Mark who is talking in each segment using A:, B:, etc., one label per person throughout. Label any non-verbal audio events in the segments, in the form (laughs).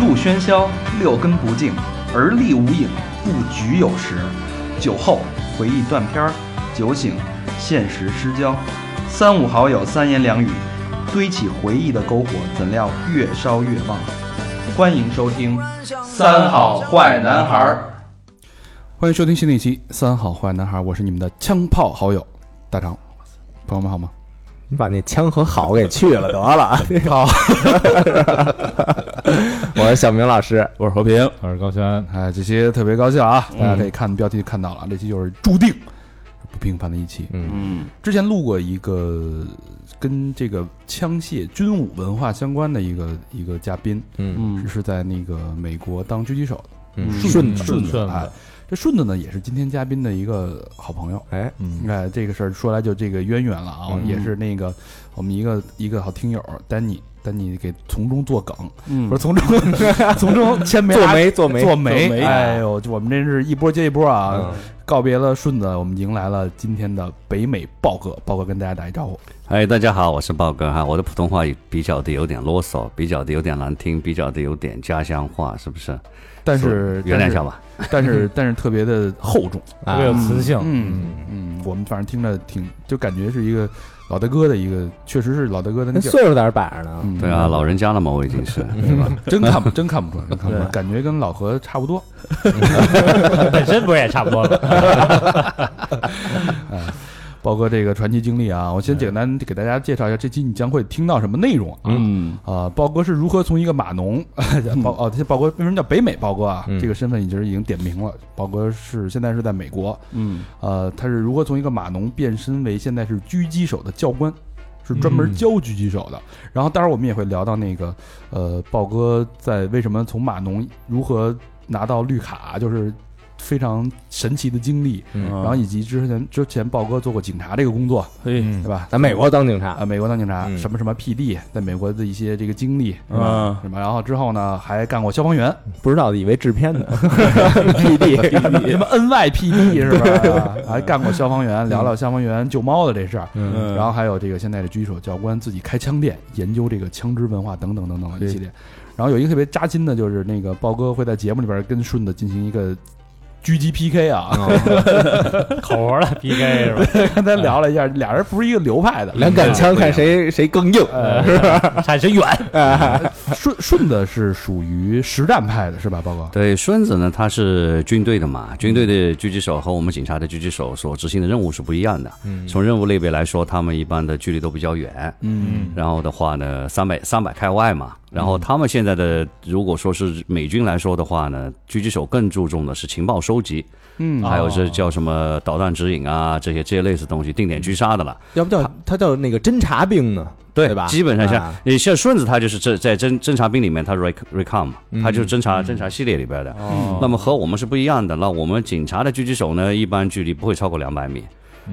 A: 不喧嚣，六根不净，而立无影，不局有时。酒后回忆断片儿，酒醒现实失焦。三五好友三言两语，堆起回忆的篝火，怎料越烧越旺。欢迎收听《三好坏男孩》。
B: 欢迎收听新的一期《三好坏男孩》，我是你们的枪炮好友大长，朋友们好吗？
C: 你把那枪和好给去了得了。好， (laughs) 我是小明老师。
B: 我是和平，
D: 我是高轩，
B: 哎，这期特别高兴啊！大家可以看标题看到了，这期就是注定不平凡的一期。
A: 嗯，
B: 之前录过一个跟这个枪械、军武文化相关的一个一个嘉宾，
C: 嗯
A: 嗯
B: 是在那个美国当狙击手
C: 嗯，
B: 顺子
D: 顺
B: 子
D: 子
B: 哎，这顺子呢也是今天嘉宾的一个好朋友。
C: 哎，
D: 嗯，
B: 哎，这个事儿说来就这个渊源了啊，
C: 嗯
B: 也是那个我们一个一个好听友丹尼，丹尼给从中作梗，
A: 嗯
B: 不是从中 (laughs) 从中牵梅
C: 做
B: 拉
C: 媒做
B: 啊
C: 媒啊
B: 做媒，
D: 做媒
B: 哎呦，就我们这是一波接一波啊
C: 嗯！
B: 告别了顺子，我们迎来了今天的北美豹哥，豹哥跟大家打一招呼。
E: 哎，大家好，我是豹哥哈，我的普通话也比较的有点啰嗦，比较的有点难听，比较的有点家乡话，是不是？
B: 但是
E: 原谅一下，吧。
B: 但是但是但是特别的厚重，
C: 啊
D: 特别有磁性，
B: 嗯嗯，我们反正听着挺就感觉是一个老大哥的一个，确实是老大哥的那
C: 跟
B: 劲儿。
C: 岁数在这摆着呢。
B: 嗯
E: 对啊，老人家了嘛，我已经是，对吧？
B: 真看不真看不出来，真看不出来，
C: 嗯对
B: 感觉跟老何差不多。
D: (laughs) 本身不是也差不多吗？
B: 豹哥这个传奇经历
C: 嗯
B: 啊，我先简单给大家介绍一下这期你将会听到什么内容啊。
A: 嗯
B: 啊，豹哥是如何从一个码农， (laughs) 豹哦，这豹哥为什么叫北美豹哥啊？
C: 嗯
B: 这个身份已经已经点明了。豹哥是现在是在美国，
A: 嗯
B: 呃，他是如何从一个码农变身为现在是狙击手的教官，是专门
D: 嗯
B: 教狙击手的。然后，待会儿我们也会聊到那个，呃，豹哥在为什么从码农如何拿到绿卡，就是非常神奇的经历。然后以及之前之前豹哥做过警察这个工作，对
D: 嗯，
B: 吧？
C: 在美国当警
B: 啊，
C: 察，
B: 美国当警察，
C: 嗯
B: 什么什么 PD，在美国的一些这个经历，是吧
A: 啊，
B: 什么，然后之后呢，还干过消防员，
C: 不知道的以为制 (laughs) 片呢。PD， (laughs)
B: 什么 NYPD
A: (laughs)
B: 是吧？啊还干过消防员，聊聊消防员救猫的这事儿，
A: 嗯
B: 然后还有这个现在的狙击手教官自己开枪店，研究这个枪支文化等等等等一系列。然后有一个特别扎心的，就是那个豹哥会在节目里边跟顺子进行一个狙击 PK 啊，
A: 哦
D: 口活了 PK 是吧？
B: 跟
A: 哎
B: 他聊了一下，俩人不是一个流派的，
C: 两杆枪看谁谁更硬。
D: 呃差谁远？
B: 顺顺子是属于实战派的是吧，豹哥？
E: (laughs) 对，孙子呢，他是军队的嘛，军队的狙击手和我们警察的狙击手所执行的任务是不一样的。
C: 嗯
E: 从任务类别来说，他们一般的距离都比较远，
D: 嗯，
E: 然后的话呢，三百三百开外嘛。然后他们现在的，如果说是美军来说的话呢，狙击手更注重的是情报收集，
B: 嗯
E: 还有这叫什么导弹指引啊，这些这些类似的东西，定点狙杀的了。
C: 要不叫
D: 啊
C: 他叫那个侦察兵呢？对吧？
E: 基本上像
C: 啊
E: 你像顺子，他就是这在侦侦察兵里面，他 rec recon 嘛，他就是侦察侦察系列里边的。那么和我们是不一样的。那我们警察的狙击手呢，一般距离不会超过两百米，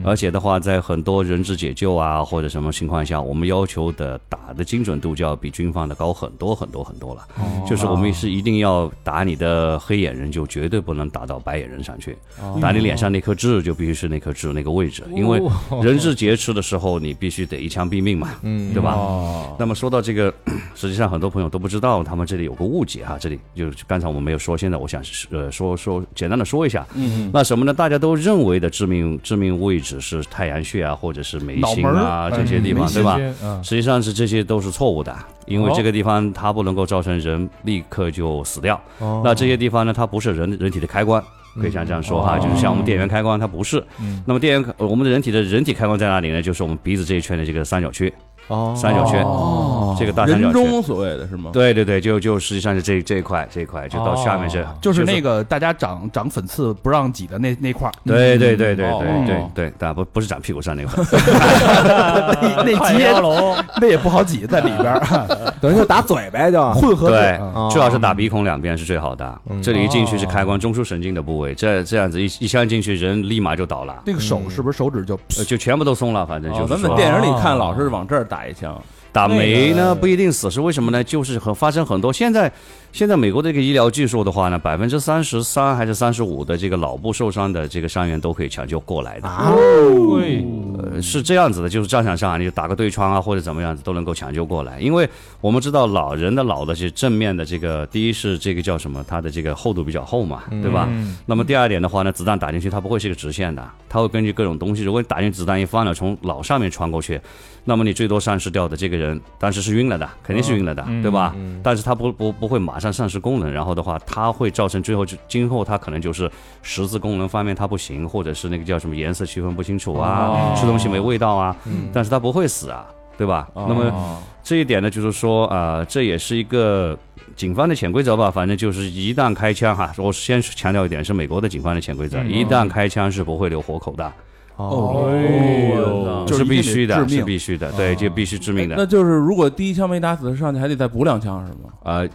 E: 而且的话，在很多人质解救啊或者什么情况下，我们要求的打的精准度就要比军方的高很多很多很多了。就是我们是一定要打你的黑眼人，就绝对不能打到白眼人上去。
A: 嗯
B: 哦
E: 打你脸上那颗痣就必须是那颗痣那个位置，因为人质劫持的时候，你必须得一枪毙命嘛，
C: 嗯
E: 对吧？
B: 哦，
E: 那么说到这个，实际上很多朋友都不知道，他们这里有个误解哈、这里就是刚才我们没有说，现在我想呃说说简单的说一下，嗯，那什么呢？大家都认为的致命致命位置是太阳穴啊，或者是眉心啊
B: 哎
E: 这些地方，对吧？
D: 嗯
E: 实际上是这些都是错误的，因为
D: 哦
E: 这个地方它不能够造成人立刻就死掉。那这些地方呢，它不是人人体的开关，可以像这样说哈，
D: 哦
E: 就是像我们电源开关，它不是。
D: 嗯
E: 那么电源，呃我们的人体的人体开关在哪里呢？就是我们鼻子这一圈的这个三角区，
C: 哦
E: 三角区，
B: 哦
E: 这个大三
A: 人
E: 角区。
A: 中所谓的是吗？
E: 对对对，就就实际上是这这一块这一块，就到下面这
D: 哦，
B: 就是那
E: 个。
B: 个大家长长粉刺不让挤的那那块儿，
E: 对对对对
A: 哦
E: 对对
B: 哦
E: 对，但不不是长屁股上那个，
B: (laughs) 那 (laughs) 那
D: 快
B: 集也
D: 腰龙，
B: 那也不好挤，在里边儿
C: 等于就打嘴呗，就
B: 混合
E: 对
B: 对，，
C: 哦
E: 最好是打鼻孔两边是最好的。
C: 嗯
E: 这里一进去是开关中枢神经的部位，这这样子一一枪进去，人立马就倒了，
B: 那个手是不是手指就
E: 呃就全部都松了，反正
A: 哦
E: 就
A: 咱
E: 是
A: 们
E: 说
A: 电影里看老是往这儿打一枪，
E: 打
D: 那
E: 没
D: 个
E: 呢不一定死，是为什么呢？就是很发生很多现在现在美国的这个医疗技术的话呢，百分之三十三还是三十五的这个脑部受伤的这个伤员都可以抢救过来的。
C: 啊，
D: 对，
E: 呃，是这样子的，就是战场上啊你就打个对穿啊，或者怎么样子都能够抢救过来。因为我们知道老人的老的是正面的这个，第一是这个叫什么，它的这个厚度比较厚嘛，对吧？那么第二点的话呢，子弹打进去它不会是一个直线的，它会根据各种东西，如果你打进去子弹一放了，从老上面穿过去，那么你最多丧失掉的这个人，当时是晕了的，肯定是晕了的，对吧？但是他不不不会马上丧失功能，然后的话，它会造成最后就今后它可能就是识字功能方面它不行，或者是那个叫什么颜色区分不清楚啊，吃东西没味道啊，但是它不会死啊，对吧？那
B: 嗯
E: 么
B: 哦
E: 这一点呢，就是说啊、呃这也是一个警方的潜规则吧，反正就是一旦开枪哈，我先强调一点，是美国的警方的潜规
B: 嗯
E: 则，一旦开枪是不会留活口的，
B: 哦
D: 哎
B: 就是
E: 必须
B: 一定
E: 的，
B: 得致
E: 是
B: 命哦哎
E: 必须的，对，就必须致命的
F: 那。就是如果第一枪没打死，上去还得再补两枪是吗？
E: 呃，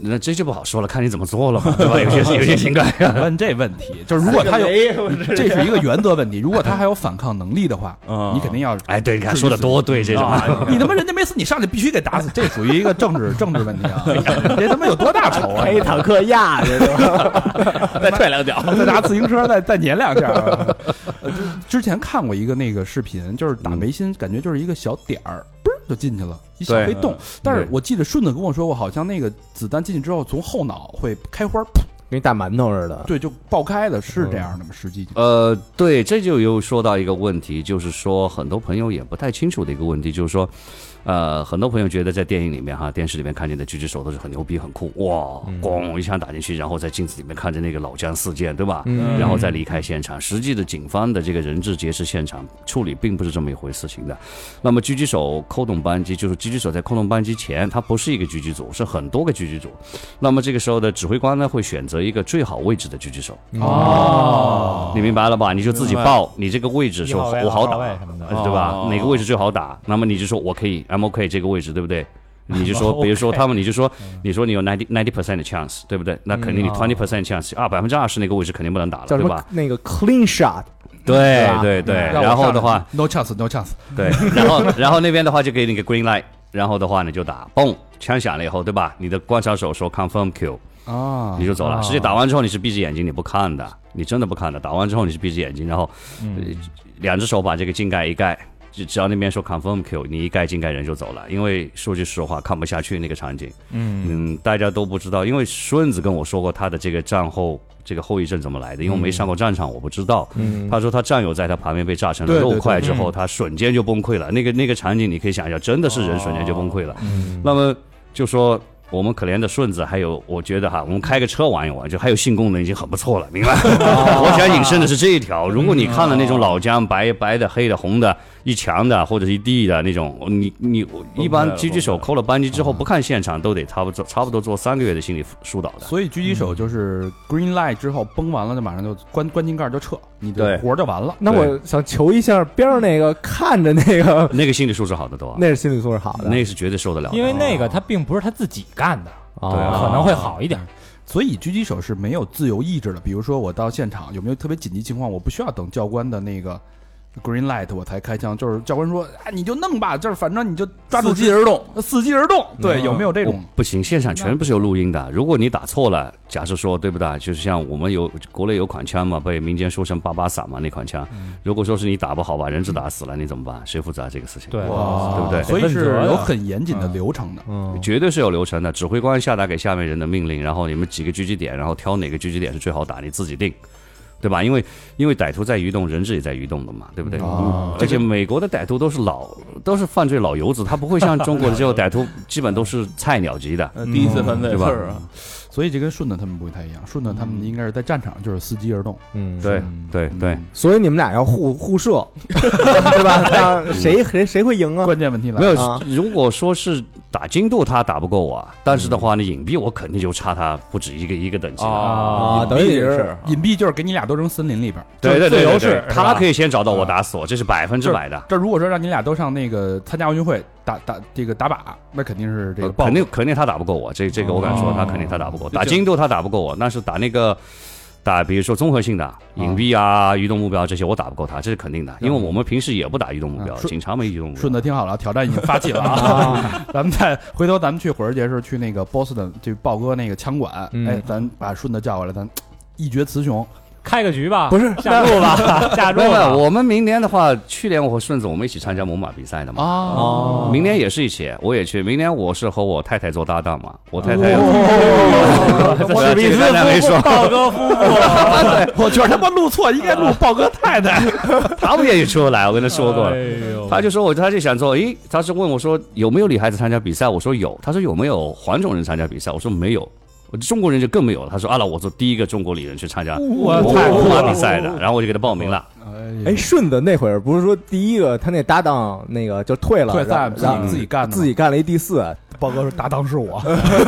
E: 那这就不好说了，看你怎么做了嘛，对吧？有些有些情
B: (laughs)
E: 感，
B: 问这问题，就是如果他有，这是一个原则问题。如果他还有反抗能力的话，你肯定要
E: 哎，对，你看说的多对，这种。
B: (laughs) 啊！你他妈人家没死，你上去必须得打死，这属于一个政治政治问 (laughs) 题啊！这他妈有多大仇
E: (laughs)
B: 啊？
C: 开坦克压去，对吧
B: 哦
F: 再踹两脚，
B: 再拿自行车 (laughs) 再再碾两下啊。 (laughs) 呃，之之前看过一个那个视频，就是打眉心，感觉就是一个小点儿，嘣儿就进去了，一小
E: 对
B: 黑洞。但是
E: 对
B: 我记得顺子跟我说过，好像那个子弹进去之后，从后脑会开花，噗
C: (laughs) 跟一大馒头似的。
B: 对，就爆开了，是这样的吗？实际
E: 呃，对，这就又说到一个问题，就是说很多朋友也不太清楚的一个问题，就是说，呃，很多朋友觉得在电影里面哈、电视里面看见的狙击手都是很牛逼、很酷，哇，咣一枪打进去，然后在镜子里面看着那个老将四溅，对吧？
C: 嗯
E: 然后再离开现场。实际的警方的这个人质劫持现场处理并不是这么一回事情的。那么狙击手扣动扳机，就是狙击手在扣动扳机前，他不是一个狙击组，是很多个狙击组。那么这个时候的指挥官呢，会选择一个最好位置的狙击手。
D: 哦，
E: 你明白了吧？你就自己
F: 明白
E: 报，你这个位置说
D: 一号位
E: 我好打
D: 二号位什么的，
E: 呃对吧
F: 哦？
E: 哪个位置最好打？那么你就说我可以，I'm OK 这个位置，对不对？你就说，比如说他们，你就说，你说你有 ninety ninety percent 的 chance，对不对？那肯定你 twenty percent chance 啊，百分之二十那个位置肯定不能打了，
C: 叫
E: 对
C: 什么
E: 吧？？
C: 那个 clean shot，
E: 对
C: 吧
E: 对对。
B: 让我
E: 然后的话
B: 上，，no chance，no chance，
E: 对，然后然后那边的话就给你个 green light，然后的话你就打，嘣，枪响了以后，对吧？你的观察手说 confirm kill，
B: 啊
E: 你就走了。实际打完之后你是闭着眼睛，你不看的，你真的不看的。打完之后你是闭着眼睛，然后、
B: 嗯
E: 呃、两只手把这个镜盖一盖，只只要那边说 confirm kill，你一盖镜盖人就走了。因为说句实话，看不下去那个场景。嗯大家都不知道，因为顺子跟我说过他的这个战后这个后遗症怎么来的，
B: 嗯
E: 因为我没上过战场，我不知道。他说他战友在他旁边被炸成了
B: 对嗯对
E: 肉块之后，他瞬间就崩溃了。那个那个场景你可以想象，真的是人瞬间就崩
B: 哦
E: 溃了。
B: 嗯
E: 那么就说我们可怜的顺子，还有我觉得哈，我们开个车玩一玩，就还有性功能已经很不错了，明 (laughs) 白？我想引申的是这一条。如果你看了那种老姜，白白的、黑的、红的，一墙的或者一地的那种，你你一般狙击手扣了扳机之后不看现场，都得差不多差不多做三个月的心理疏导的。
B: 所以狙击手就是 green light 之后崩完了，就马上就关关井盖就撤，你的
E: 对嗯
B: 活儿就完了。
C: 那我想求一下边上那个看着那个，
E: 那个心理素质好得多啊，
C: 那是心理素质好的。
E: 那是绝对受得了的。啊
D: 因为那个他并不是他自己干的，
C: 哦
D: 可能会好一点。
B: 所以狙击手是没有自由意志的。比如说，我到现场有没有特别紧急情况，我不需要等教官的那个 green light 我才开枪，就是教官说，哎，你就弄吧，就是反正你就抓住
F: 伺机而动，
B: 机伺机而
E: 嗯
B: 动。对，有没有这
E: 我
B: 种？
E: 哦不行，现场全部是有录音的。如果你打错了，假设说对不对？就是像我们有国内有款枪嘛，被民间说成“八八散”嘛，那款枪，如果说是你打不好把人质打死了，你怎么办？谁负责啊这个事情？
D: 对，
E: 嗯对不对？
B: 所以是
D: 得问责呀
B: 有很严谨的流程的。
C: 嗯
E: 绝对是有流程的，指挥官下达给下面人的命令，然后你们几个狙击点，然后挑哪个狙击点是最好打，你自己定，对吧？因为因为歹徒在移动，人质也在移动的嘛，对不对？啊而且美国的歹徒都是老都是犯罪老油子，他不会像中国的这种歹 (laughs) 徒，基本都是菜鸟级的。
F: 呃第一次犯罪
E: 对吧
F: 事儿啊，
B: 所以这跟顺子他们不太一样，顺子他们应该是在战场就是伺机而动。
C: 嗯，
E: 对对对，
C: 所以你们俩要互互
E: (laughs)
C: 射，对吧？那谁谁谁会赢啊？
B: 关键问题来
E: 嗯没
B: 了，
E: 有
C: 啊，
E: 如果说是打精度，他打不过我，但是的话，你隐蔽我肯定就差他不止一个一个等级了。
C: 啊，等于你是
B: 隐蔽就是给你俩都扔森林里边儿。
E: 对对对
D: 自由
E: 对
D: 式
E: 对，
D: 是吧
E: 他可以先找到我打死我，这是百分之百的。
B: 这如果说让你俩都上那个参加奥运会打打这个打靶，那肯定是这个
E: 呃
B: 爆
E: 肯定肯定他打不过我，这这个我敢说，
D: 哦
E: 他肯定他打不过我，
B: 就
E: 打精度他打不过我，但是打那个。打比如说综合性的隐蔽啊、移动目标这些，我打不过他，这是肯定的，因为我们平时也不打移动目标，
B: 啊顺
E: 警察没移动目标
B: 顺。子听好了，挑战已经发起了
C: (laughs)
B: 啊！ (laughs) 咱们再回头，咱们去火儿节时候去那个 Boston，就豹哥那个枪馆，
C: 嗯
B: 哎，咱把顺子叫过来，咱一决雌雄，
D: 开个局吧，
C: 不是
D: 下注吧， (laughs) 下注
E: 没有没有，
D: 吧。
E: 我们明年的话，去年我和顺子我们一起参加猛犸比赛的嘛，
F: 哦
E: 明年也是一起，我也去。明年我是和我太太做搭档嘛，我太太。 (laughs)
D: 史密斯
E: 大家没
D: 夫 (laughs)
E: 说
D: 妇，豹哥夫妇，
B: 我觉得他妈录错，应该录豹哥太太。
E: 他不愿意出来，我跟他说过
D: 哎
E: 了。
D: 呦
E: 他就说我，他就想说，咦，他是问我说有没有女孩子参加比赛，我说有。他说有没有黄种人参加比赛，我说没有。我中国人就更没有了。他说啊，那我做第一个中国女人去参加
D: 哇
E: 我
D: 哦太酷
E: 我
D: 了
E: 比赛的，然后我就给他报名了。
C: 哎，顺子那会儿不是说第一个他那搭档那个就退了，
B: 退赛
C: 然
B: 自己
C: 然后
B: 自己干的嘛
C: 自己干了一第四，
B: 豹哥说搭档是我，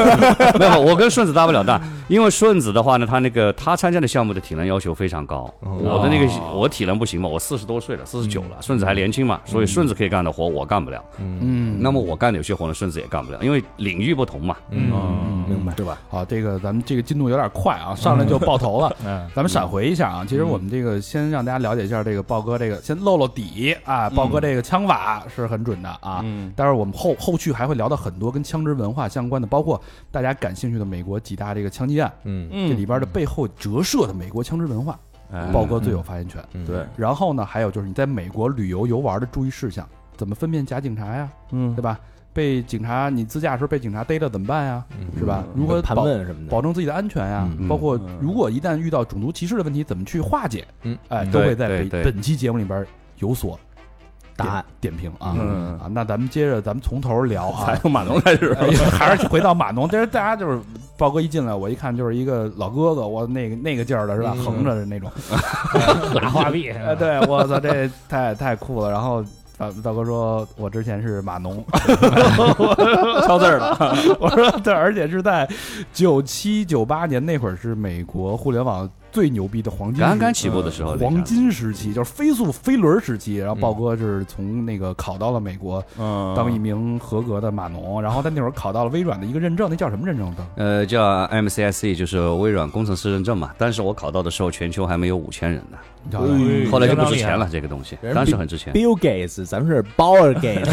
E: (laughs) 没有，我跟顺子搭不了档，因为顺子的话呢，他那个他参加的项目的体能要求非常高，我的那个我体能不行嘛，我四十多岁了，四十九了，顺子还年轻嘛，所以顺子可以干的活我干不了。
B: 嗯
E: 那么我干的有些活呢，顺子也干不了，因为领域不同 (laughs) 嘛。
B: 嗯
C: 明白对吧？
B: 好，这个咱们这个进度有点快啊，上来就爆头了。
D: 嗯
B: (laughs) 咱们闪回一下啊，其实我们这个先让大家了解一下这个豹哥这个，先露露底啊，豹哥这个枪法是很准的啊。
F: 嗯
B: 待会儿我们后后续还会聊到很多跟枪支文化相关的，包括大家感兴趣的美国几大这个枪击案，
C: 嗯
B: 这里边的背后折射的美国枪支文化，豹哥最有发言权。
F: 对，
B: 然后呢，还有就是你在美国旅游游玩的注意事项，怎么分辨假警察呀，
F: 嗯
B: 对吧？被警察你自驾的时候被警察逮着怎么办呀，
C: 嗯
B: 是吧？
F: 嗯
B: 如何
C: 盘
B: 保
C: 问什么的，
B: 保证自己的安全呀？
E: 嗯
B: 包括
F: 嗯
B: 如果一旦遇到种族歧视的问题，怎么去化解？
C: 嗯，
B: 哎，
E: 嗯
B: 都会在
E: 对
B: 本
E: 对对
B: 本期节目里边有所
C: 答案
B: 点点评啊。
F: 嗯
B: 啊，那咱们接着咱们从头聊啊。
F: 从马龙开始
B: 哎呀还是回到码农，但是大家就是豹哥一进来，我一看就是一个老哥哥，我那个那个劲儿的是吧，
C: 嗯
B: 横着的那种。
D: 打画壁，
B: 呃，对，我操，这太太酷了。然后大大哥说，我之前是码
E: (laughs)
B: 农，
F: 敲字儿了，
B: 我说对，而且是在九七九八年那会儿是美国互联网最牛逼的黄金时呃
E: 刚刚起步的时候，那嗯
B: 黄
E: 场
B: 金时期，就是飞速飞轮时期。然后豹哥是从那个考到了美国
F: 嗯
B: 当一名合格的码农，然后他那会儿考到了微软的一个认证，那叫什么认证？
E: 呃，叫 MCSE，就是 E，微软工程师认证嘛。当时我考到的时候，全球还没有五千人呢，
B: 你知道吧？
D: 哎
E: 后来就
D: 相
E: 不
D: 当
E: 值
D: 厉害
E: 嗯钱了，这个东西
C: 人，
E: 当时很值钱。
C: (laughs) Bill Gates，咱们是 Bauer Gates，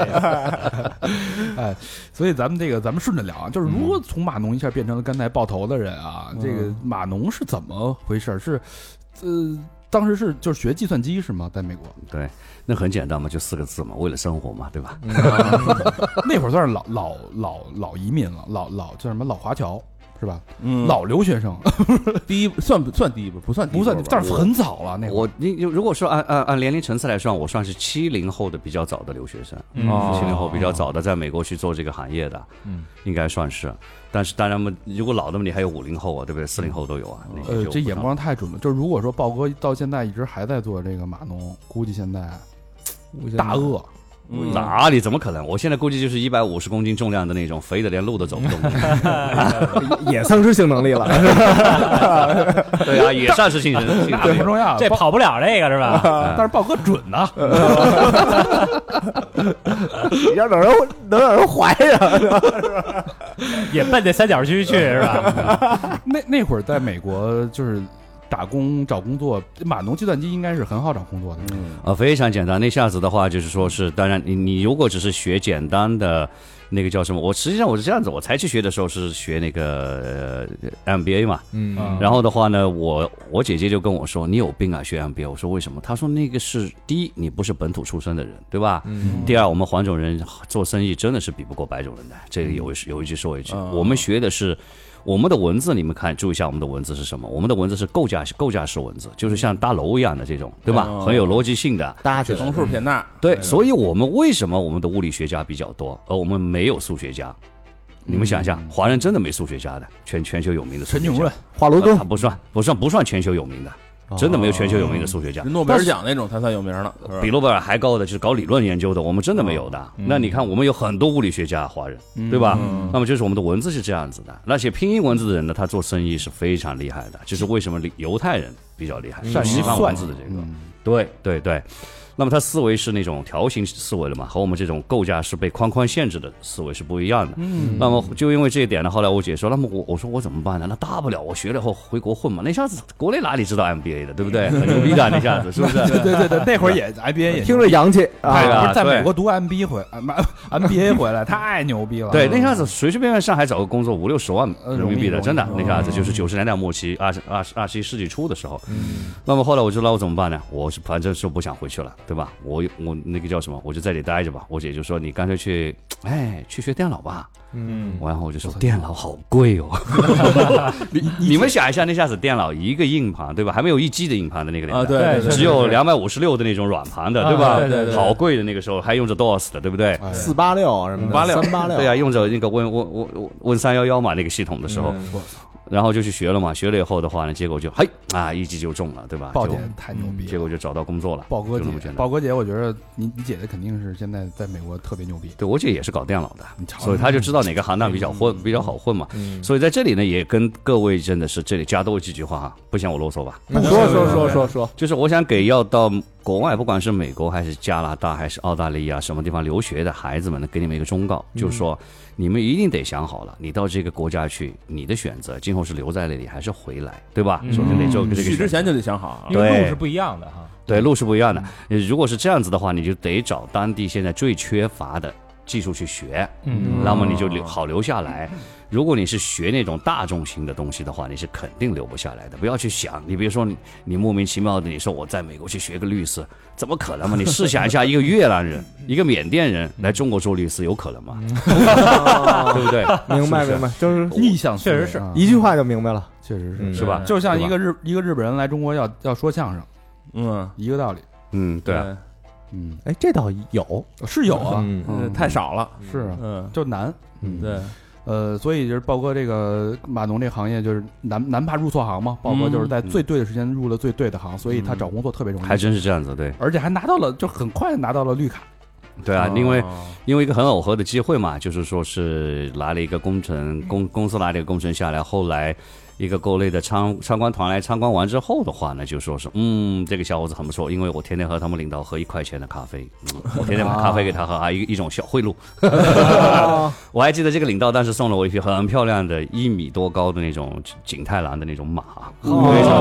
B: (laughs) 哎所以咱们这个，咱们顺着聊啊，就是如
F: 嗯
B: 何从码农一下变成了刚才爆头的人啊？这个码农是怎么回事？是，呃，当时是就是学计算机是吗？在
F: (laughs)
B: 美国
E: 对，那很简单嘛，就四个字嘛，为了生活嘛，对吧？
B: 那会儿算是老老老老移民了，老老叫什么老华侨是吧？(laughs)
F: 嗯
B: 老留学生
F: 第一算不算第一波？不算第一
B: 不
F: 波吧，
B: 算，但是
F: 我
B: 很早了那会儿。
E: 我你你如果说按按按年龄层次来算，我算是七零后的比较早的留学生，
D: 嗯
F: 哦
E: 七零后比较早的在美国去做这个行业的，
D: 嗯，
E: 应该算是。但是当然嘛，如果老的嘛，你还有五零后啊，对不对？四零后都有啊。那些
B: 呃，
E: 就
B: 这
E: 不
B: 眼
E: 上
B: 光太准了。就是如果说豹哥到现在一直还在做这个码农，估计现在大鳄
F: 嗯
E: 哪里怎么可能？我现在估计就是一百五十公斤重量的那种，肥的连路都走不动。
C: (laughs) 也丧失性能力了， (laughs)
E: 对啊，也算是精神性
B: 那不重要，
D: 这
F: 啊
B: 豹
D: 跑不了这个是吧？
F: (laughs)
B: 但是豹哥准呐、
C: 要让人能让人怀上，
D: 也奔这三角区去是
F: 啊
D: 吧？
B: 那那会儿在美国就是打工找工作，码农计算机应该是很好找工作的。
E: 啊，非常简单。那下子的话，就是说是，当然你你如果只是学简单的那个叫什么，我实际上我是这样子，我才去学的时候是学那个呃 MBA 嘛。
C: 嗯
E: 然后的话呢，我我姐姐就跟我说：“你有病啊，学 MBA。”我说：“为什么？”她说：“那个是第一，你不是本土出生的人，对吧？
C: 嗯
E: 第二，我们黄种人做生意真的是比不过白种人的，这
C: 嗯
E: 个有一有一句说一句，我们学的是。我们的文字，你们看，注意一下我们的文字是什么？我们的文字是构架构架式文字，就是像大楼一样的这种，对吧？
C: 嗯
F: 哦
E: 很有逻辑性的。
C: 搭起
F: 只
C: 来
F: 横竖撇捺，
E: 对，所以我们为什么我们的物理学家比较多，呃而我们没有数学家？你们想
C: 嗯
E: 一下，华人真的没数学家的，全全球有名的数学家
C: 华罗庚
E: 呃，不算不算不算全球有名的，真的没有全球有名的数学家。
F: 诺贝尔奖那种才算有名了，是吧
E: 比诺贝尔还高的就是搞理论研究的，我们真的没有的。那你看，我们有很多物理学家，华人，对吧？那么就是我们的文字是这样子的。那写拼音文字的人呢，他做生意是非常厉害的，就是为什么犹太人比较厉害，
B: 善于
E: 西方
B: 算
E: 文
B: 计
E: 字的这个，
B: 嗯
E: 对对对。那么他思维是那种条形思维的嘛，和我们这种构架是被框框限制的思维是不一样的。
B: 嗯
E: 那么就因为这一点呢，后来我姐说，那么我我说我怎么办呢？那大不了我学了以后回国混嘛。那下子国内哪里知道 MBA 的，对不对？很牛逼的，那下子是不是？
B: 对对对对，那会儿也 IBA 也
C: 听着洋气
E: 太
C: 啊
E: 了！
B: 不是在
E: 对
B: 美国读 MBA 回 (laughs) M MBA 回来，太牛逼了。
E: 对，那下子随随便便上海找个工作五六十万
B: 呃
E: 人民币
B: 容
E: 的，
B: 易
E: 真的
B: 容，易
E: 那下子就是九十年代末期，二十二十二十一世纪初的时候。那么后来我就那我怎么办呢？我是反正是不想回去了，对吧？我我那个叫什么，我就在这里待着吧。我姐就说你干脆去，哎，去学电脑吧。
D: 嗯，
E: 然后我就说电脑好贵哦。你你们想一下，那下子电脑一个硬盘对吧？还没有一 G 的硬盘的那个年代，
F: 啊，对，
E: 只有两百五十六的那种软盘的，
D: 啊
E: 对吧？
D: 对对对
E: 好贵的那个时候还用着 DOS 的，对不对？
C: 哎四八六什么的，
F: 586
C: 三八六，哎
E: 对啊，用着那个 Win Win Win Win 三幺幺嘛那个系统的时候，
C: 嗯
D: 嗯
E: 然后就去学了嘛，学了以后的话呢，结果就嘿啊一击就中了，对吧？
B: 爆
E: 就嗯
B: 点太牛逼
E: 结
B: 了。
E: 果就找到工作了，
B: 豹哥
E: 就那么
B: 姐
E: 简，单。
B: 豹哥姐，我觉得你你姐姐肯定是现在在美国特别牛逼。
E: 对我姐也是搞电脑的，
B: 你尝
E: 所以她就知道哪个行当比较混，
C: 嗯
E: 比较好混嘛。
D: 嗯
E: 所以在这里呢，也跟各位真的是这里加多几句话哈，不嫌我啰嗦吧。
C: 说说说说 (laughs) 说，
E: 就是我想给要到国外，不管是美国还是加拿大还是澳大利亚什么地方留学的孩子们呢，给你们一个忠告，
D: 嗯
E: 就是说你们一定得想好了，你到这个国家去，你的选择今后是留在那里还是回来，对吧？
D: 嗯
E: 首先得做这个
F: 去
E: 选
F: 之
E: 择，
F: 前就得想好啊
E: 对
D: 因为路是不一样的哈。
E: 对路是不一样的。呃如果是这样子的话，你就得找当地现在最缺乏的技术去学，
D: 嗯
E: 那么你就留好留下来。如果你是学那种大众型的东西的话，你是肯定留不下来的。不要去想，你比如说你你莫名其妙的，你说我在美国去学个律师，怎么可能嘛？你试想一下，一个越南人、一个缅甸人来中国做律师，有可能吗？对不对？
C: 明白
E: 是不是
C: 明白，就是
F: 嗯
B: 逆向思维
D: 确实是
B: 啊
C: 一句话就明白了。
B: 确实是，
G: 嗯
E: 是吧？
B: 就像
E: 对吧
B: 一个日一个日本人来中国要要说相声
F: 嗯，
B: 一个道理。
E: 嗯，对啊。
B: 嗯，
C: 哎，这倒有，
B: 是有啊，
G: 嗯
F: 呃太少了，
B: 是啊，
F: 嗯，
B: 就难。
G: 嗯
F: 对，
B: 呃，所以就是豹哥这个码农这个行业就是难难怕入错行嘛。豹哥就是在最对的时间入了最对的行，所以他找工作特别容易，
E: 嗯还真是这样子，对
B: 而且还拿到了，就很快拿到了绿卡。
E: 对啊，因为
F: 哦
E: 因为一个很耦合的机会嘛，就是说是来了一个工程公公司来了一个工程下来，后来一个国内的参参观团来参观完之后的话呢，就说是嗯，这个小伙子很不错，因为我天天和他们领导喝一块钱的咖啡，嗯我天天买咖啡给他喝啊，一一种小贿赂。我还记得这个领导当时送了我一匹很漂亮的一米多高的那种景泰蓝的那种马，非常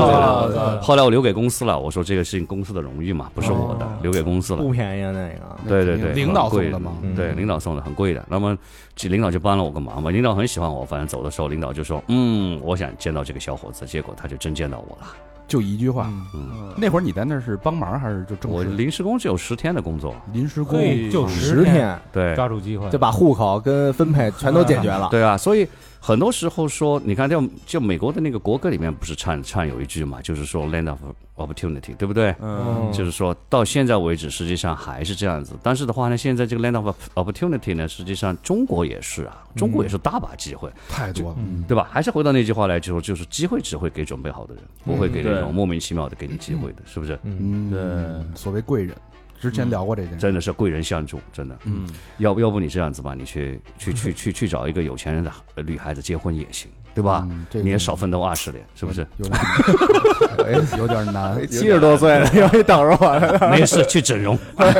E: 漂亮。
B: 哦
E: 后来我留给公司了，我说这个事情公司的荣誉嘛，不是我的，留给公司了。
C: 不便宜啊那个，
E: 对对对，
B: 领导
E: 很贵
B: 送的嘛。
G: 嗯
E: 对，领导送的很贵的。那么，其实领导就帮了我个忙嘛。领导很喜欢我，反正走的时候，领导就说：“嗯，我想见到这个小伙子。”结果他就真见到我了。
B: 就一句话。
E: 嗯
B: 那会儿你在那儿是帮忙还是就正
E: 我
B: 式
E: 临时工只有十天的工作，
B: 临时工？
D: 对，就
C: 十天
E: 对
D: 抓住机会，
C: 就把户口跟分配全都解决了。
E: 对啊，所以很多时候说，你看，就就美国的那个国歌里面不是唱唱有一句嘛，就是说 “land of opportunity”，对不对？
F: 嗯，
E: 就是说到现在为止，实际上还是这样子。但是的话呢，现在这个 “land of opportunity” 呢，实际上中国也是啊，中国也是大把机会。
B: 太多了。
E: 对吧？还是回到那句话来，就是就是机会只会给准备好的人，不会给那
F: 对
E: 种莫名其妙的给你机会的，是不是？
B: 嗯，
F: 对
B: 所谓贵人，之前聊过这件事。
E: 嗯真的是贵人相助，真的。
F: 嗯，
E: 要不要不你这样子吧，你去去去去去找一个有钱人的呃女孩子结婚也行，对吧？
B: 嗯这个
E: 你也少奋斗二十年，是不是？
B: 有点 (laughs) 哎有点
E: (laughs)
B: 难。
C: 七十多岁了， (laughs) 又一等啊着 (laughs) 我，
B: 嗯
E: 没事，去整容。 (laughs)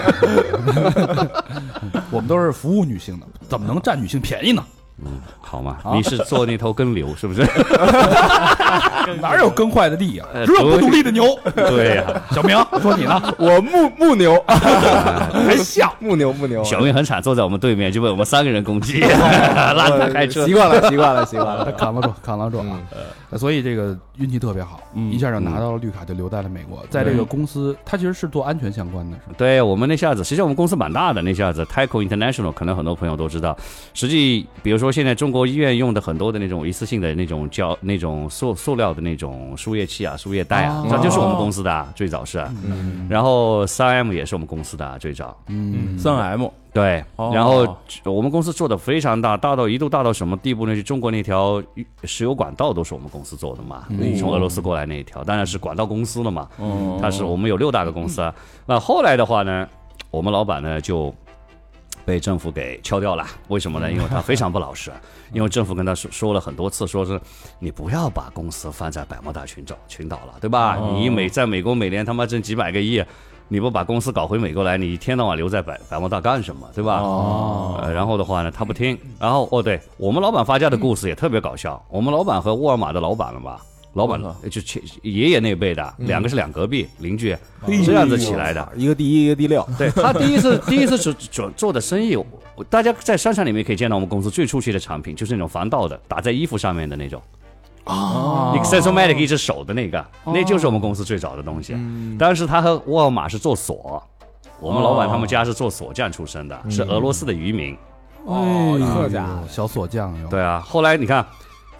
B: 我们都是服务女性的，怎么能占女性便宜呢？
E: 嗯，好嘛，你是做那头耕牛，是不是？
B: 哪有耕坏的啊地呀、
E: 呃
B: 只 (laughs) 有不
E: 对
B: 独立的牛。
E: (laughs) 对呀，
B: 小明，说你呢？
C: 我木木 (laughs) 牛，
B: 还笑。
C: 木牛木牛，
E: 小明很惨，坐在我们对面就被我们三个人攻击， (laughs) 拉他
B: 呃
E: 开车
C: 呃习。惯了习惯了习惯了。
B: (laughs) 扛得住，扛得住啊！所以这个运气特别好，一下就拿到了绿卡，就留在了美国。在这个公司，它其实是做安全相关的，是吧？
E: 对我们那下子，实际上我们公司蛮大的，那下子 Tyco International 可能很多朋友都知道。实际，比如说现在中国医院用的很多的那种一次性的那种胶、那种塑塑料的那种输液器啊、输液袋啊
B: 哦，
E: 它就是我们公司的啊，最早是啊。然后三 M 也是我们公司的啊，最早。
B: 嗯，
F: 三 M
E: 对，
F: 哦
E: 然后我们公司做的非常大，大到一度大到什么地步呢？就中国那条石油管道都是我们公司做的嘛，从俄罗斯过来那一条，当然是管道公司了嘛。
F: 哦
E: 它是我们有六大个公司啊。那后来的话呢，我们老板呢就被政府给敲掉了。为什么呢？因为他非常不老实，因为政府跟他说说了很多次，说是你不要把公司放在百慕大群岛群岛了，对吧？你美在美国每年他妈挣几百个亿。你不把公司搞回美国来，你一天到晚留在百百慕大干什么，对吧？哦、然后的话呢，他不听。然后哦，对我们老板发家的故事也特别搞笑。我们老板和沃尔玛的老板了吧？老板就前爷爷那辈的，两个是两隔壁邻居，
B: 嗯哎
E: 这样子起来
A: 哎
E: 的。
C: 一个第一，一个第六，
E: 对他第一次第一次做做做的生意，我大家在商场里面可以见到我们公司最初期的产品，就是那种防盗的，打在衣服上面的那种。哦 e x c e s s o m a t i c 一只手的那个，那就是我们公司最早的东西。当时他和沃尔玛是做锁，我们老板他们家是做锁匠出身的，是俄罗斯的渔民。
C: 哦，这家
B: 哎
C: 伙
B: 呦小锁匠哟，
E: 对啊，后来你看，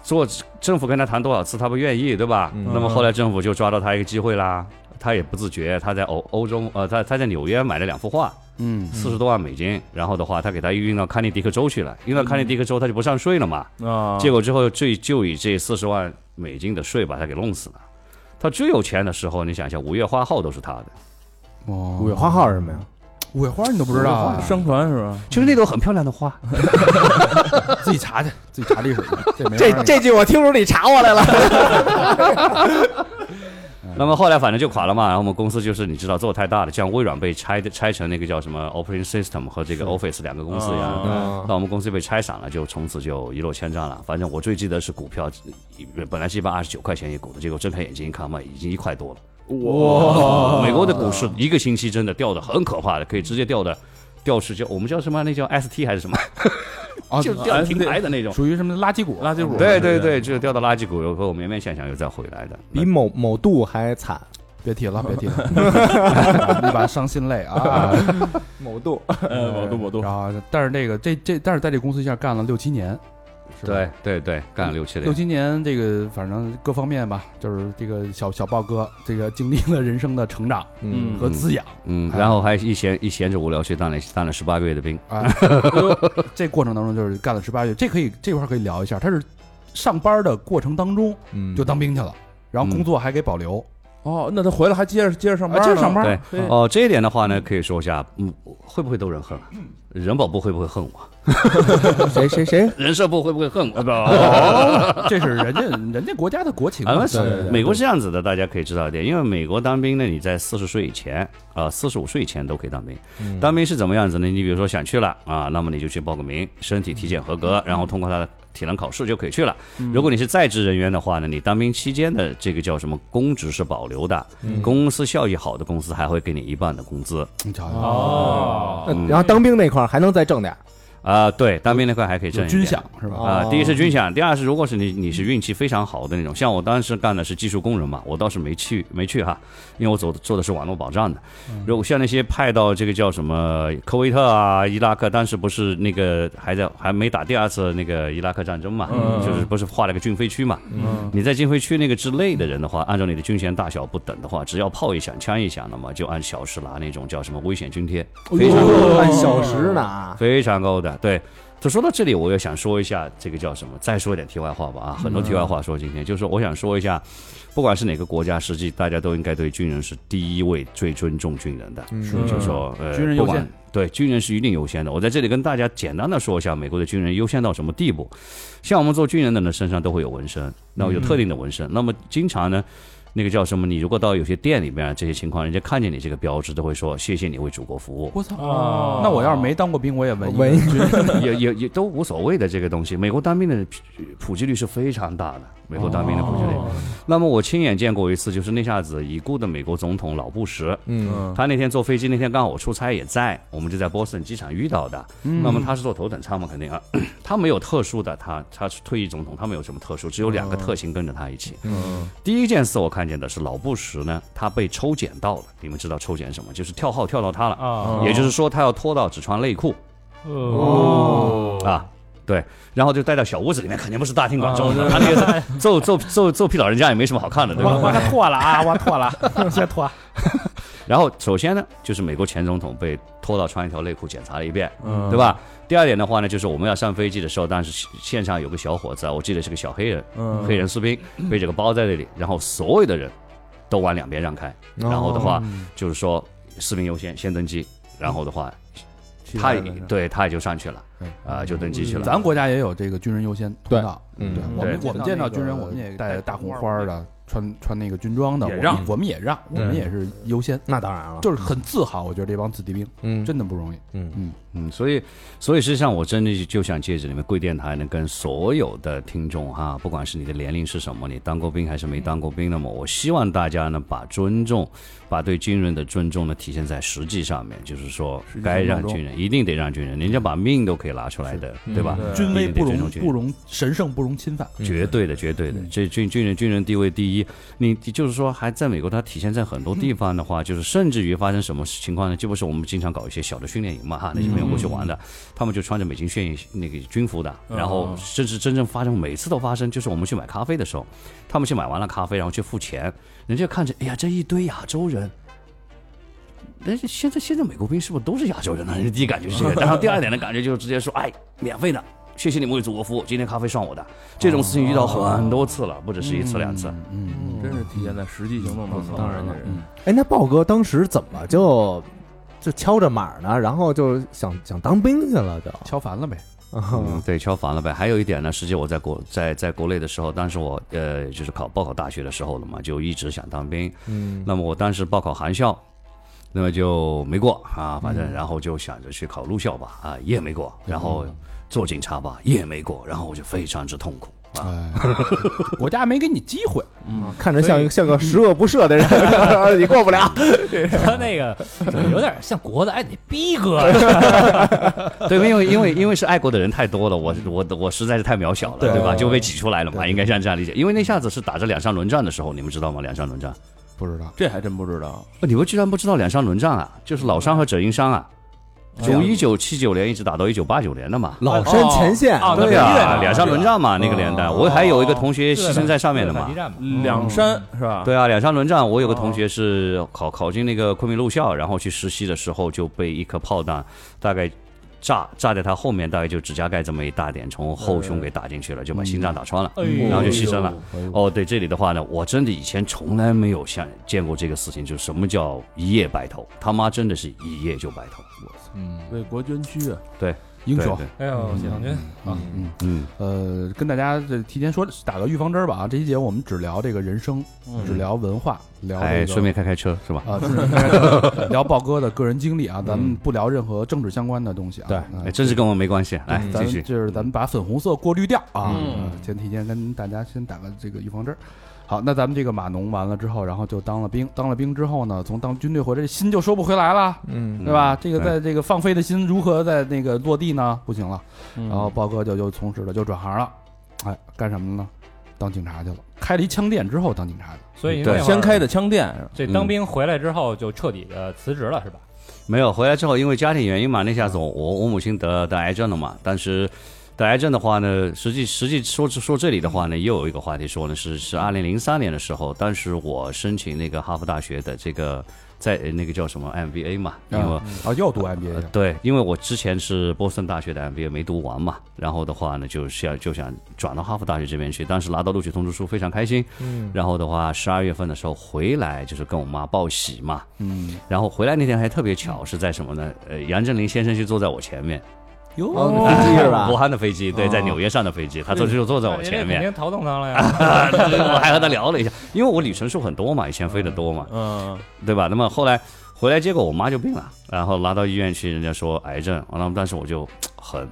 E: 做政府跟他谈多少次，他不愿意，对吧？那么后来政府就抓到他一个机会啦，他也不自觉，他在欧欧洲，呃，他他在纽约买了两幅画，嗯，四十多万美金，然后的话，他给他运到康涅狄克州去了，运到康涅狄克州他就不上税了嘛，
F: 啊，
D: 嗯
E: 结果之后最就以这四十万美金的税把他给弄死了。他最有钱的时候，你想一下，五月花号都是他的，
B: 哦，
C: 五月花号是什么呀？
B: 五月花你都不知道啊？
F: 商船是吧？
E: 就是那朵很漂亮的花，
B: 自己查去，自己查历史去。这没
C: 这
B: 法儿
C: 这句我听出你查我来了。
E: 那么后来反正就垮了嘛，然后我们公司就是你知道做太大了，像微软被拆的拆成那个叫什么 Operating System 和这个 Office 两个公司一样，
C: 啊
E: 那我们公司被拆散了，就从此就一落千丈了。反正我最记得是股票，本来是一百二十九块钱一股的，结果睁开眼睛一看嘛，已经一块多了。哇！美国的股市一个星期真的掉的很可怕的，可以直接掉的。掉是叫我们叫什么？那叫 ST 还是什么？
B: 啊，
E: 就掉停牌的那种。
B: 属于什么垃圾股？啊
F: 垃圾股
E: 对对对，就掉到垃圾股，有时候勉勉强强又再回来的。
C: 比某某度还惨，
B: 别提了，别提了，一把伤心泪啊！
C: 某度
F: 呃，我都我都
B: 然后，但是这个这这，但是在这公司一下干了六七年，是吧
E: 对对对，干了六七
B: 六
E: 年。
B: 七年，这个反正各方面吧，就是这个小小豹哥，这个经历了人生的成长
C: 嗯
B: 和滋养
E: 嗯，然后还一闲一闲着无聊去当了当了十八个月的兵。
B: 啊。 (laughs) 这过程当中就是干了十八月，这可以这块儿可以聊一下。他是上班的过程当中
C: 嗯
B: 就当兵去了，然后工作还给保留，
F: 哦，那他回来还接着接着
D: 嗯
F: 上
B: 啊
F: 班呢，
B: 接着上班
E: 对
F: 对，
E: 哦，这一点的话呢，可以说一下，嗯，会不会都人恨啊？人保部会不会恨我？
C: 嗯谁谁谁
E: (laughs) 人社部会不会恨我？
B: (laughs) 这是人家人家国家的国情嘛。
E: 啊，
B: 对对对
E: 美国是这样子的，大家可以知道一点，因为美国当兵呢，你在四十岁以前啊，四十五岁以前都可以当兵。
B: 嗯
E: 当兵是怎么样子呢？你比如说想去了啊，那么你就去报个名，身体体检合
B: 嗯
E: 格，然后通过他的体能考试就可以去了。如果你是在职人员的话呢，你当兵期间的这个叫什么公职是保留的，
B: 嗯
E: 公司效益好的公司还会给你一半的工资。
B: 你瞧瞧
D: 啊
F: 哦，
E: 嗯
C: 呃然后当兵那块儿还能再挣点儿
E: 啊，对，当兵那块还可以挣
B: 有
E: 一
B: 军
E: 点
B: 饷是吧？
E: 啊、
C: 哦
E: 第一是军饷，第二是如果是你你是运气非常好的那种，像我当时干的是技术工人嘛，我倒是没去没去哈，因为我走做的是网络保障的。如果像那些派到这个叫什么科威特啊、伊拉克，当时不是那个还在还没打第二次那个伊拉克战争嘛，就是不是划了个军飞区嘛？
F: 嗯
E: 你在禁飞区那个之内的人的话，按照你的军衔大小不等的话，只要炮一响、枪一响，那么就按小时拿那种叫什么危险津贴，非常
C: 哎按小时呢啊。
E: 非常高的。对，就说到这里，我也想说一下这个叫什么，再说一点题外话吧啊，
B: 嗯
E: 很多题外话说今天，就是我想说一下，不管是哪个国家，实际大家都应该对军人是第一位最尊重军人的，
C: 是
F: 嗯
E: 就是说呃，
B: 嗯军人优先
E: 不管。对，军人是一定优先的。我在这里跟大家简单的说一下美国的军人优先到什么地步。像我们做军人的呢，身上都会有纹身，那么有特定的纹身。
B: 嗯
E: 那么经常呢，那个叫什么？你如果到有些店里面这些情况，人家看见你这个标志，都会说谢谢你为祖国服务。
B: 我操！
F: 哦
B: 那我要是没当过兵，我也纹
C: 纹
B: 一个军人
E: (laughs) 也也也都无所谓的这个东西。美国当兵的普及率是非常大的，美国当兵的普及率。那么我亲眼见过一次，就是那下子已故的美国总统老布什，
C: 嗯
E: 他那天坐飞机，那天刚好我出差也在，我们就在波士顿机场遇到的。那么他是坐头等舱嘛，肯定啊， (clears throat) 他没有特殊的，他他是退役总统，他没有什么特殊，只有两个特勤跟着他一起。第一件事我看见的是老布什呢，他被抽检到了，你们知道抽检什么？就是跳号跳到他了，
F: 嗯
D: 啊，
E: 也就是说他要脱到只穿内裤。
D: 哦
E: 啊，对，然后就带到小屋子里面，肯定不是大庭广众的，他那个是 (laughs) 揍揍揍揍屁老人家也没什么好看的，对吧？
D: 我脱了啊，我脱
C: (laughs)
D: 了，先脱。
C: 哦
E: 然后首先呢，就是美国前总统被拖到穿一条内裤检查了一遍，对吧？第二点的话呢，就是我们要上飞机的时候，当时现场有个小伙子啊，我记得是个小黑人，
F: 嗯
D: 嗯
E: 黑人士兵背着个包在那里，然后所有的人都往两
C: 嗯
E: 边让开，然后的话就是说士兵优先，先登机，然后的话。
F: 取
E: 他
F: 代
E: 也
F: 的是
E: 对他也就上去了，啊，就登基去了。
B: 嗯咱国家也有这个军人优先通道，
G: 嗯
B: 对，我
E: 对
B: 们我们见到军人，我们也带大红花儿的，穿穿那个军装的，
F: 也
B: 我
F: 让
B: 们我们也让，我
E: 嗯
B: 们也是优先，
G: 那当然了，
B: 就是很自豪。我觉得这帮子弟兵
G: 嗯
B: 真的不容易，
G: 嗯
B: 嗯，
E: 嗯，所以，所以实际上我真的就想借着你们贵电台呢，跟所有的听众哈，不管是你的年龄是什么，你当过兵还是没当过兵，那么我希望大家呢，把尊重，把对军人的尊重呢，体现在实际上面，就是说
F: 实际行动
E: 该让军人一定得让军人，人家把命都可以拿出来的，对吧？
C: 嗯
F: 对
B: 嗯军威不
E: 一定
B: 容
E: 得尊重军人
B: 不容神圣不容嗯侵犯，
E: 绝对的，绝对的，这军军人军人地位第一。你就是说，还在美国，它体现在很多地方的话，就是甚至于发生什么情况呢？就不是我们经常搞一些小的训练营嘛，哈，那些朋友过去玩的，他们就穿着美军训练那个军服的，然后甚至真正发生，每次都发生，就是我们去买咖啡的时候，他们去买完了咖啡，然后去付钱，人家看着，哎呀，这一堆亚洲人。但是现在现在美国兵是不是都是亚洲人呢？ (laughs) 第一感觉是这个，然后第二点的感觉就是直接说，哎，免费的，谢谢你们为祖国服务，今天咖啡算我的。这种事情遇到很多次了，不止是一次两次。
B: 嗯，
F: 真是体现在实际行动当中。
G: 当然了
F: 嗯
C: 哎，那豹哥当时怎么就就敲着码呢？然后就想想当兵去了就，
B: 敲烦了呗，
E: 嗯，对，敲烦了呗。还有一点呢，实际我在国在在国内的时候，当时我呃就是考报考大学的时候了嘛，就一直想当兵。
C: 嗯，
E: 那么我当时报考航校，那么就没过啊，反正然后就想着去考陆校吧，啊也没过，然后做警察吧也没过，然后我就非常之痛 (laughs) 苦啊。嗯
B: 哎，国家没给你机会，
C: 嗯看着像一个像个十恶不赦的人，你 (laughs) 过不了。
D: (laughs) 他那个有点像国的，哎，你逼哥，
E: 对，因为因为因为是爱国的人太多了，我我我实在是太渺小了，
B: 对
E: 嗯对吧？就被挤出来了嘛，应该像这样理解。因为那下子是打着两山轮战的时候，你们知道吗？两山轮战。
B: (laughs) 不知道
F: (laughs) 这还真不知道，
E: 哦你们居然不知道两山轮战啊？就是老山和者英山啊，
D: 哎
E: 从一九七九年一直打到一九八九年的嘛。
C: 老山前线，
D: 哦哦
C: 对
E: 对
C: 呀、
D: 那北越
E: 呀、
D: 呢
E: 啊两山轮战嘛，那个年代，我还有一个同学牺牲在上面的嘛
D: 反击。战嘛嗯
F: 嗯两山是吧？
E: 对啊，两山轮战，我有个同学是考考进那个昆明路校，然后去实习的时候就被一颗炮弹大概炸炸在他后面，大概就指甲盖这么一大点，从后胸给打进去了，就把心脏打穿了，
D: 哎呦
F: 嗯
E: 然后就牺牲了。哦，对，这里的话呢，我真的以前从来没有像见过这个事情，就是什么叫一夜白头，他妈真的是一夜就白头。
C: 嗯
F: 为国捐躯啊！
B: 英雄
E: 对，对
G: 哎呦，
B: 解放
G: 军，
B: 啊，嗯，
E: 嗯，
B: 呃，跟大家这提前说打个预防针儿吧啊，这一节我们只聊这个人生，
C: 嗯
B: 只聊文化，聊
E: 哎，
B: 这
E: 顺
B: 个。
E: 便开开车是吧？
B: 啊，聊豹哥的个人经历啊，咱们不聊任何政治相关的东西啊。
G: 对
B: 啊
E: 哎，真是跟我没关系。来，
B: 嗯咱
E: 继
B: 们
E: 续。
B: 就是咱们把粉红色过滤掉啊，
G: 嗯
B: 呃先提前跟大家先打个这个预防针儿。好，那咱们这个码农完了之后，然后就当了兵，当了兵之后呢，从当军队回来，这心就收不回来了，
G: 嗯
B: 对吧
E: 嗯？
B: 这个在这个放飞的心如何在那个落地呢？不行了，然后豹哥就就从事了，就转行了，哎，干什么呢？当警察去了，开了一枪店之后当警察去了，
D: 所以那
E: 对
D: 会儿
F: 先开的枪店是吧
E: 嗯
D: 这当兵回来之后就彻底的辞职了，是吧？
E: 没有回来之后，因为家庭原因嘛，那下子我我我母亲得得癌症了嘛，但是。得癌症的话呢，实际实际说说这里的话呢，又有一个话题说呢，是是
B: 嗯
E: 二零零三年的时候，当时我申请那个哈佛大学的这个在呃那个叫什么 MBA 嘛，因为我
B: 啊，又读 MBA 去了。
E: 对，因为我之前是波士顿大学的 MBA 没读完嘛，然后的话呢，就想就想转到哈佛大学这边去，当时拿到录取通知书非常开心，嗯，然后的话十二月份的时候回来就是跟我妈报喜嘛，嗯，然后回来那天还特别巧是在什么呢？呃，杨振宁先生就坐在我前面，
B: 哟，
C: 哦
E: (laughs)
C: 飞机是吧
E: 武？汉的飞机，对，在纽约上的飞机，他坐就坐在我前面
D: 哎肯，定头疼他了哎呀。
E: (laughs) 我还和他聊了一下，因为我里程数很多嘛，以前飞得多嘛，
F: (laughs) 嗯，
E: 对吧？那么后来回来，结果我妈就病了，然后拉到医院去，人家说癌症，完了，但是我就很。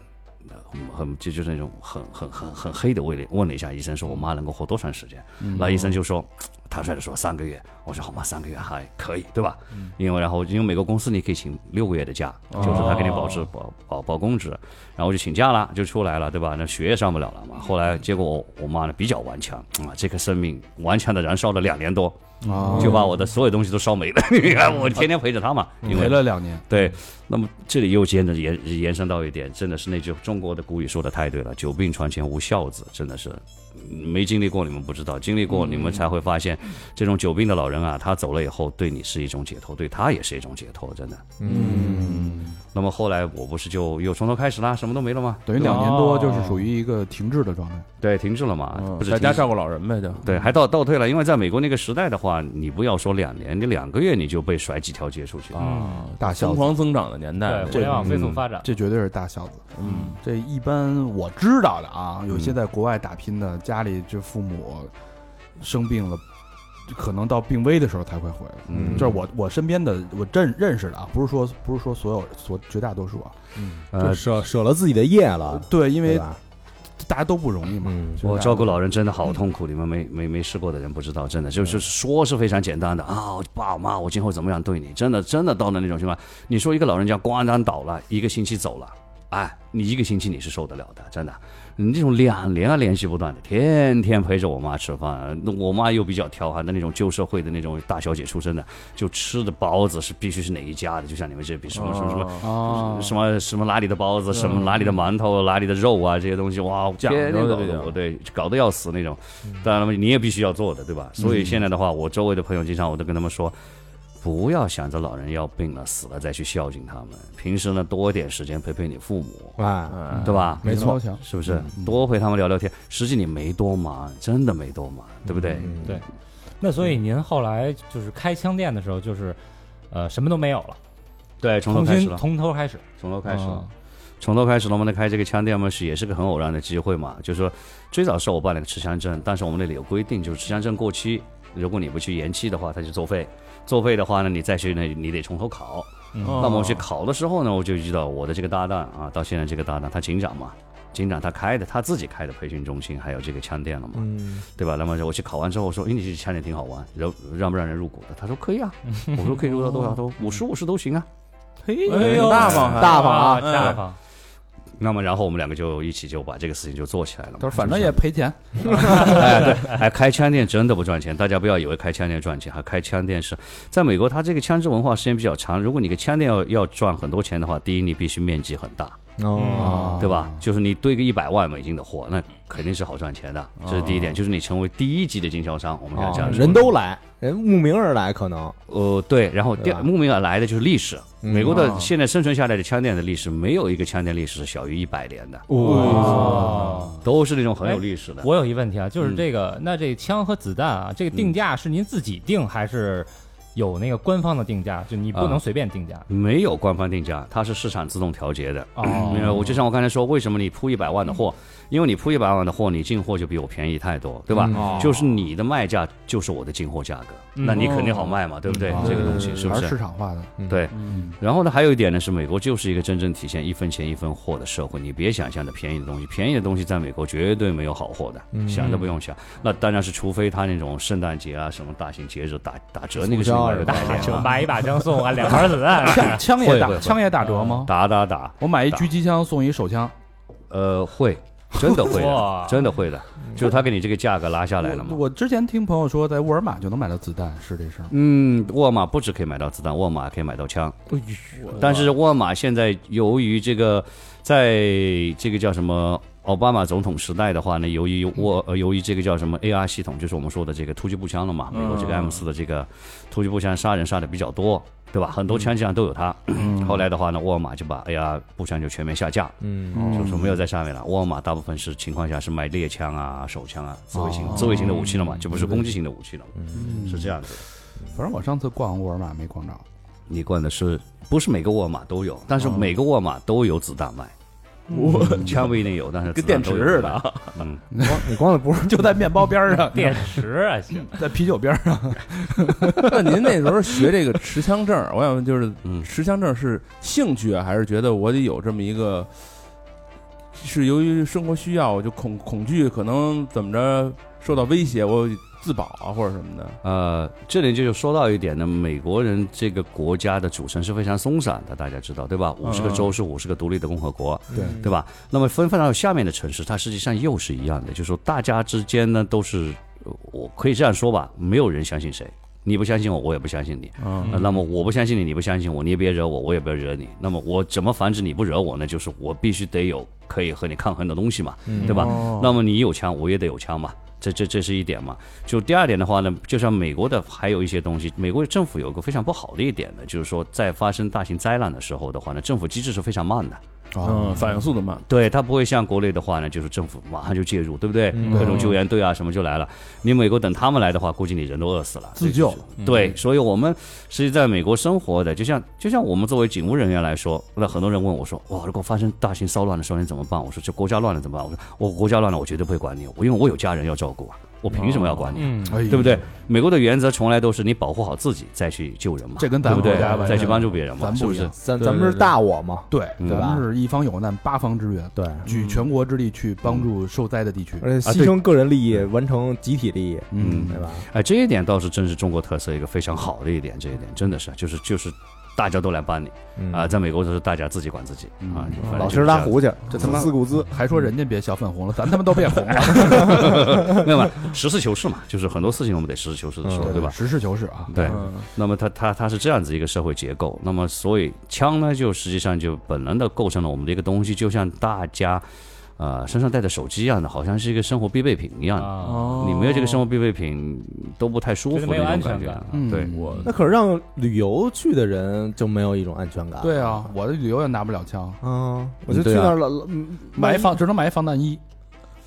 E: 很就就是那种很很很很黑的问了问了一下医生，说我妈能够活多长时间？那医生就说，嗯坦率的说三个月。我说好吧，三个月还可以，对吧？因为然后因为美国公司你可以请六个月的假，就是他给你保值保保保工资，然后我就请假了，就出来了，对吧？那学也上不了了嘛。后来结果我我妈呢比较顽强啊，这颗生命顽强的燃烧了两年多，
B: 啊，
E: 就把我的所有东西都烧没了。你看我天天陪着他嘛，因
B: 嗯陪
E: 为
B: 了两年，
E: 对。那么这里又接着延延伸到一点，真的是那句中国的古语说的太对了，“久病床前无孝子”，真的是嗯没经历过你们不知道，经历过你们才会发现，这种久病的老人啊，他走了以后对你是一种解脱，对他也是一种解脱，真的。
G: 嗯，
E: 那么后来我不是就又从头开始啦，什么都没了吗？
B: 等于两年
E: 哦
B: 多就是属于一个停滞的状态。
E: 对，停滞了嘛，
D: 嗯
E: 不是
F: 嗯在
E: 停
F: 家
E: 滞
F: 照顾老人呗，就
E: 对，还倒倒退了，因为在美国那个时代的话，你不要说两年，你两个月你就被甩几条街出去。
F: 啊，
B: 大孝
F: 疯
B: 子，
F: 狂增长的年代，
D: 对，互联网飞速发展，
B: 这绝对是大孝子。
F: 嗯，
B: 这一般我知道的啊，有
E: 嗯
B: 些在国外打拼的，家里就父母生病了，可能到病危的时候才会回来。
E: 嗯
B: 就是我我身边的我认认识的啊，不是说不是说所有所绝大多数啊，
E: 呃
C: 就舍舍了自己的业
E: 啊
C: 了，
B: 对，因
C: 对
B: 为
C: 吧？
B: 大家都不容易嘛。
C: 嗯
B: 就是啊嗯
E: 我
B: 大家
E: 照顾
B: 都
E: 老人真的好痛苦，你们没没没试过的人不知道，真的就就是说是非常简单的啊，我爸我妈，我今后怎么样对你，真的真的到了那种情况，你说一个老人家咣当倒了，一个星期走了，哎，你一个星期你是受得了的，真的，你这种两年啊联系不断的，天天陪着我妈吃饭，那我妈又比较挑哈，那那种旧社会的那种大小姐出身的，就吃的包子是必须是哪一家的，就像你们这比什么什么什么
B: 啊，
E: 什么什么哪里的包子，什么哪里的馒头，哪里的肉啊，这些东西，哇，
F: 讲究的
E: 天天搞
F: 这种
E: 得我对，搞得要死那种。当然了，你也必须要做的，对吧？所以现在的话，我周围的朋友经常我都跟他们说。不要想着老人要病了、死了再去孝敬他们，平时呢多点时间陪陪你父母，
C: 啊，
F: 嗯
E: 对吧？
C: 没错
B: 林高强
E: 是不是？多陪他们聊聊天。实际你没多忙，真的没多忙，对不对？
C: 对，
D: 那所以
F: 嗯
D: 您后来就是开枪店的时候，就是呃什么都没有了，
E: 对，从头
D: 重
E: 开始
D: 新
E: 了，
D: 从头开始。
E: 从头开始了。啊从头开始了，我们开这个枪店嘛，是也是个很偶然的机会嘛。就是说，最早是我办了个持枪证，但是我们那里有规定，就是持枪证过期，如果你不去延期的话，它就作废。作废的话呢，你再去那你得从头考。那
D: 嗯
F: 那
E: 么我去考的时候呢，我就遇到我的这个搭档啊，到现在这个搭档他警长嘛，警长他开的他自己开的培训中心，还有这个枪店了嘛。
C: 嗯，
E: 对吧？那么我去考完之后，我说：“哎，你这枪点挺好玩，让让不让人入股的？”他说：“可以啊。”我说：“可以入到多少？”他说：“五十五十都行啊。
F: 嘿，哎呦大方还
C: 大方啊，
F: 嗯
D: 大方。”
E: 那么然后我们两个就一起就把这个事情就做起来了嘛。
B: 他说反正也赔钱，
E: 哎，对，哎，开枪店真的不赚钱，大家不要以为开枪店赚钱，还开枪店是在美国，它这个枪支文化时间比较长。如果你个枪店要要赚很多钱的话，第一你必须面积很大，
C: 哦，
E: 对吧？就是你堆个一百万美金的货，那肯定是好赚钱
C: 啊
E: 的，这是第一点，就是你成为第一级的经销商，我们要这样说
C: 哦人都来，人慕名而来，可能
E: 呃对，然后第
C: 对吧
E: 二慕名而来的就是历史，
C: 嗯
E: 美国的
F: 哦
E: 现在生存下来的枪店的历史，没有一个枪店历史是小于一百年的，
D: 哦，
E: 都是那种
C: 哎
E: 很有历史的。
D: 我有一问题啊，就是
E: 嗯
D: 这个，那这枪和子弹
F: 嗯
D: 啊，这个定价是您自己定还是有那个官方的定价？就你不能
E: 啊
D: 随便定
F: 哦
D: 价。
E: 没有官方定价，它是市场自动调节的。
D: 哦
E: 没有，我就像我刚才说，为什么你铺一百万的货？因为你铺一百万的货，你进货就比我便宜太多，对吧？就是你的卖价就是我的进货价格，
D: 嗯
E: 那你肯定好卖嘛，对不对？
B: 哦
E: 这个东西是不
B: 还是市
E: 是？
B: 场化的。
E: 对。然后呢，还有一点呢，是美国就是一个真正体现一分钱一分货的社会，你别想象着便宜的东西，便宜的东西在美国绝对没有好货的，想都不用想。那当然是，除非他那种圣诞节啊，什么大型节日打打折那个是另外一个概
D: 大
E: 念
D: 就
E: 啊
D: 买一把枪送啊，两
F: (laughs)
D: 盘子弹。
B: 枪枪
E: 会
B: 也
E: 会
B: 打
E: 会
B: 枪也打折吗？
E: 打打打，
B: 我买一狙击枪送一手枪，
E: 呃， (laughs) 会，真的会
D: 哇
E: 的，真的会的，就是他给你这个价格拉下来了
B: 我
E: 嘛。
B: 我之前听朋友说，在沃尔玛就能买到子弹，是这事儿吗？
E: 嗯，沃尔玛不止可以买到子弹，沃尔玛可以买到枪。哎但是沃尔玛现在由于这个，在这个叫什么奥巴马总统时代的话呢，由于沃呃由于这个叫什么 AR 系统，就是我们说的这个突击步枪了嘛，美国这个 M 四的这个突击步枪杀人杀的比较多，对吧？很多枪击案都有它。后来的话呢，沃尔玛就把 AR 步枪就全面下架，
C: 嗯，
E: 就是没有在上面了。沃尔玛大部分是情况下是卖猎枪啊、手枪啊、自卫型、
B: 哦
E: 自卫型的武器了
F: 嗯
E: 嘛，就不是攻击型的武器了，是这样子。
B: 反正我上次逛沃尔玛没逛 (laughs) 着，
E: 你逛的是不是每个沃尔玛都有？但是每个沃尔玛都有子弹卖，
F: 嗯我
E: 枪不一定有，但是
F: 跟
E: 子弹
F: 电
E: 都
F: 池
E: 有
F: 似的啊，
E: 嗯，
C: 你光是不是
B: 就在面包边儿 (laughs) 上，
D: 电池啊，行，
B: 在啤酒边儿上。 (laughs)
F: 那您那时候学这个持枪证，我想问，就是
E: 嗯
F: 持枪证是兴趣啊，还是觉得我得有这么一个？是由于生活需要，我就恐恐惧，可能怎么着受到威胁，我自保啊，或者什么的。
E: 呃，这里就就说到一点呢，美国人这个国家的组成是非常松散的，大家知道对吧？五十个州是五十个独立的共和国，
B: 对
E: 对吧？那么分放到下面的城市，它实际上又是一样的，就是说大家之间呢都是，呃我可以这样说吧，没有人相信谁，你不相信我，我也不相信你。
F: 嗯
E: 呃那么我不相信你，你不相信我，你也别惹我，我也不要惹你。那么我怎么防止你不惹我呢？就是我必须得有可以和你抗衡的东西嘛，对吧？那么你有枪，我也得有枪嘛。这这这是一点嘛。就第二点的话呢，就像美国的还有一些东西，美国政府有个非常不好的一点呢，就是说在发生大型灾难的时候的话呢，政府机制是非常慢的。
B: 哦
F: 嗯，反应速度慢，
E: 对，它不会像国内的话呢，就是政府马上就介入，对不对？
C: 嗯
E: 各种救援队啊什么就来了。你美国等他们来的话，估计你人都饿死了。
B: 自救，
E: 对，所以我们实际在美国生活的，就像就像我们作为警务人员来说，那很多人问我说：“哇，如果发生大型骚乱的时候，你怎么办？”我说：“这国家乱了怎么办？”我说：“我国家乱了，我绝对不会管你，我因为我有家人要照顾啊，我凭什么要管你？
D: 嗯，
B: 哎呦
E: 对不对？？美国的原则从来都是你保护好自己再去救人嘛，
B: 这跟咱
E: 对
B: 们
E: 不
B: 国
E: 对
B: 家完？全
E: 再去帮助别人嘛，
B: 咱
E: 是
B: 不
E: 不
B: 一样
E: 是？
C: 咱
B: 对
C: 咱们
B: 对
C: 是
B: 对
C: 大我嘛，
B: 对，
E: 嗯
B: 咱们是一方有难八方支援，
C: 对，
B: 举全国之力去帮助受灾的地区。
C: 嗯而且
E: 啊
C: 牺
E: 对
C: 牲个人利益完成集体利益，
E: 嗯
C: 对吧？
E: 哎，这一点倒是真是中国特色一个非常好的一点，这一点真的是就是就是大家都来帮你
C: 嗯
E: 啊、在美国就是大家自己管自己
B: 嗯
E: 啊，反正
C: 老
E: 就是
C: 师
E: 这
C: 拉
E: 样嗯
C: 胡去，这他妈自顾自，
B: 还说人家别小粉红了，咱他妈都变红了，
E: 没有嘛，实事求是嘛，就是很多事情我们得实事求是的说，
C: 嗯
E: (laughs) 对吧？
B: 实事求是啊，
E: 对，
F: 嗯
E: 那么它它它是这样子一个社会结构，那么所以枪呢，就实际上就本能的构成了我们的一个东西，就像大家，呃，身上带着手机一样的，好像是一个生活必备品一
F: 嗯
E: 样的，
F: 哦
D: 啊，
E: 你没有这个生活必备品都不太舒
D: 觉得
E: 服
D: 没有
E: 那
D: 安
E: 种
D: 全
E: 感觉
D: 感
E: 啊，
B: 嗯
E: 对，
F: 我
C: 那可是让旅游去的人就没有一种安全感。
B: 对啊，我的旅游也拿不了枪，
C: 嗯，我就去
E: 对啊
C: 那儿了，了嗯
B: 买防只能买防弹衣，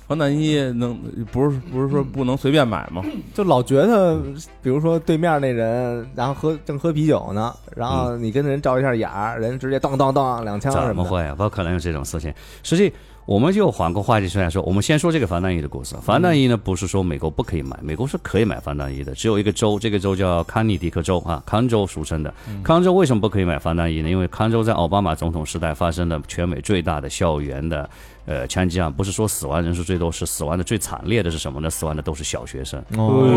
F: 防弹衣能不是不是说不能随便买吗？
D: 嗯
C: 就老觉得，比如说对面那人，然后喝正喝啤酒呢，然后你跟人照一下眼儿，人直接当当当两枪什
E: 嗯怎么
C: 么的。
E: 会啊？不可能有这种事情。实际我们就缓过话题出来说，我们先说这个防弹衣的故事。防
D: 嗯
E: 弹衣呢，不是说美国不可以买，美国是可以买防弹衣的，只有一个州，这个州叫康涅狄克州啊，康州俗称的。
D: 嗯
E: 康州为什么不可以买防弹衣呢？因为康州在奥巴马总统时代发生了全美最大的校园的。呃，枪击案不是说死亡人数最多，是死亡的最惨烈的是什么呢？死亡的都是小学生。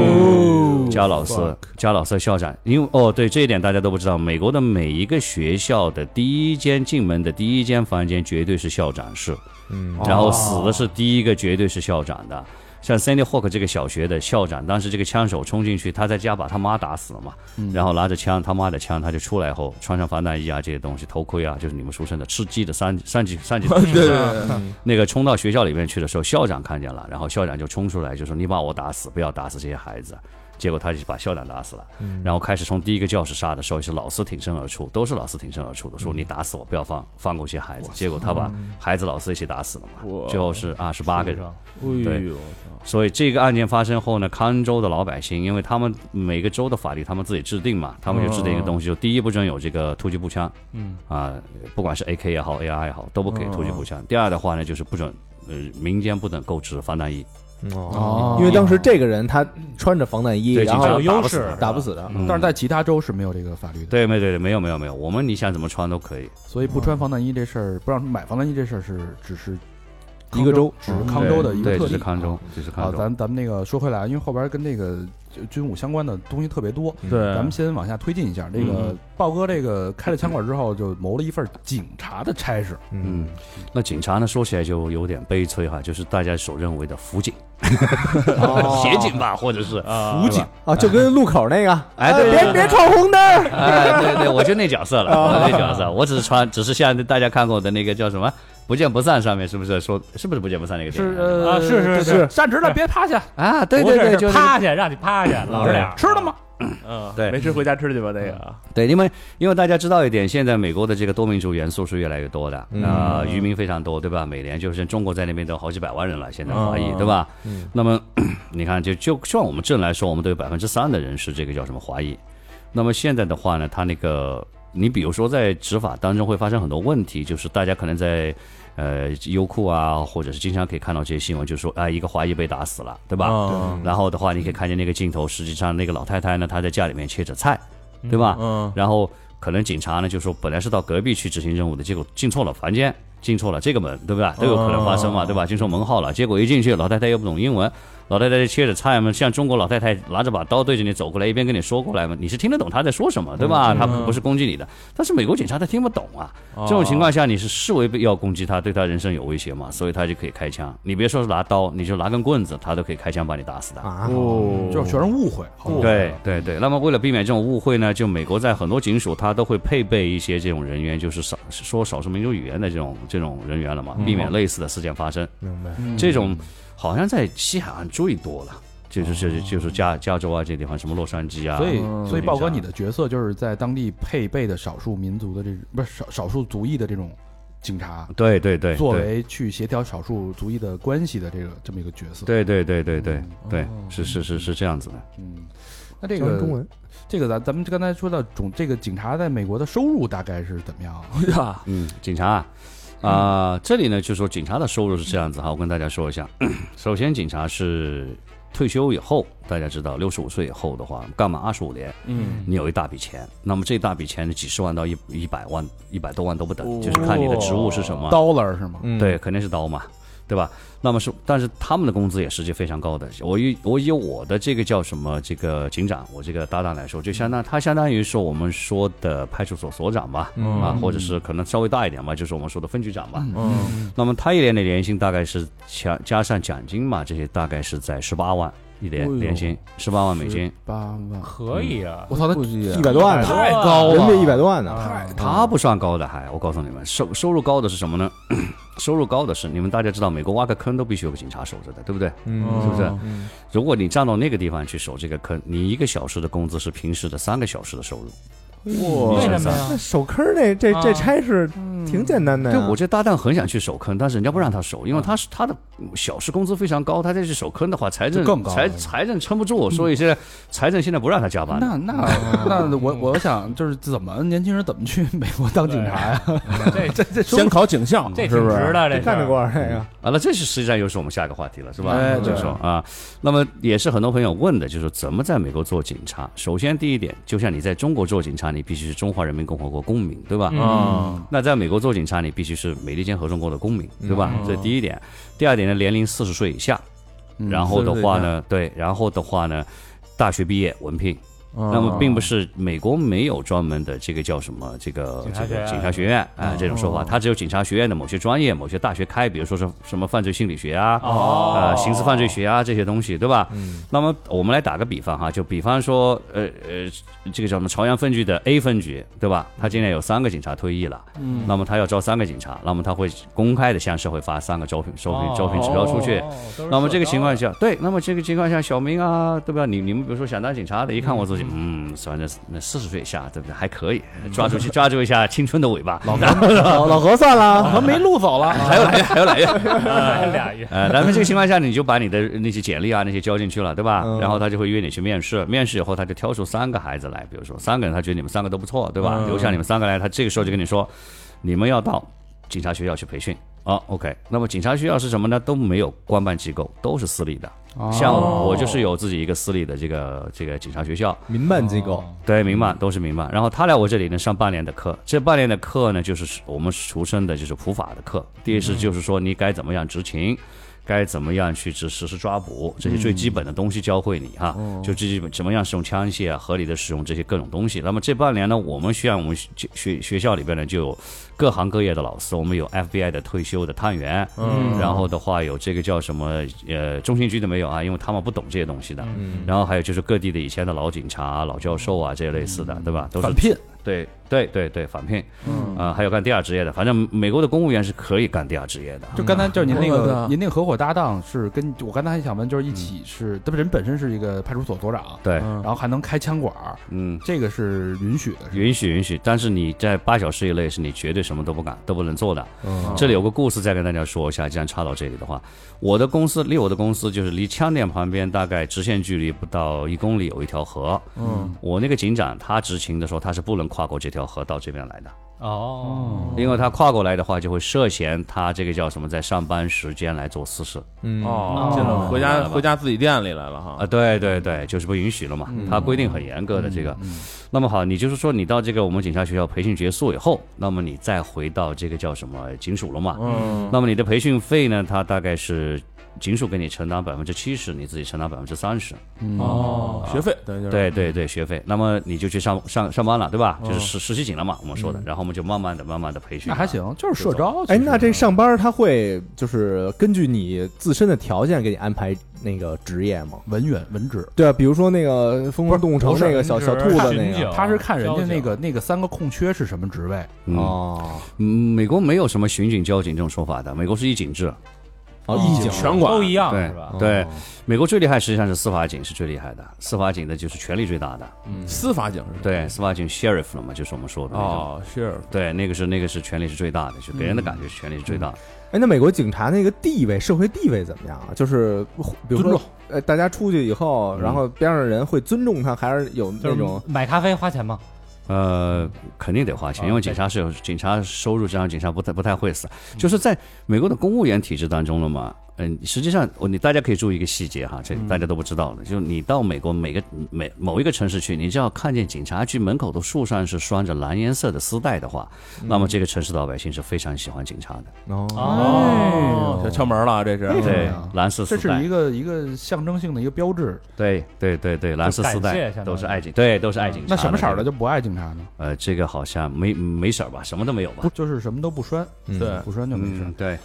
B: 哦
E: 加老师，加老师校长，因为哦，对这一点大家都不知道，美国的每一个学校的第一间进门的第一间房间绝对是校长室，
C: 嗯
E: 然后死的是第一个绝对是校长的。像 Sandy Hook 这个小学的校长，当时这个枪手冲进去，他在家把他妈打死了嘛，然后拿着枪，他妈的枪，他就出来后穿上防弹衣啊这些东西，头盔啊，就是你们俗称的吃鸡的三三级三级头盔
F: (laughs) 对对对，
E: 那个冲到学校里面去的时候，校长看见了，然后校长就冲出来就说：“你把我打死，不要打死这些孩子。”结果他就把校长打死了，
F: 嗯
E: 然后开始从第一个教室杀的时候是老师挺身而出，都是老师挺身而出的，说你打死我，不要放放过这些孩子。结果他把孩子、老师一起打死了嘛
F: 哇，
E: 最后是啊十八个人。
F: 哎
E: 对
F: 呦，
E: 所以这个案件发生后呢，康州的老百姓，因为他们每个州的法律他们自己制定嘛，他们就制定一个东西，就第一不准有这个突击步枪，嗯啊，不管是 AK 也好，AR 也好，都不可以突击步
B: 哦
E: 枪。第二的话呢，就是不准呃民间不准购置防弹衣，
C: 哦，因为当时这个人他穿着防弹衣，
E: 对
C: 然
E: 警察
C: 后
D: 有
E: 打
D: 优
E: 不死
D: 势
E: 的，
C: 打不死的。
E: 嗯
B: 但是在其他州是没有这个法律的，
E: 对没对对没有没有没有，我们你想怎么穿都可以。
B: 所以不
C: 嗯
B: 穿防弹衣这事儿，不让买防弹衣这事儿是只是
C: 一个州
B: 只是康州的一个
E: 嗯对，
B: 嗯特例
E: 这是。康州，这是
B: 好，
E: 康州。
B: 啊咱咱们那个说回来，因为后边跟那个呃军武相关的东西特别多，
F: 对，
B: 咱们先往下推进一下。这个豹哥这个开了枪管之后，就谋了一份警察的差事，
E: 嗯，那警察呢？说起来就有点悲催哈，就是大家所认为的辅警、
B: 哦
E: (laughs) 协警吧，或者是
D: 呃
E: 辅警，
C: 啊，就跟路口那个，
E: 哎对对
C: 别别闯红灯儿，
E: 哎，对对，我就那角色了，我那角色，我只是穿，只是像大家看过的那个叫什么“不见不散”上面是不是说是不是“不见不散”那个电影？
B: 呃
F: 呃
D: 啊是是
C: 是
B: 站直了，别趴下，
E: 啊，对
D: 不
E: 对
D: 是
E: 对，
D: 是
E: 就是那个
D: 趴下，让你趴下，老实点儿，
B: 吃了吗？
F: 嗯，
E: 对
F: 没吃回家吃去吧，那个
E: 对，因为因为大家知道一点，现在美国的这个多民族元素是越来越多的，啊，渔民非常多，对吧？每年就是中国在那边都有好几百万人了，现在华裔，对吧？那么 (clears throat) 你看，就就就按我们镇来说，我们都有百分之三的人是这个叫什么华裔。那么现在的话呢，他那个你比如说在执法当中会发生很多问题，就是大家可能在。呃，优酷啊，或者是经常可以看到这些新闻，就说啊、一个华裔被打死了，对吧？
F: 嗯
E: 然后的话，你可以看见那个镜头，实际上那个老太太呢，她在家里面切着菜，对吧？
F: 嗯，
E: 然后可能警察呢就说本来是到隔壁去执行任务的，结果进错了房间，进错了这个门，对不对？都有可能发生嘛，对吧？进错门号了，结果一进去，老太太又不懂英文，老太太就切着菜嘛，像中国老太太拿着把刀对着你走过来，一边跟你说过来嘛，你是听得懂她在说什么，对吧？她不是攻击你的，但是美国警察他听不懂啊，这种情况下你是视为要攻击他，对他人身有威胁嘛，所以他就可以开枪。你别说是拿刀，你就拿根棍子，他都可以开枪把你打死的。
C: 啊，
B: 哦
F: 哦
B: 嗯就是全是误会。好
E: 对对对，那么为了避免这种误会呢，就美国在很多警署它都会配备一些这种人员，就是少
B: 嗯
E: 说少数民族语言的这种这种人员了嘛，避免类似的事件发生。
C: 明白。
E: 这种好像在西海岸最多了，就是是就是加加州啊这地方，什么洛杉矶
B: 哦
E: 啊，
B: 所以，所以豹哥，
E: 嗯
B: 你的角色就是在当地配备的少数民族的这种，不是少少数族裔的这种警察，
E: 对对对，
B: 作
E: 对
B: 为去协调少数族裔的关系的这个这么一个角色。，
E: 对对对对对
B: 嗯
E: 对
B: 哦，
E: 是是是是这样子的。
B: 嗯，那这
C: 教人
B: 个
C: 中文
B: 这个咱咱们刚才说到总这个警察在美国的收入大概是怎么样啊？
E: 嗯，警察啊，啊、这里呢就说警察的收入是这样子哈，我跟大家说一下。 (clears throat) 首先，警察是退休以后，大家知道，六十五岁以后的话，干满二十五年，
F: 嗯，
E: 你有一大笔钱。那么这大笔钱，几十万到一一百万、一百多万都不等，就是看你的职务是什么。
B: ，dollar 是吗？
C: 嗯
E: 对，肯定是刀嘛，对吧？那么是，但是他们的工资也实际非常高的。我以我以我的这个叫什么这个警长，我这个搭档来说，就相当他相当于说我们说的派出所所长吧，
C: 嗯
E: 啊，或者是可能稍微大一点吧，就是我们说的分局长吧。
F: 嗯
E: 那么他一年的年薪大概是加加上奖金嘛，这些大概是在十八万一
F: 哎呦
E: 年年薪，十八万美金。
B: 八万，
D: 可以啊，
B: 我操，他
F: 估计
C: 一百多万呢，
D: 太高
C: 人民币一百多万呢，
D: 太
E: 他不算高的还，我告诉你们，收收入高的是什么呢？ (coughs) 收入高的是你们大家知道，美国挖个坑都必须有个警察守着的，对不对？
C: 嗯
E: 是不是
C: 嗯
E: 如果你站到那个地方去守这个坑，你一个小时的工资是平时的三个小时的收入。嗯
D: 为
F: 哇，
D: 什么呀
C: 那？手坑儿那这这
D: 哦啊
C: 差事挺简单的
B: 啊
E: 对，
C: 呀
E: 我，这搭档很想去守坑，但是人家不让他守，因为他是他的小时工资非常高，他再去守坑的话，财政
B: 就更高了嗯
E: 财财政撑不住，所以现在财政现在不让他加班。
B: 那那那我我想就是怎么年轻人怎么去美国当警察呀？
D: 这这这
F: 先考警校
E: (laughs)
D: 这挺
F: 是不是
D: 值？的，这
C: 干得
D: 事儿
C: 过这个，
E: 啊，那这是实际上又是我们下一个话题了，是吧？
B: 哎对
E: 就说啊，那么也是很多朋友问的，就是怎么在美国做警察？首先第一点，就像你在中国做警察，你必须是中华人民共和国公民，对吧？
B: 嗯
F: 啊，
E: 那在美国做警察，你必须是美利坚合众国的公民，对吧？这第一点。第二点呢，年龄四十岁以下，
B: 嗯
E: 然后的话呢，对，然后的话呢，大学毕业文凭。
D: 哦
F: 嗯
E: 那么并不是美国没有专门的这个叫什么这个
D: 警察
E: 这
D: 学
E: 个
D: 院哦
E: 警察学院啊、这种说法，它只有警察学院的某些专业、某些大学开，比如说是什么犯罪心理学啊、
D: 哦
E: 呃刑事犯罪学啊这些东西，对吧？
C: 嗯
E: 那么我们来打个比方哈，就比方说，呃呃，这个叫什么朝阳分局的 A 分局，对吧？
D: 嗯
E: 他今年有三个警察退役了，嗯，那么他要招三个警察，那么他会公开的向社会发三个招聘、招聘、招聘指标出去。
D: 哦，
E: 那么这个情况下，对，那么这个情况下，小明啊，对吧？你你们比如说想当警察的，一看我自己，嗯，反正那四十岁以下，对不对？还可以，抓住去抓住一下青春的尾巴， (laughs) 老
C: 老老何算了，
B: 我没路走了，
E: 还有来月，还有来月， (laughs)
D: 哎俩月，
E: 呃，咱们这个情况下，你就把你的那些简历啊那些交进去了，对吧？
C: 嗯
E: 然后他就会约你去面试，面试以后他就挑出三个孩子来，比如说三个人，他觉得你们三个都不错，对吧？留下你们三个来，他这个时候就跟你说，你们要到警察学校去培训。啊、o k 那么警察学校是什么呢？都没有官办机构，都是私立的。
B: 啊哦
E: 像我就是有自己一个私立的这个这个警察学校，
C: 民办机构，
E: 对，民办都是民办。然后他来我这里呢上半年的课，这半年的课呢就是我们俗称的就是普法的课。第一是就是说你该怎么样执勤，该怎么样去实实施抓捕，这些最基本的东西教会你哈，就这基本怎么样使用枪械啊，合理的使用这些各种东西。那么这半年呢，我们学院我们学学学校里边呢就有各行各业的老师，我们有 FBI 的退休的探员，嗯，然后的话有这个叫什么呃中情局的没有啊，因为他们不懂这些东西的，
C: 嗯，
E: 然后还有就是各地的以前的老警察、老教授啊这些类似的，对吧？都是
B: 返聘。
E: 对对对对返聘，嗯啊，还有干第二职业的，反正美国的公务员是可以干第二职业的。
B: 就刚才就是您那
F: 嗯我
B: 个
F: 的
B: 您那个合伙搭档是跟我刚才还想问，就是一起是，他们人本身是一个派出所所长，
E: 嗯对，
B: 然后还能开枪馆儿，
E: 嗯，
B: 这个是允许的，是吧
E: 允许允许，但是你在八小时以内是你绝对什么都不敢都不能做的。这里有个故事再跟大家说一下，既然插到这里的话，我的公司离我的公司就是离枪店旁边大概直线距离不到一公里有一条河。嗯，我那个警长他执勤的时候他是不能跨过这条河到这边来的。
D: 哦，
E: 因为他跨过来的话，就会涉嫌他这个叫什么，在上班时间来做私事
C: 嗯，
F: 哦，进了回
E: 明白
F: 家
E: 了吧
F: 回家自己店里来了哈
E: 啊，，对对对，就是不允许了嘛，他规定很严格的这个。那么好，你就是说你到这个我们警察学校培训结束以后，那么你再回到这个叫什么警署了嘛？
F: 嗯，
E: 那么你的培训费呢，它大概是警署给你承担百分之七十，你自己承担百分之三十。
F: 哦，学费等于就是
E: 对对对，学费。那么你就去上上上班了，对吧？就是实实习警了嘛，我们说的。然后我们就慢慢的、慢慢的培训。
B: 那还。行，就是社招。
C: 哎，
B: 其实
C: 那这上班他会就是根据你自身的条件给你安排那个职业吗？
B: 文员文职，
C: 对啊，比如说那个《疯狂动物城》那个小小兔子那
D: 巡
C: 个
F: 哦
C: 哦
D: 警
B: 他是看人家那
D: 交
B: 个那个三个空缺是什么职位，
E: 嗯，
C: 哦，
E: 嗯，美国没有什么巡警、交警这种说法的，美国是一警制。
C: 哦
B: 义警
F: 全管
D: 都一样
E: 对
D: 是吧？
E: 对，美国最厉害实际上是司法警是最厉害的，司法警的就是权力最大的，
F: 司法警是吧？
E: 对，司法警 sheriff 了嘛，就是我们说的那种。
F: 哦，sheriff，
E: 对，那个是那个是权力是最大的，就给人的感觉是权力是最大的。
C: 哎，那美国警察那个地位、社会地位怎么样啊？就是比如
B: 尊
C: 说
B: 重，
C: 呃，大家出去以
F: 嗯
C: 后，然后边上人会尊重他，还是有
E: 嗯
D: 就
C: 那种
D: 是买咖啡花钱吗？
E: 呃，肯定得花钱，因为警察是有警察收入，这样警察不太不太会死。就是在美国的公务员体制当中了嘛，嗯，实际上我你大家可以注意一个细节哈，这大家都不知道的，就是你到美国每个每某一个城市去，你只要看见警察局门口的树上是拴着蓝颜色的丝带的话，那么这个城市的老百姓是非常喜欢警察的。
C: 哦，
F: 啊
E: 嗯
D: 哦，
F: 敲敲门了，这是
E: 对
D: 嗯
B: 啊，
E: 蓝色丝
B: 这是
E: 带
B: 一，个一个象征性的一个标志。
E: 对对对对，蓝色丝
D: 感谢
E: 带
D: 相当于
E: 都是爱警，对，都是爱警察。
B: 那什么色儿的？就不爱警察呢？
E: 呃，这个好像没没色儿吧，什么都没有吧
B: 不？就是什么都不拴，
C: 嗯
F: 对
B: 不拴就没事儿
E: 嗯，。对。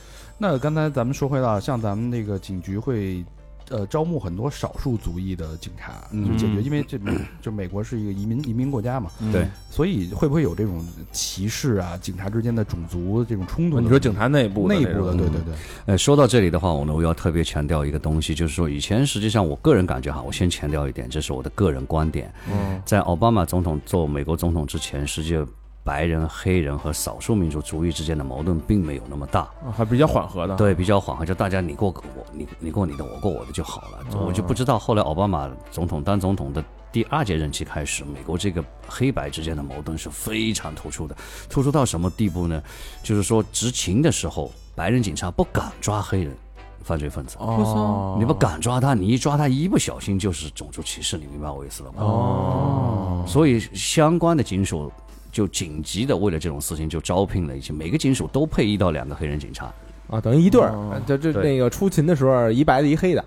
B: 那刚才咱们说回到，像咱们那个警局会，呃，招募很多少数族裔的警察，
F: 嗯
B: 就解决，因为这 (clears throat) 美就美国是一个移民移民国家嘛，
F: 嗯
E: 对，
B: 所以会不会有这种歧视啊？警察之间的种族这种冲突的？
F: 哦你说警察内部的
B: 内
F: 那
B: 部的，
F: 种
B: 对对对，
E: 呃，说到这里的话，我呢，我要特别强调一个东西，就是说，以前实际上我个人感觉哈，我先强调一点，这是我的个人观点。嗯，在奥巴马总统做美国总统之前，实际白人、黑人和少数民族族裔之间的矛盾并没有那么大，
F: 啊还比较缓和的。
E: 对，比较缓和，就大家你过我，你你过你的，我过我的就好了。
F: 哦
E: 我就不知道后来奥巴马总统当总统的第二届任期开始，美国这个黑白之间的矛盾是非常突出的，突出到什么地步呢？就是说执勤的时候，白人警察不敢抓黑人犯罪分子。
F: 哦，
E: 你不敢抓他，你一抓他，一不小心就是种族歧视，你明白我意思了吗？
F: 哦，
E: 所以相关的警署就紧急的为了这种事情就招聘了一些，每个警署都配一到两个黑人警察，
C: 啊，等于一对儿
F: 哦，
C: 就这
E: 对
C: 那个出勤的时候，一白的，一黑的，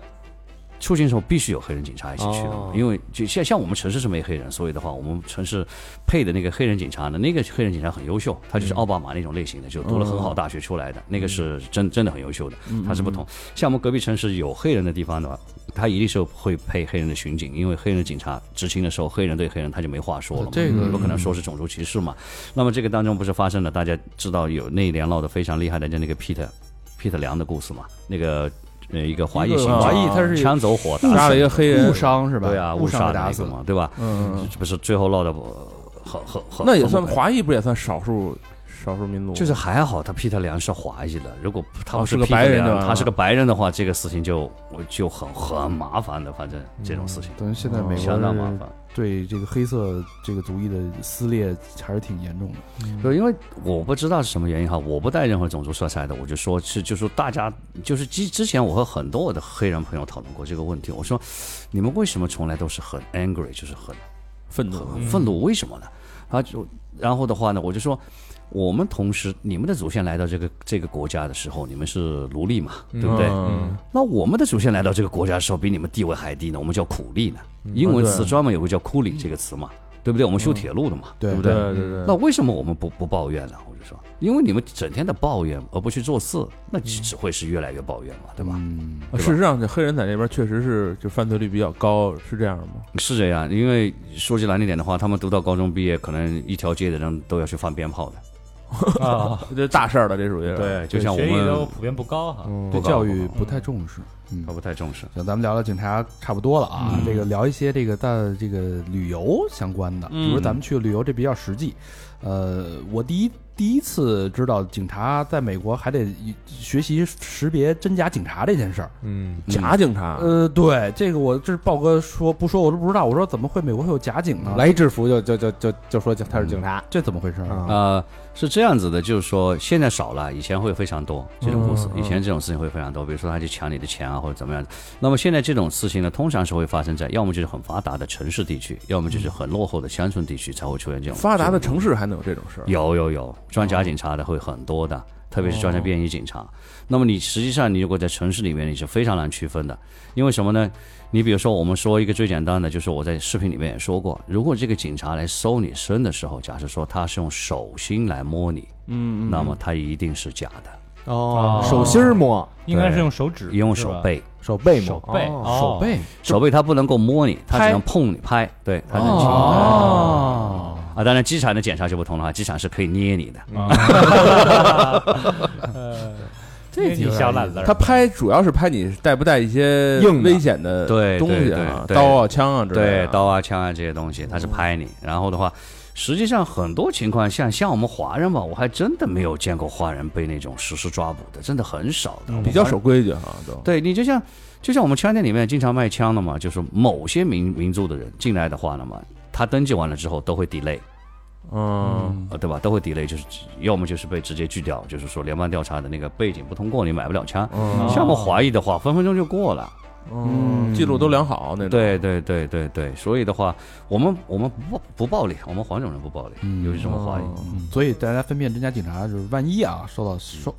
E: 出勤的时候必须有黑人警察一起去的，
C: 哦
E: 因为就像像我们城市是没黑人，所以的话，我们城市配的那个黑人警察呢，那个黑人警察很优秀，他
B: 嗯
E: 就是奥巴马那种类型的，就读了很好大学出来的，那个是
B: 嗯
E: 真真的很优秀的，他是不同。像我们隔壁城市有黑人的地方的话，他一定是会配黑人的巡警，因为黑人警察执勤的时候，黑人对黑人他就没话说了嘛，
B: 这个
E: 你不可能说是种族歧视嘛。那么这个当中不是发生了大家知道有那一年闹得非常厉害的就那个 Peter Peter 梁的故事嘛，那个。呃，一个华裔
B: 一个
E: 刑警
B: 华裔他是
E: 枪走火打
F: 啊杀了一个黑人
B: 误，伤是吧？
E: 对啊，
B: 误
E: 误
B: 伤
E: 杀
B: 给
E: 的
B: 打
E: 那
B: 死
E: 个
B: 了。
E: 嘛，对吧？
F: 嗯，
E: 这不是最后落的呃很很很，
F: 那也
E: 很
F: 算
E: 不
F: 华裔，不也算少数少数民族？
E: 就是还好他 Peter 梁是华裔的，如果他不
F: 哦是个
E: Peter
F: 白人
E: 梁
F: 对吧
E: 他是个白人的话，这个事情就就很很麻烦的，反正这种事情
B: 等于现在美
E: 嗯相当
B: 国
E: 麻
B: 是
E: 烦。
B: 对这个黑色这个族裔的撕裂还是挺严重的。
E: 对，因为我不知道是什么原因哈，我不带任何种族色彩的，我就说是，就说大家就是之之前我和很多我的黑人朋友讨论过这个问题，我说你们为什么从来都是很 angry，就是很
F: 愤怒，嗯
E: 很愤怒，为什么呢？他就然后的话呢，我就说，我们同时你们的祖先来到这个这个国家的时候，你们是奴隶嘛，对不对？
F: 嗯
E: 那我们的祖先来到这个国家的时候，比你们地位还低呢，我们叫苦力呢。
F: 嗯
E: 英文词专门有个叫 “coolie” 这个词嘛，对不对？我们修铁路的嘛，
B: 对
E: 不
F: 对
E: 对？
F: 对
C: 嗯
F: 对，
E: 那为什么我们不不抱怨呢？我就说，因为你们整天的抱怨而不去做事，那只只会是越来越抱怨嘛，对吧？
B: 嗯，
F: 啊事实上，这黑人在这边确实是就犯罪率比较高，是这样的吗？
E: 是这样，因为说句难听点的话，他们读到高中毕业，可能一条街的人都要去放鞭炮的。
D: 啊，
F: 这是大事儿了，这属于
E: 对，就像我
D: 学历都
E: 们嗯
D: 普遍不高哈。
B: 对
E: 不高
B: 教
E: 不
B: 育
E: 高
B: 不太重视。嗯
E: 他，不太重视。
B: 行，咱们聊聊警察差不多了啊，
E: 嗯
B: 这个聊一些这个大这个旅游相关的，
E: 嗯
B: 比如咱们去旅游，这比较实际。呃，我第一第一次知道警察在美国还得学习识别真假警察这件事儿。
C: 嗯，
F: 假
E: 啊
F: 警察，
B: 呃，对，这个我这是豹哥说不说我都不知道，我说怎么会美国会有假警
F: 啊
B: 呢？
C: 来一制服就就就就就说他是警察
B: 这怎么回事啊？
C: 啊，
E: 呃，是这样子的，就是说现在少了，以前会非常多这种故事，以前这种事情会非常多，比如说他去抢你的钱啊，或者怎么样。那么现在这种事情呢，通常是会发生在要么就是很发达的城市地区，要么就是很落后的乡村地区才会出现这种
F: 发达的
E: 这种
F: 城市还能有这种事儿？
E: 有有有，装甲警察的会很多的，特别是专家便衣警察。那么你实际上，你如果在城市里面，你是非常难区分的，因为什么呢？你比如说，我们说一个最简单的，就是我在视频里面也说过，如果这个警察来搜你身的时候，假设说他是用手心来摸你，嗯，那么他一定是假的，
C: 哦，手心儿摸，
D: 应该是用手指，
E: 用
D: 是吧
E: 手，背，
C: 手背摸，
D: 手背，
C: 哦
D: 哦
B: 手背
E: 手背他不能够摸你，他只能碰你拍，哦对，他能轻
B: 哦，
E: 啊，当然机场的检查就不同了哈，机场是可以捏你的，
D: 这你小懒子儿，
F: 他拍主要是拍你带不带一些
C: 硬的
F: 危险的
E: 对
F: 东西
E: 对
F: 啊，
E: 对对
F: 刀啊、枪啊之类
E: 对
F: 的。，嗯
E: 刀啊、枪啊这些东西，他是拍你。然后的话，实际上很多情况像像我们华人吧，我还真的没有见过华人被那种实施抓捕的，真的很少的，
F: 比较守规矩哈，都。
E: 对你就像就像我们枪店里面经常卖枪的嘛，就是某些民民族的人进来的话呢嘛，他登记完了之后都会 delay，
F: 嗯，
E: 呃，对吧？都会 delay，就是要么就是被直接拒掉，就是说联邦调查的那个背景不通过，你买不了枪。
D: 哦
F: 嗯
E: 像我们华裔的话，分分钟就过了。
F: 嗯，记录都良好那种。
E: 对对对对对，所以的话，我们我们不暴不暴力，我们黄种人不暴力，尤其是我们华裔。
B: 嗯所以大家分辨真假警察，就是万一啊受到受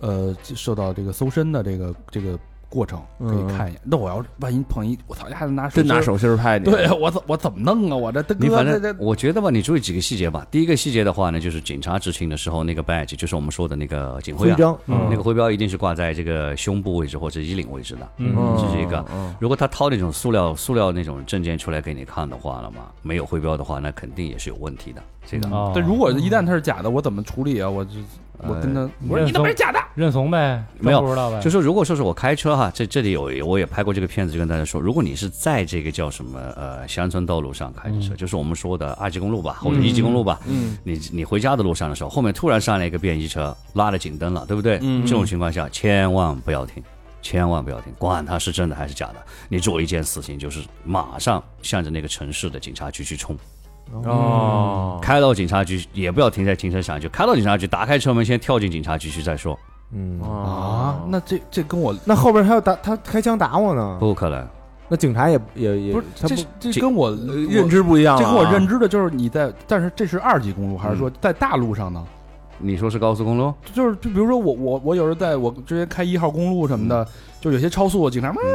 B: 呃受到这个搜身的这个这个过程
E: 嗯
B: 可以看一眼。那我要万一碰一我操，还拿手
F: 真拿
B: 心儿，
F: 手心儿拍你，啊
B: 对
C: 哦
B: 我怎我怎么弄啊？我这大
E: 你
B: 哥
E: 反
B: 这
E: 正
B: 这
E: 我觉得吧，你注意几个细节吧。第一个细节的话呢，就是警察执勤的时候，那个 badge 就是我们说的那个警徽
C: 徽
E: 啊，
C: 章，
E: 嗯那个徽标一定是挂在这个胸部位置或者衣领位置的，
F: 嗯，
E: 这是一个。如果他掏那种塑料塑料那种证件出来给你看的话了嘛，没有徽标的话，那肯定也是有问题的。这个，
F: 嗯
D: 哦
B: 但如果一旦他是假的，我怎么处理啊？我就我跟
E: 哎
B: 他我说你怎么是假的？
D: 认怂呗，
E: 没有
D: 都不知道呗，
E: 就说如果说是我开车哈，这这里有我也拍过这个片子，就跟大家说，如果你是在这个叫什么呃乡村道路上开着车，就是我们说的二级公路吧，或者一级公路吧，嗯，你你回家的路上的时候，后面突然上来一个便衣车，拉了警灯了，对不对？嗯，这种情况下千万不要停。千万不要停，管他是真的还是假的，你做一件事情就是马上向着那个城市的警察局去冲，
C: 嗯
F: 哦，
E: 开到警察局也不要停在停车场，就开到警察局，打开车门先跳进警察局去再说，
C: 嗯，
B: 啊，那这这跟我
C: 那后边他要打他开枪打我呢，
E: 不可能。
C: 那警察也也也
B: 不是
C: 他
B: 这这跟我认
F: 认知不一样了
B: 这
F: 啊，嗯
B: 跟我认知的就是你在，但是这是二级公路还是说在大路上呢？
E: 你说是高速公路？
B: 就是就比如说我我我有时候在我之前开一号公路什么
F: 嗯
B: 的，就有些超速，警察喵喵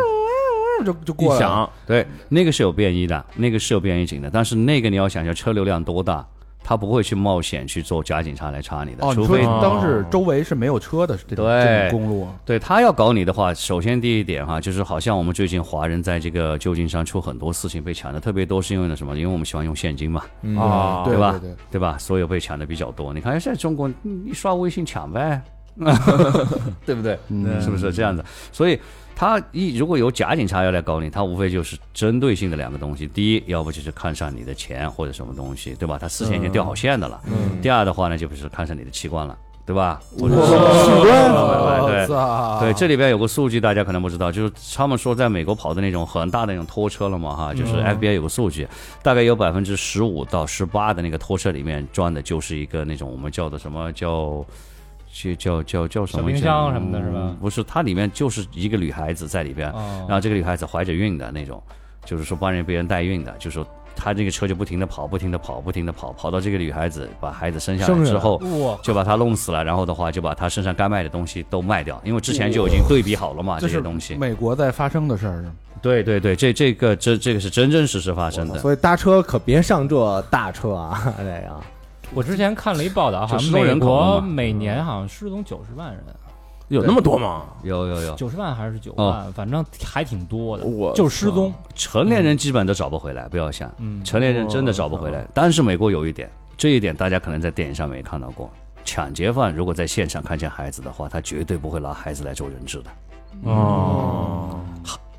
B: 喵就就过
F: 一
B: 来了。
F: 想，
E: 对，那个是有便衣的，那个是有便衣警的，但是那个你要想一下车流量多大，他不会去冒险去做假警察来查你的，
B: 哦，
E: 除
B: 你说
E: 非
F: 哦
B: 当时周围是没有车的，这种
E: 对
B: 这种公路，啊
E: 对他要搞你的话，首先第一点哈，就是好像我们最近华人在这个旧金山出很多事情被抢的特别多，是因为呢什么？因为我们喜欢用现金嘛，
F: 啊
B: 对
E: 对吧
B: 对，
E: 对吧？所以被抢的比较多。你看现在中国，嗯一刷微信
B: (laughs)
E: 抢呗，对不对？
B: 嗯
E: 是不是这样子？所以他一如果有假警察要来搞你，他无非就是针对性的两个东西：第一，要不就是看上你的钱或者什么东西，对吧？他事先
B: 嗯
E: 已经掉好线的了。第二的话呢，就不是看上你的器官了，对吧？或者是
D: 呃
E: 对对
C: 哦
B: 对
E: 对，这里边有个数据大家可能不知道，就是他们说在美国跑的那种很大的那种拖车了嘛，哈，就是 FBI 有个数据，大概有百分之十五到十八的那个拖车里面装的就是一个那种我们叫的什么叫。叫叫叫叫什
D: 小
E: 么？
D: 冰箱什么的是吧
E: 不是，它里面就是一个女孩子在里边，
D: 哦
E: 然后这个女孩子怀着孕的那种，就是说帮人别人代孕的，就是说她这个车就不停的跑，不停的跑，不停的跑，跑到这个女孩子把孩子生下来之后，
D: 哇，
E: 就把他弄死了，然后的话就把他身上该卖的东西都卖掉，因为之前嗯就已经对比好了嘛，
B: 这
E: 这
B: 是
E: 些东西。
B: 美国在发生的事儿，
E: 对对对，这这个这这个是真真实实发生的。
C: 所以搭车可别上这大车啊， (laughs) 这个
D: 我之前看了一报道，好
E: 就
D: 像
E: 失踪
D: 美
E: 人口
D: 国
E: 嘛嗯啊
D: 每年好像失踪九十万人，
F: 有那么多吗？
E: 有有有，
D: 九十万还是
E: 啊
D: 九万，反正还挺多的。
F: 我
D: 就是失踪，
E: 成年人基本都找不回来，不要想，成年人真的找不回来。但是美国有一点，这一点大家可能在电影上没看到过，抢劫犯如果在现场看见孩子的话，他绝对不会拿孩子来做人质的。
F: 哦，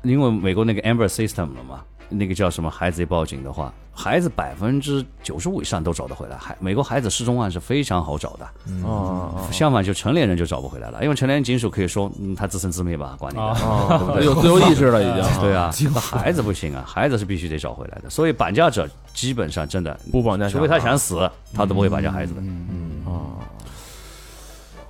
E: 因为美国那个 Amber System 了嘛，那个叫什么孩子一报警的话，孩子百分之九十五以上都找得回来。孩美国孩子失踪案是非常好找的，
F: 哦，
E: 相反就成年人就找不回来了，因为成年警署可以说、嗯、他自生自灭吧，管你的。
D: (laughs)
E: 哎
D: 哎
F: 有自由意识了已经。
E: (laughs) 对，啊，那孩子不行啊，孩子是必须得找回来的。所以绑架者基本上真的，
F: 不绑架，
E: 除非他想死，他都不会绑架孩子的。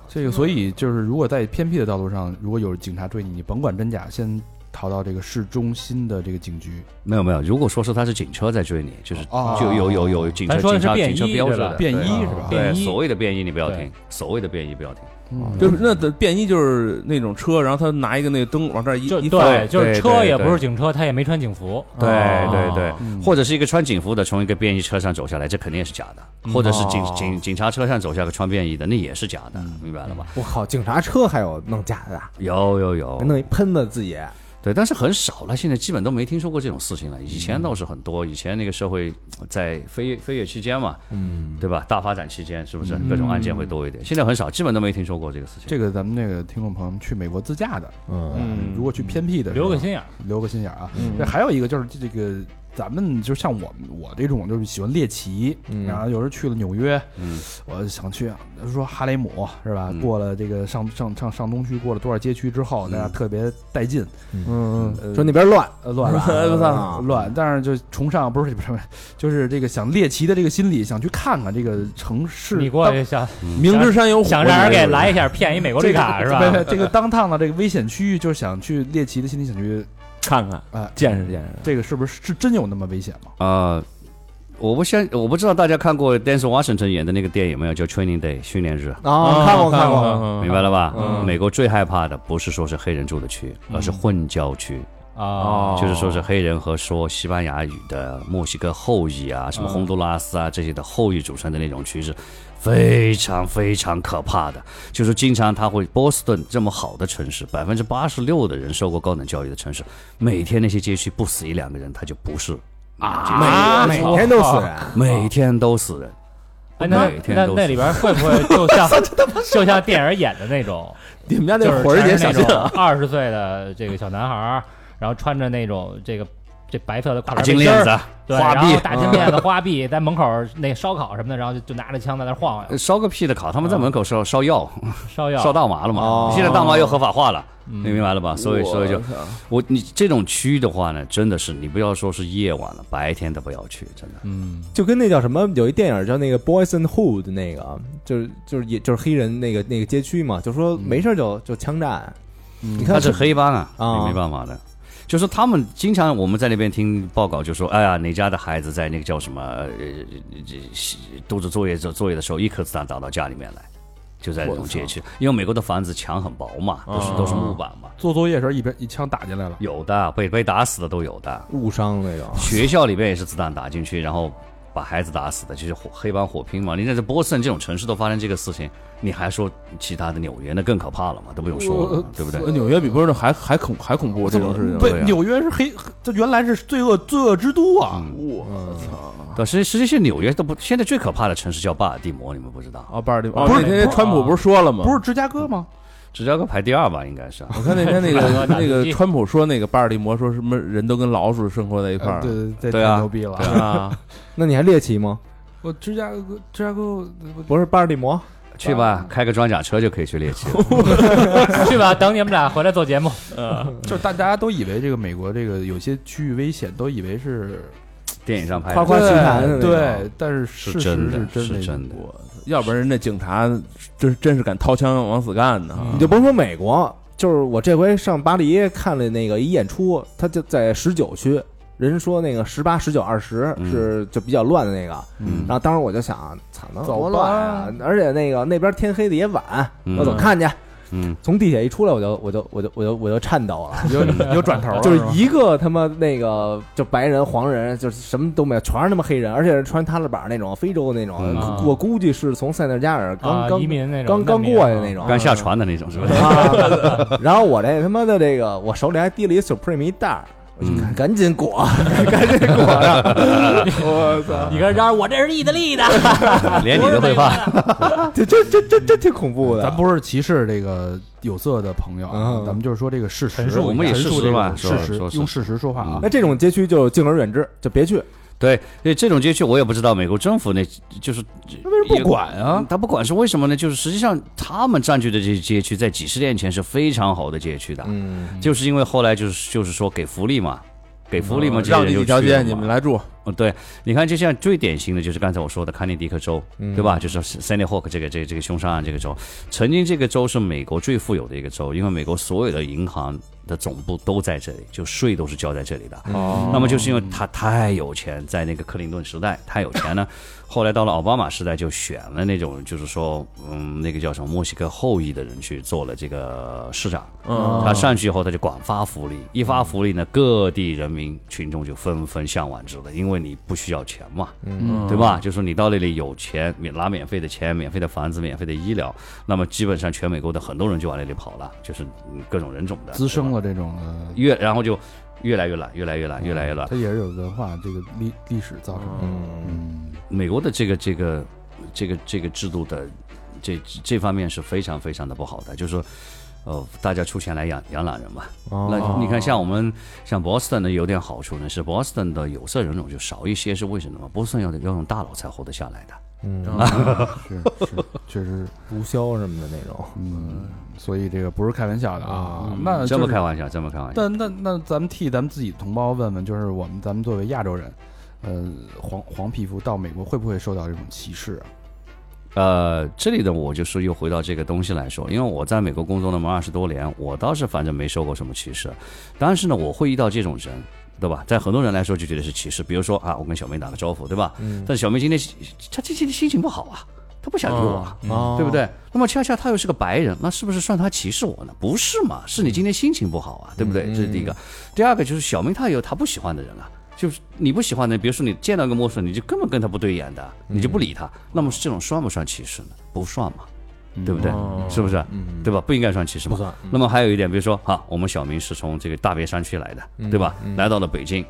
B: 这个所以就是如果在偏僻的道路上，如果有警察追你，你甭管真假，先逃到这个市中心的这个警局，
E: 没有没有，如果说是他是警车在追你，就是、
B: 哦
E: 就有有有警车
D: 咱说的
E: 警
D: 是
E: 察
D: 便
E: 警车
D: 衣
E: 标
D: 对
E: 志
D: 吧
E: 的
B: 便
E: 对
B: 衣是吧？
D: 便
E: 对
D: 衣
E: 所谓的便衣你不要
D: 对
E: 听，所谓的便衣不要听。
B: 啊
F: 就是那的便衣就是那种车，然后他拿一个那个灯往这儿一
D: 就
F: 一放，
D: 对，就是
E: 对
D: 车
E: 对
D: 也
E: 对
D: 不是警车，他也没穿警服，啊
E: 对
C: 哦
E: 对对，
B: 嗯
E: 或者是一个穿警服的从一个便衣车上走下来，这肯定也是假的；或者是警、
F: 哦
E: 警警察车上走下个穿便衣的，那也是假的，明白了吧？
C: 我靠，警察车还有弄假的，哎
E: 有有有，
C: 弄一喷子自己，
E: 对，但是很少了，现在基本都没听说过这种事情了。以前倒是很多，以前那个社会在飞跃飞跃期间嘛，嗯，对吧？大发展期间是不是各种案件会多一点？现在很少，基本都没听说过这个事情。
B: 这个咱们那个听众朋友们去美国自驾的，嗯，如果去偏僻的，
D: 留个心眼儿。嗯
B: 留个心眼儿啊。那还有一个就是这个，咱们就像我们我这种就是喜欢猎奇，
D: 嗯
B: 然后有时候去了纽约，
E: 嗯，
B: 我想去啊说哈雷姆是
D: 嗯
B: 吧？过了这个上上上上东区，过了多少街区之后，大家特别带劲，嗯嗯，
C: 说那边乱，
B: 呃乱
C: (laughs) 我
B: 乱
C: 操
B: 乱，但是就崇尚不是不是，就是这个想猎奇的这个心理，想去看看这个城市当。
D: 你过去想
F: 明知山有
C: 哦
F: 虎，
D: 想让人给来一下，骗一美国绿卡是吧？
B: 这个这个当趟的这个危险区域，就是想去猎奇的心理，想去
F: 看看，
B: 啊，
F: 见识见识。
B: 这个是不是是真有那么危险吗？
E: 啊，我不相，我不知道大家看过 Denzel Washington 演的那个电影没有，叫《Training Day》训练日，
C: 啊，看过看过，
D: 嗯
F: 过
E: 明白了吧？
F: 嗯
E: 美国最害怕的不是说是黑人住的区，而是混郊区。
D: 啊，
F: 哦
E: 就是说是黑人和说西班牙语的墨西哥后裔啊，
F: 嗯
E: 什么洪都拉斯啊这些的后裔组成的那种区是非常非常可怕的。就是经常他会波士顿这么好的城市，百分之八十六的人受过高等教育的城市，每天那些街区不死一两个人，他就不是啊
C: 每每天都死
F: (laughs)
C: 人，
E: 每天都死人。
D: 哎，那
E: 每天
D: 那
E: 都
D: 那
E: 是
D: 里边会不会就像就像电影演的那种，
C: 你们家
D: 就
C: 那
D: 是
C: 火儿姐
D: 全是那
C: 小心
D: 种二十岁的这个小男孩儿，然后穿着那种这个这白色的跨
F: 啊
E: 大
D: 栏背
E: 金
D: 心
E: 链
D: 儿
E: 子、
D: 对，
E: 花
D: 然后
E: 臂，
D: 大金链子、花臂，在门口那烧烤什么的，然后就就拿着枪在那晃悠，
E: 烧个屁的烤！他们在门口烧烧药，
D: 烧药，
E: 呃烧大麻了嘛
C: 哦？
E: 现在大麻又合法化了，你明白了吧？所以所以就
F: 我操
E: 我你这种区的话呢，真的是你不要说是夜晚了，白天都不要去，真的。
C: 就跟那叫什么，有一电影叫那个《Boys and Hood》，那个就是就是也就是黑人那个那个街区嘛，就说没事儿就就枪战，
F: 嗯
C: 你看
E: 他是黑帮啊，
C: 啊
E: 也没办法的。就是他们经常我们在那边听报告，就说哎呀，哪家的孩子在那个叫什么呃这这布置作业做作业的时候，一颗子弹打到家里面来，就在这种街区，因为美国的房子墙很薄嘛，都是都是木板嘛，
B: 做作业时候一边一枪打进来了，
E: 有的被被打死的都有的。
C: 误伤那种，
E: 学校里边也是子弹打进去，然后把孩子打死的，就是火黑帮火拼嘛。你在这波士顿这种城市都发生这个事情，你还说其他的纽约那更可怕了嘛？都不用说了嘛，对不对？
F: (laughs) 纽约比波士顿还还恐还恐怖这种事情。
B: 不
E: 对，啊
B: 纽约是黑，这原来是罪恶罪恶之都啊！
F: 我操！
E: 对，实际实际是纽约都不，现在最可怕的城市叫巴尔的摩，你们不知道？
B: 哦
F: 啊，巴尔的摩，
B: 不
F: 不
B: 是
F: 是那天川
D: 哦
F: 普不是说了吗？
B: 不是，芝加哥吗？
E: 芝加哥排第二吧，应该是。
C: 哦
F: 我看那天
D: (laughs)
F: 那 (laughs) 个
D: 打
F: 那个
D: 地基
F: 川普说那个巴尔的摩说什么人都跟老鼠生活在一块
B: 呃
F: 儿，
B: 对对对，
E: 对
B: 太
E: 啊
B: 牛逼了！
F: 啊，
C: 那你还猎奇吗？
B: 我芝加哥，芝加哥，我
C: 不是巴尔的摩，
E: 去吧，开个装甲车就可以去猎奇
C: (laughs)
E: 了。
D: 去吧，等你们俩回来做节目。
B: 就是大大家都以为这个美国这个有些区域危险，都以为是
E: 电影上拍
C: 夸夸
E: 的
C: 其谈的那
B: 对
C: 种
B: 对，但是事实
E: 是真
B: 是
E: 的，是
B: 的
E: 真的。
F: 我要不然人家警察真真是敢掏枪往死干
E: 嗯
F: 呢。
C: 你就甭说美国，就是我这回上巴黎看了那个一演出，他就在十九区，人说那个十八、十九、二十
E: 嗯
C: 是就比较乱的那个，
E: 嗯
C: 然后当时我就想，操，能
B: 走吧
C: 多乱啊！而且那个那边天黑的也晚，
E: 嗯
C: 我怎么看去？
E: 嗯，
C: 从地铁一出来，我就我就我就我就我就颤抖了。
E: (laughs)
C: (laughs)
B: 你就你就转头了，
C: 就是
B: 吧
C: 一个他妈那个就白人黄人就是什么都没有，全是他妈黑人，而且是穿踏拉板那种非洲那种，
D: 嗯
C: 我估计是从塞内加尔刚
D: 啊
C: 刚
D: 移民那
C: 刚
D: 种
C: 刚
D: 难民
C: 过去
D: 啊
C: 那种
E: 刚下船的那种是吧？ (laughs)
C: (laughs) 啊，然后我这他妈的这个，我手里还提了一 Supreme 一袋儿，我就赶赶紧裹，嗯 (laughs) 赶紧裹啊上，
D: 你跟人嚷，我这是意大利的，
E: 连你都会怕。
C: (laughs) 这这这这这挺恐怖的。
B: 咱不是歧视这个有色的朋友啊，
C: 嗯
B: 咱们就是说这个事实
D: 陈，述
E: 我们也
B: 陈述
E: 事实
B: 这个
E: 吧说
B: 事
E: 说
B: 实
E: 是
B: 用事实说话啊
C: 那。这种街区就敬而远之，就别去。
E: 对，所以这种街区我也不知道美国政府那就是为
B: 不管啊，
E: 他不管是为什么呢？就是实际上他们占据的这些街区，在几十年前是非常好的街区的，
C: 嗯，
E: 就是因为后来就是就是说给福利嘛，给福利嘛，这些
F: 哦让
E: 人
F: 你
E: 就
F: 几条
E: 去了嘛
F: 街，你
C: 啊
F: 们来住。
E: 嗯，对，你看，就像最典型的就是刚才我说的康涅狄克州，
F: 嗯
E: 对吧？就是 Sandy Hook 这个这个这个凶杀案这个州，曾经这个州是美国最富有的一个州，因为美国所有的银行的总部都在这里，就税都是交在这里的。
F: 哦
E: 那么就是因为他太有钱，在那个克林顿时代太有钱呢，后来到了奥巴马时代就选了那种就是说，嗯，那个叫什么墨西哥后裔的人去做了这个市长。
F: 嗯，
E: 他上去以后，他就广发福利，一发福利呢，各地人民群众就纷纷向往之了，因为你不需要钱嘛，
C: 嗯
E: 对吧？就说你到那里有钱，免拿免费的钱、免费的房子、免费的医疗，那么基本上全美国的很多人就往那里跑了，就是嗯各种人种的
B: 滋生
E: 对吧
B: 了这种的，
E: 越，然后就越来越懒，越来越懒，越来越懒
B: 它。也是有文化这个历历史造成的。
C: 嗯
B: 嗯，
E: 美国的这个这个这个这个制度的这这方面是非常非常的不好的，就是说，呃，大家出钱来养养懒人嘛。那你看，像我们像 Boston 呢，有点好处呢，是 Boston 的有色人种就少一些，是为什么呢？Boston 要要用大脑才活得下来的。
C: 嗯，
B: 是是，确实是，
C: 毒枭什么的那种，
B: 嗯，所以这个不是开玩笑的啊
C: 啊。
B: 那
E: 这
B: 就
E: 么
B: 是
E: 嗯开玩笑，这么开玩笑。
B: 但那那咱们替咱们自己同胞问问，就是我们咱们作为亚洲人，呃，黄黄皮肤到美国会不会受到这种歧视啊？
E: 呃，这里的我就是又回到这个东西来说，因为我在美国工作那么二十多年，我倒是反正没受过什么歧视，但是呢，我会遇到这种人，对吧？在很多人来说就觉得是歧视，比如说啊，我跟小梅打个招呼，对吧？
C: 嗯
E: 但小梅今天她今天心情不好啊，她不想理我啊，
C: 哦
E: 对不？对？那么恰恰她又是个白人，那是不是算她歧视我呢？不是嘛，是你今天心情不好啊，对不对？
C: 嗯
E: 这是第一个。第二个就是小梅她有她不喜欢的人啊。就是你不喜欢的，比如说你见到一个陌生人，你就根本跟他不对眼的，你就不理
C: 嗯
E: 他。那么这种算不算歧视呢？不算嘛，对不对？是不是？
C: 嗯，
E: 对吧？不应该算歧视嘛
C: 不。算，
E: 那么还有一点，比如说哈，我们小明是从这个大别山区来
C: 嗯
E: 的，对吧？来到了北京。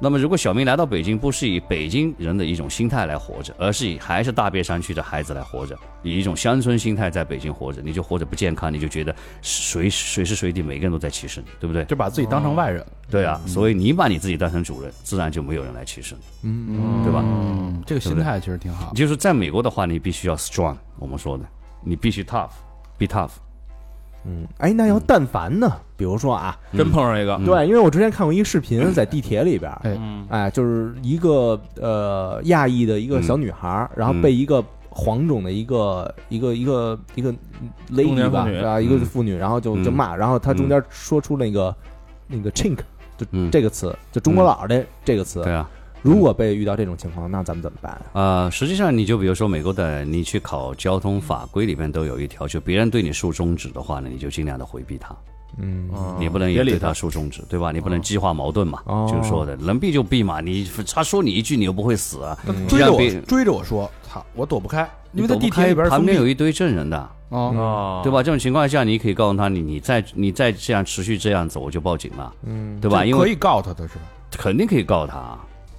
E: 那么，如果小明来到北京，不是以北京人的一种心态来活着，而是以还是大别山区的孩子来活着，以一种乡村心态在北京活着，你就活着不健康，你就觉得随随时随地每个人都在歧视你，对不对？
B: 就把自己当成外人，
E: 对
C: 嗯
E: 啊，所以你把你自己当成主人，自然就没有人来歧视你，
C: 嗯
E: 对吧？
B: 嗯，这个心态其实挺好。
E: 就是在美国的话，你必须要 strong，我们说的，你必须 tough，be tough。
C: 嗯，哎，那要但凡呢？比如说啊，
F: 真碰
D: (laughs)
F: 上一
E: 嗯
F: 个，
C: 对，因为我之前看过一个视频，在地铁里边，
B: 哎
C: 哎，就是一个呃亚裔的一个小女孩儿，然
E: 嗯
C: 后被一个黄种的一个一个一个一个
F: 中
C: lady
F: 年妇
C: 吧，
F: 女
C: 啊，一个妇女，然后就就
E: 嗯
C: 骂，然后她中间说出那个那个 chink 就
E: 嗯
C: 这个词，就中国佬这这个词
E: 对，啊，
C: 如果被遇到这种情况，那咱们怎么办？
E: 呃，实际上你就比如说美国的，你去考交通法规里面都有一条，就别人对你竖中指的话呢，你就尽量的回避他，
C: 嗯
B: 哦
F: 嗯
E: 你不能也
F: 别
E: 对
F: 理
E: 他竖中指，对吧？你不能激化矛盾嘛，
C: 哦
E: 就是说的能避就避嘛，你他说你一句你又不会死啊，
B: 追着
E: 让
B: 我
E: 别
B: 追着我说，操，我躲不开，因为在
E: 你
B: 地
E: 躲不开
B: 铁里边儿
E: 旁
B: 封
E: 边
B: 闭
E: 有一堆证人的，
B: 啊，
F: 啊，
E: 对吧？这种情况下，你可以告诉他，你你再你再这样持续这样子，我就报警了，
C: 嗯，
E: 对吧？
B: 这
E: 因
B: 可
E: 为
B: 以告他的是吧？
E: 肯定可以告他，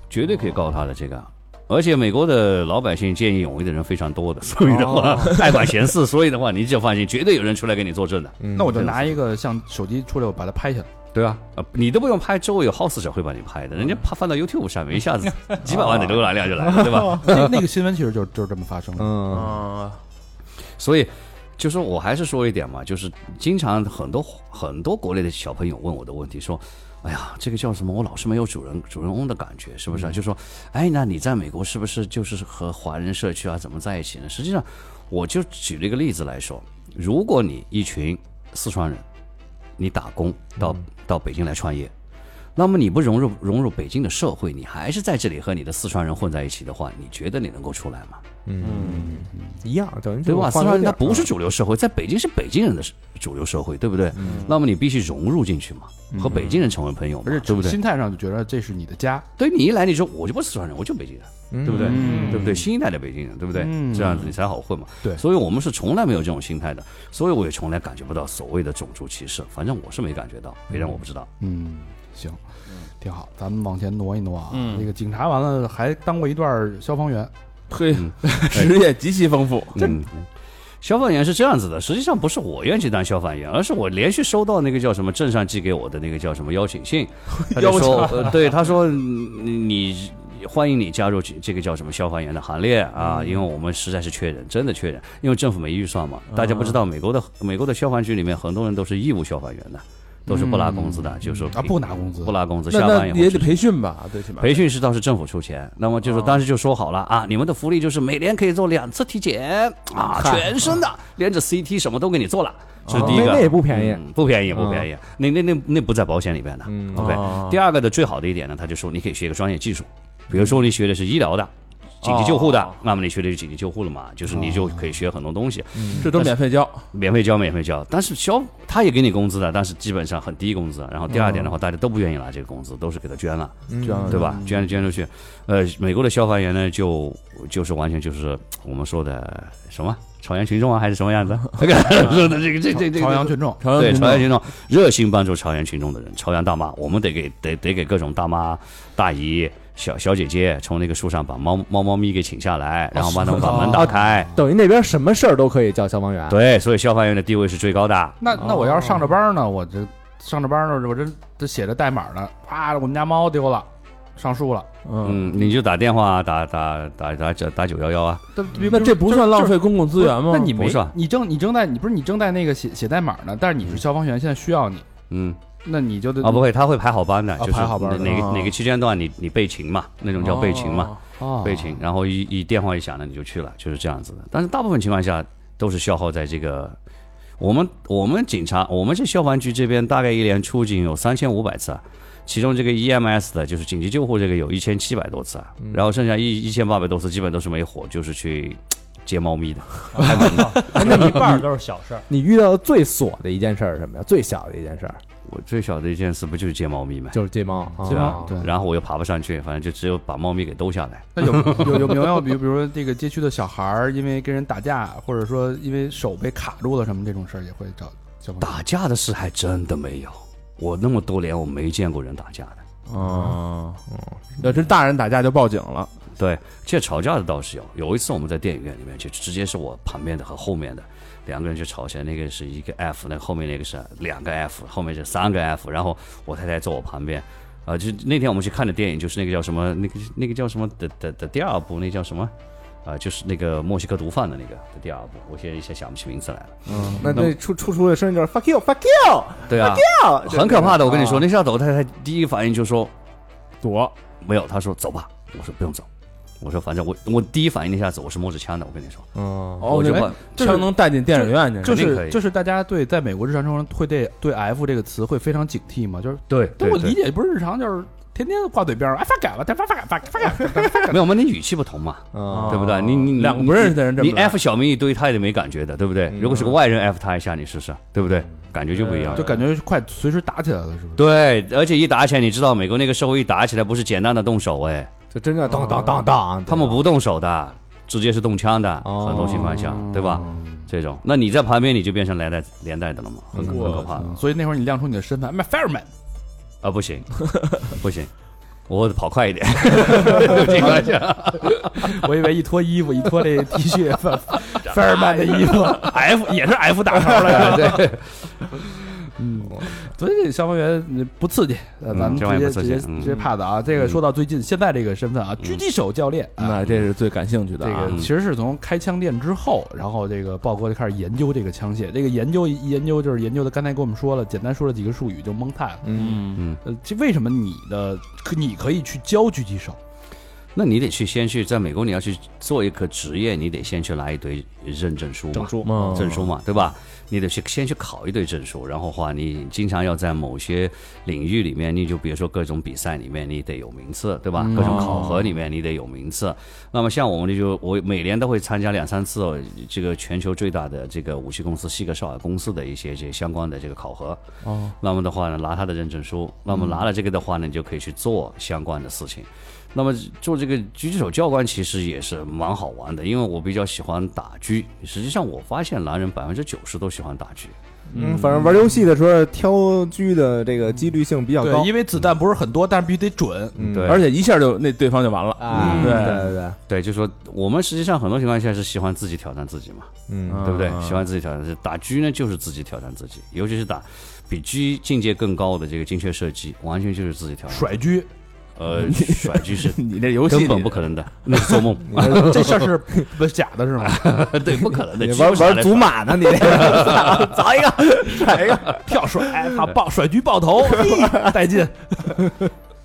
E: 绝对可以告他的这个。而且美国的老百姓见义勇为的人非常多的，所以的话爱管闲事，所以的话你就放心，绝对有人出来给你作证的。
B: 那我就拿一个像手机出来，我把它
E: (laughs)
B: 拍下来。
E: 对啊，呃你都不用拍，周围有好死者会帮你拍的，人家怕放到 YouTube 上面，一下 (laughs) 子几百万的浏览量就来了，对 (laughs) 吧？
B: 那那个新闻其实就就是这么发生的。
C: 嗯
F: 啊，
E: 所以，就说我还是说一点嘛，就是经常很多很多国内的小朋友问我的问题，说，哎呀，这个叫什么？我老是没有主人主人翁的感觉，是不是啊？就说，哎，那你在美国是不是就是和华人社区啊怎么在一起呢？实际上，我就举了一个例子来说，如果你一群四川人，你打工到、到北京来创业。那么你不融入融入北京的社会，你还是在这里和你的四川人混在一起的话，你觉得你能够出来吗？
C: 嗯，一样，等于
E: 对吧？四川人他不是
B: 嗯
C: 主，
E: 主流社会，在北京是北京人的主流社会，对不对？那么你必须融入进去嘛，和北京人成为朋友嘛，
B: 嗯而且
E: 对不对
B: 心？态上就觉得这是你的家，
E: 对你一来你说我就不是四川人，我就北京人，
C: 嗯
E: 对不对？对不对？新一代的北京人，对不对？这样子你才好混嘛。
B: 嗯对
E: 所以我们是从来没有这种心态的，所以我也从来感觉不到所谓的种族歧视，反正我是没感觉到，别人我不知道。
B: 嗯，行，挺好，咱们往前挪一挪啊。
F: 嗯
B: 那个警察完了还当过一段消防员，
F: 嘿
E: (laughs) 嗯，
F: 职业极其丰
B: (laughs)
F: 富，
E: 嗯。消防员是这样子的，实际上不是我愿意去当消防员，而是我连续收到那个叫什么镇上寄给我的那个叫什么邀请
F: (laughs)
E: 信，他就说，呃、对，他说嗯你欢迎你加入这这个叫什么消防员的行列
F: 嗯
E: 啊，因为我们实在是缺人，真的缺人，因为政府没预算
F: 嗯
E: 嘛。大家不知道，美国的美国的消防局里面很多人都是义务消防员的，都是不拿工资的，就是
B: 啊不拿工资
E: 不拿工资，
F: 嗯那
E: 下班
F: 那
E: 以后
F: 也
E: 出
F: 得
E: 去
F: 培训吧，最起码
E: 培训是倒是政府出钱，那么
C: 哦
E: 就是当时就说好了啊，你们的福利就是每年可以做两次体检啊，全身的，连着 CT 什么都给你做了，这是第一
C: 哦那
E: 个，
C: 那也不便宜哦
E: 嗯不便宜，不便宜，那那那那不在保险里边的
C: 嗯
E: ，OK。第二个的最好的一点呢，他就说你可以学一个专业技术，比如说你学的是医疗的，紧急救护
C: 哦
E: 的，那么你学的就紧急救护了嘛，就是你就可以学很多东西，
F: 这都免费教，
E: 免费教免费教。但是教他也给你工资的，但是基本上很低工资。啊然后第二点
C: 哦
E: 的话，大家都不愿意拿这个工资，都是给他捐了，
C: 嗯
F: 这样
E: 对吧？捐捐出去。呃，美国的消防员呢，就就是完全就是我们说的什么朝阳群众啊，还是什么样子？说的这个这这这
B: 朝
E: 个
B: 阳群众，
F: 朝阳
E: 对
F: 群
E: 朝
F: 众
E: 阳群众热心帮助朝阳群众的人，朝阳大妈，我们得给得得给各种大妈、大姨、小小姐姐从那个树上把猫猫猫咪给请下来，然后帮他们把门打开。
C: 等于那边什么事儿都可以叫消防员。
E: 对，所以消防员的地位是最高的。
B: 那那我要是
F: 哦
B: 上着班呢，我这上着班呢，我这这写着代码呢，啪，我们家猫丢了，上树了，
E: 嗯，你就打电话打打打打打打九幺幺啊，
B: 那
F: 那这不算浪费公共资源吗？
B: 那你没
E: 不算
B: 你正你正在你不是你正在那个写写代码呢，但是你是消防员，现在需要你，
E: 嗯
B: 那你就得
E: 啊不会，他会排好班的，
B: 啊
E: 就是
B: 排好班的
E: 哪
F: 哦
E: 个哪个期间段你你备勤嘛，那种叫备勤嘛，
F: 哦
B: 啊
E: 备勤，然后一一电话一响呢你就去了，就是这样子的。但是大部分情况下都是消耗在这个。我们我们警察，我们这消防局这边大概一年出警有三千五百次啊，其中这个 EMS 的就是紧急救护这个有一千七百多次啊，
B: 嗯
E: 然后剩下一一千八百多次基本都是没火，就是去接猫咪的。
D: 哎那一半儿都是小事儿。
C: 你遇到最锁的一件事儿是什么呀？最小的一件事儿
E: 我最小的一件事不就是接猫咪吗？
C: 就是接猫，
B: 对
C: 啊
B: 吧？对。
E: 然后我又爬不上去，反正就只有把猫咪给兜下来。
B: 那有有有没有比如比如说这个街区的小孩儿因为跟人打架，或者说因为手被卡住了什么这种事儿，也会找消防员。
E: 打架的事还真的没有，我那么多年我没见过人打架的。
F: 啊，要是大人打架就报警了，
E: 对，这吵架的倒是有。有一次我们在电影院里面就直接是我旁边的和后面的两个人就吵起来，那个是一个 F，那个后面那个是两个 F，后面是三个 F，然后我太太坐我旁边。啊、就是那天我们去看的电影，就是那个叫什么，那个那个叫什么的的的第二部，那叫什么？啊、就是那个墨西哥毒贩的那个的第二部，我现在一下想不起名字来了。
C: 那那出出出的声音就是 fuck you fuck you，
E: 对啊，很可怕的。我跟你说，那下走，太太第一反应就说
F: 躲
E: 没有，她说走吧。我说不用走，我说反正我我第一反应那下子我是摸着枪的，我跟你说，
C: 嗯，
F: 哦
E: 我就
F: 原来
E: 怕
B: 就是
F: 枪能带进电影院去，
B: 就
E: 肯定可
B: 是
E: 以
B: 就是大家对在美国日常生活中会对对 F 这个词会非常警惕嘛，就是
E: 对，
B: 但
E: 对
B: 我
E: 对
B: 理解不是日常就是天天挂嘴边儿啊发改了，发
E: (laughs)
B: 改发改发改发改，
E: 没有嘛，你语气不同嘛，
C: 嗯
E: 对不对？你你你
F: 哦两个不认识的人这么嗯
E: 你 F 小明一堆，他也没感觉的，对不对？如果是个外人 F 他一下，你试试，对不对？感觉就不一样
B: 就。感觉快随时打起来了，是不是？
E: 对，而且一打起来，你知道美国那个社会一打起来不是简单的动手，哎，
F: 啊
C: 就真的当当当当，
E: 他们不动手的，直接是动枪的，
C: 哦
E: 很多情况下，对吧？这种，那你在旁边你就变成连带连带的了嘛，很可很可怕
B: 嗯所以那会儿你亮出你的 (laughs) 身份，I'm 哎 a fireman，
E: 啊！不行， (laughs) 不行，我跑快一点， (laughs) 没关系。
B: 我以为一脱衣服一脱这 T 恤
E: (laughs)
B: fireman 的衣服 F 也是 F 打头 (laughs) 来的，
E: (laughs)
B: 对。嗯，所以这消防员嗯不刺激，呃咱们
E: 嗯
B: 直
E: 消防员
B: 接
E: 不刺
B: 直
E: 激
B: 接
E: 嗯
B: 直接 pass 啊。这个说到最近现在这个身份啊，狙击手教练啊，
F: 那这是最感兴趣的
B: 这
F: 啊
B: 个其实是从开枪店之后，然后这个豹哥就开始研究这个枪械。这个研究一研究就是研究的，刚才给我们说了，简单说了几个术语就蒙太了。
C: 嗯
B: 呃，这为什么你的可你可以去教狙击手？
E: 那你得去先去，在美国你要去做一个职业，你得先去拿一堆认证书嘛，证书
F: 嗯
E: 嘛，对吧？你得去先去考一堆证书，然后的话，你经常要在某些领域里面，你就比如说各种比赛里面，你得有名次，对吧？各种考核里面你得有名次。那么像我们这就我每年都会参加两三次哦这个全球最大的这个武器公司西格绍尔公司的一些这相关的这个考核。哦，那么的话呢，拿他的认证书，那么拿了这个的话呢，你就可以去做相关的事情。那么做这个狙击手教官其实也是蛮好玩的，因为我比较喜欢打狙。实际上我发现男人百分之九十都喜欢打狙，
C: 嗯，反正玩游戏的时候挑狙的这个几率性比较高
B: 对，，因为子弹不是很多，但是必须得准。
C: 嗯
E: 对
F: 而且一下就那对方就完了，
C: 啊，
F: 嗯
C: 对
F: 对
C: 对对，
E: 对，就说我们实际上很多情况下是喜欢自己挑战自己嘛，
C: 嗯
F: 嗯
E: 对不对？喜欢自己挑战自己，打狙呢就是自己挑战自己，尤其是打比狙境界更高的这个精确射击，完全就是自己挑战。
B: 甩狙
E: 呃，甩狙是
F: 你这游戏
E: 根
F: 里
E: 本不可能的，那是做梦，
B: 这事儿是 (laughs) 不是假的是吗？(laughs)
E: (laughs) 对，不可能的
C: 你。
E: 狙
C: 玩
E: 不是拿
C: 玩
E: 来
C: 祖
E: 甩
C: 玛呢，你这个砸一个，
B: 甩一个跳哎甩，哎怕爆甩狙爆头，嘿带劲。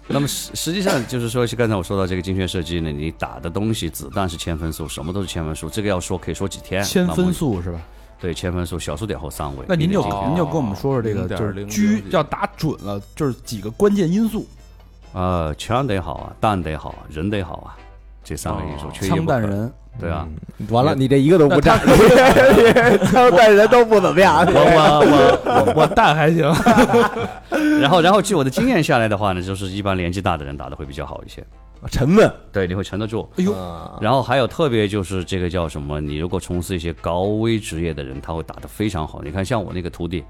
E: 那么实实际上就是说，是刚才我说到这个精确射击呢，你打的东西子弹是千分数，什么都是千分数，这个要说可以说几天。
B: 千
E: 那
B: 分
E: 么
B: 数是吧？
E: 对千分数，小数点后三位。
B: 那您就
E: 一定
B: 您就跟我们说说这个，就是狙要打准了，就是几个关键因素。
E: 呃，枪得好啊，弹得好啊，人得好啊，这三个因素
F: 哦
E: 缺一
B: 枪
E: 不可
B: 弹。人，
E: 对啊，
C: 嗯，完了，你这一个都不占，枪战人都不怎么样。
E: 我我 (laughs)
B: 我我蛋还行，嗯
E: 我， (laughs) 然后然后据我的经验下来的话呢，就是一般年纪大的人打的会比较好一些，
C: 沉闷，
E: 对，你会沉得住。
B: 哎呦，
C: 啊
E: 然后还有特别就是这个叫什么？你如果从事一些高危职业的人，他会打得非常好。你看，像我那个徒弟，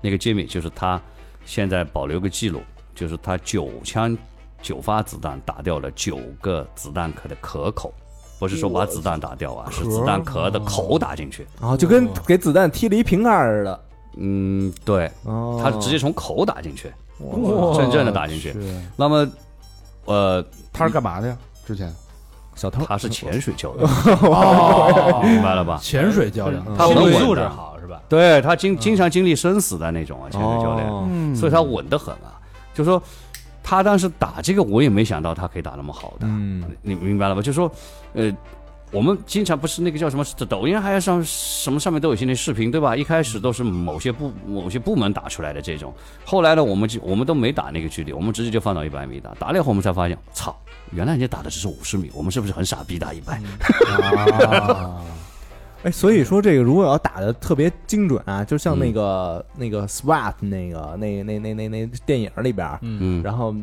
E: 那个杰米，就是他现在保留个记录，就是他九枪九发子弹打掉了九个子弹壳的壳口，不是说把子弹打掉啊，是子弹壳的口打进去。
C: 啊，就跟给子弹踢了一瓶盖儿似的。
E: 嗯，对，
C: 哦
E: 他直接从口打进去，
B: 哇
E: 真正的打进去。
B: 哦是
E: 那么，呃，
B: 他是干嘛的呀？之前
E: 啊
C: 小偷
E: 他是潜水教练，
B: 哦
E: 明白了吧？
B: 潜水教练，
C: 嗯
D: 他
E: 能
D: 心理
E: 稳
D: 素质
E: 的
D: 好是吧？
E: 对他经经常经历生死的那种啊，潜水教练。
C: 哦
B: 哦嗯
E: 所以他稳得很啊。就说他当时打这个，我也没想到他可以打那么好的，
C: 嗯，
E: 你明白了吧？就说，呃，我们经常不是那个叫什么，抖音还要上什么上面都有些那视频，对吧？一开始都是某些部某些部门打出来的这种，后来呢，我们就我们都没打那个距离，我们直接就放到一百米打，打了以后我们才发现，操，原来人家打的只是五十米，我们是不是很傻逼打一百？
B: 啊，
C: 哎，所以说这个如果要打的特别精准啊，就像那个那个 SWAT 那个那那那那那电影里边儿，
E: 嗯，
C: 然后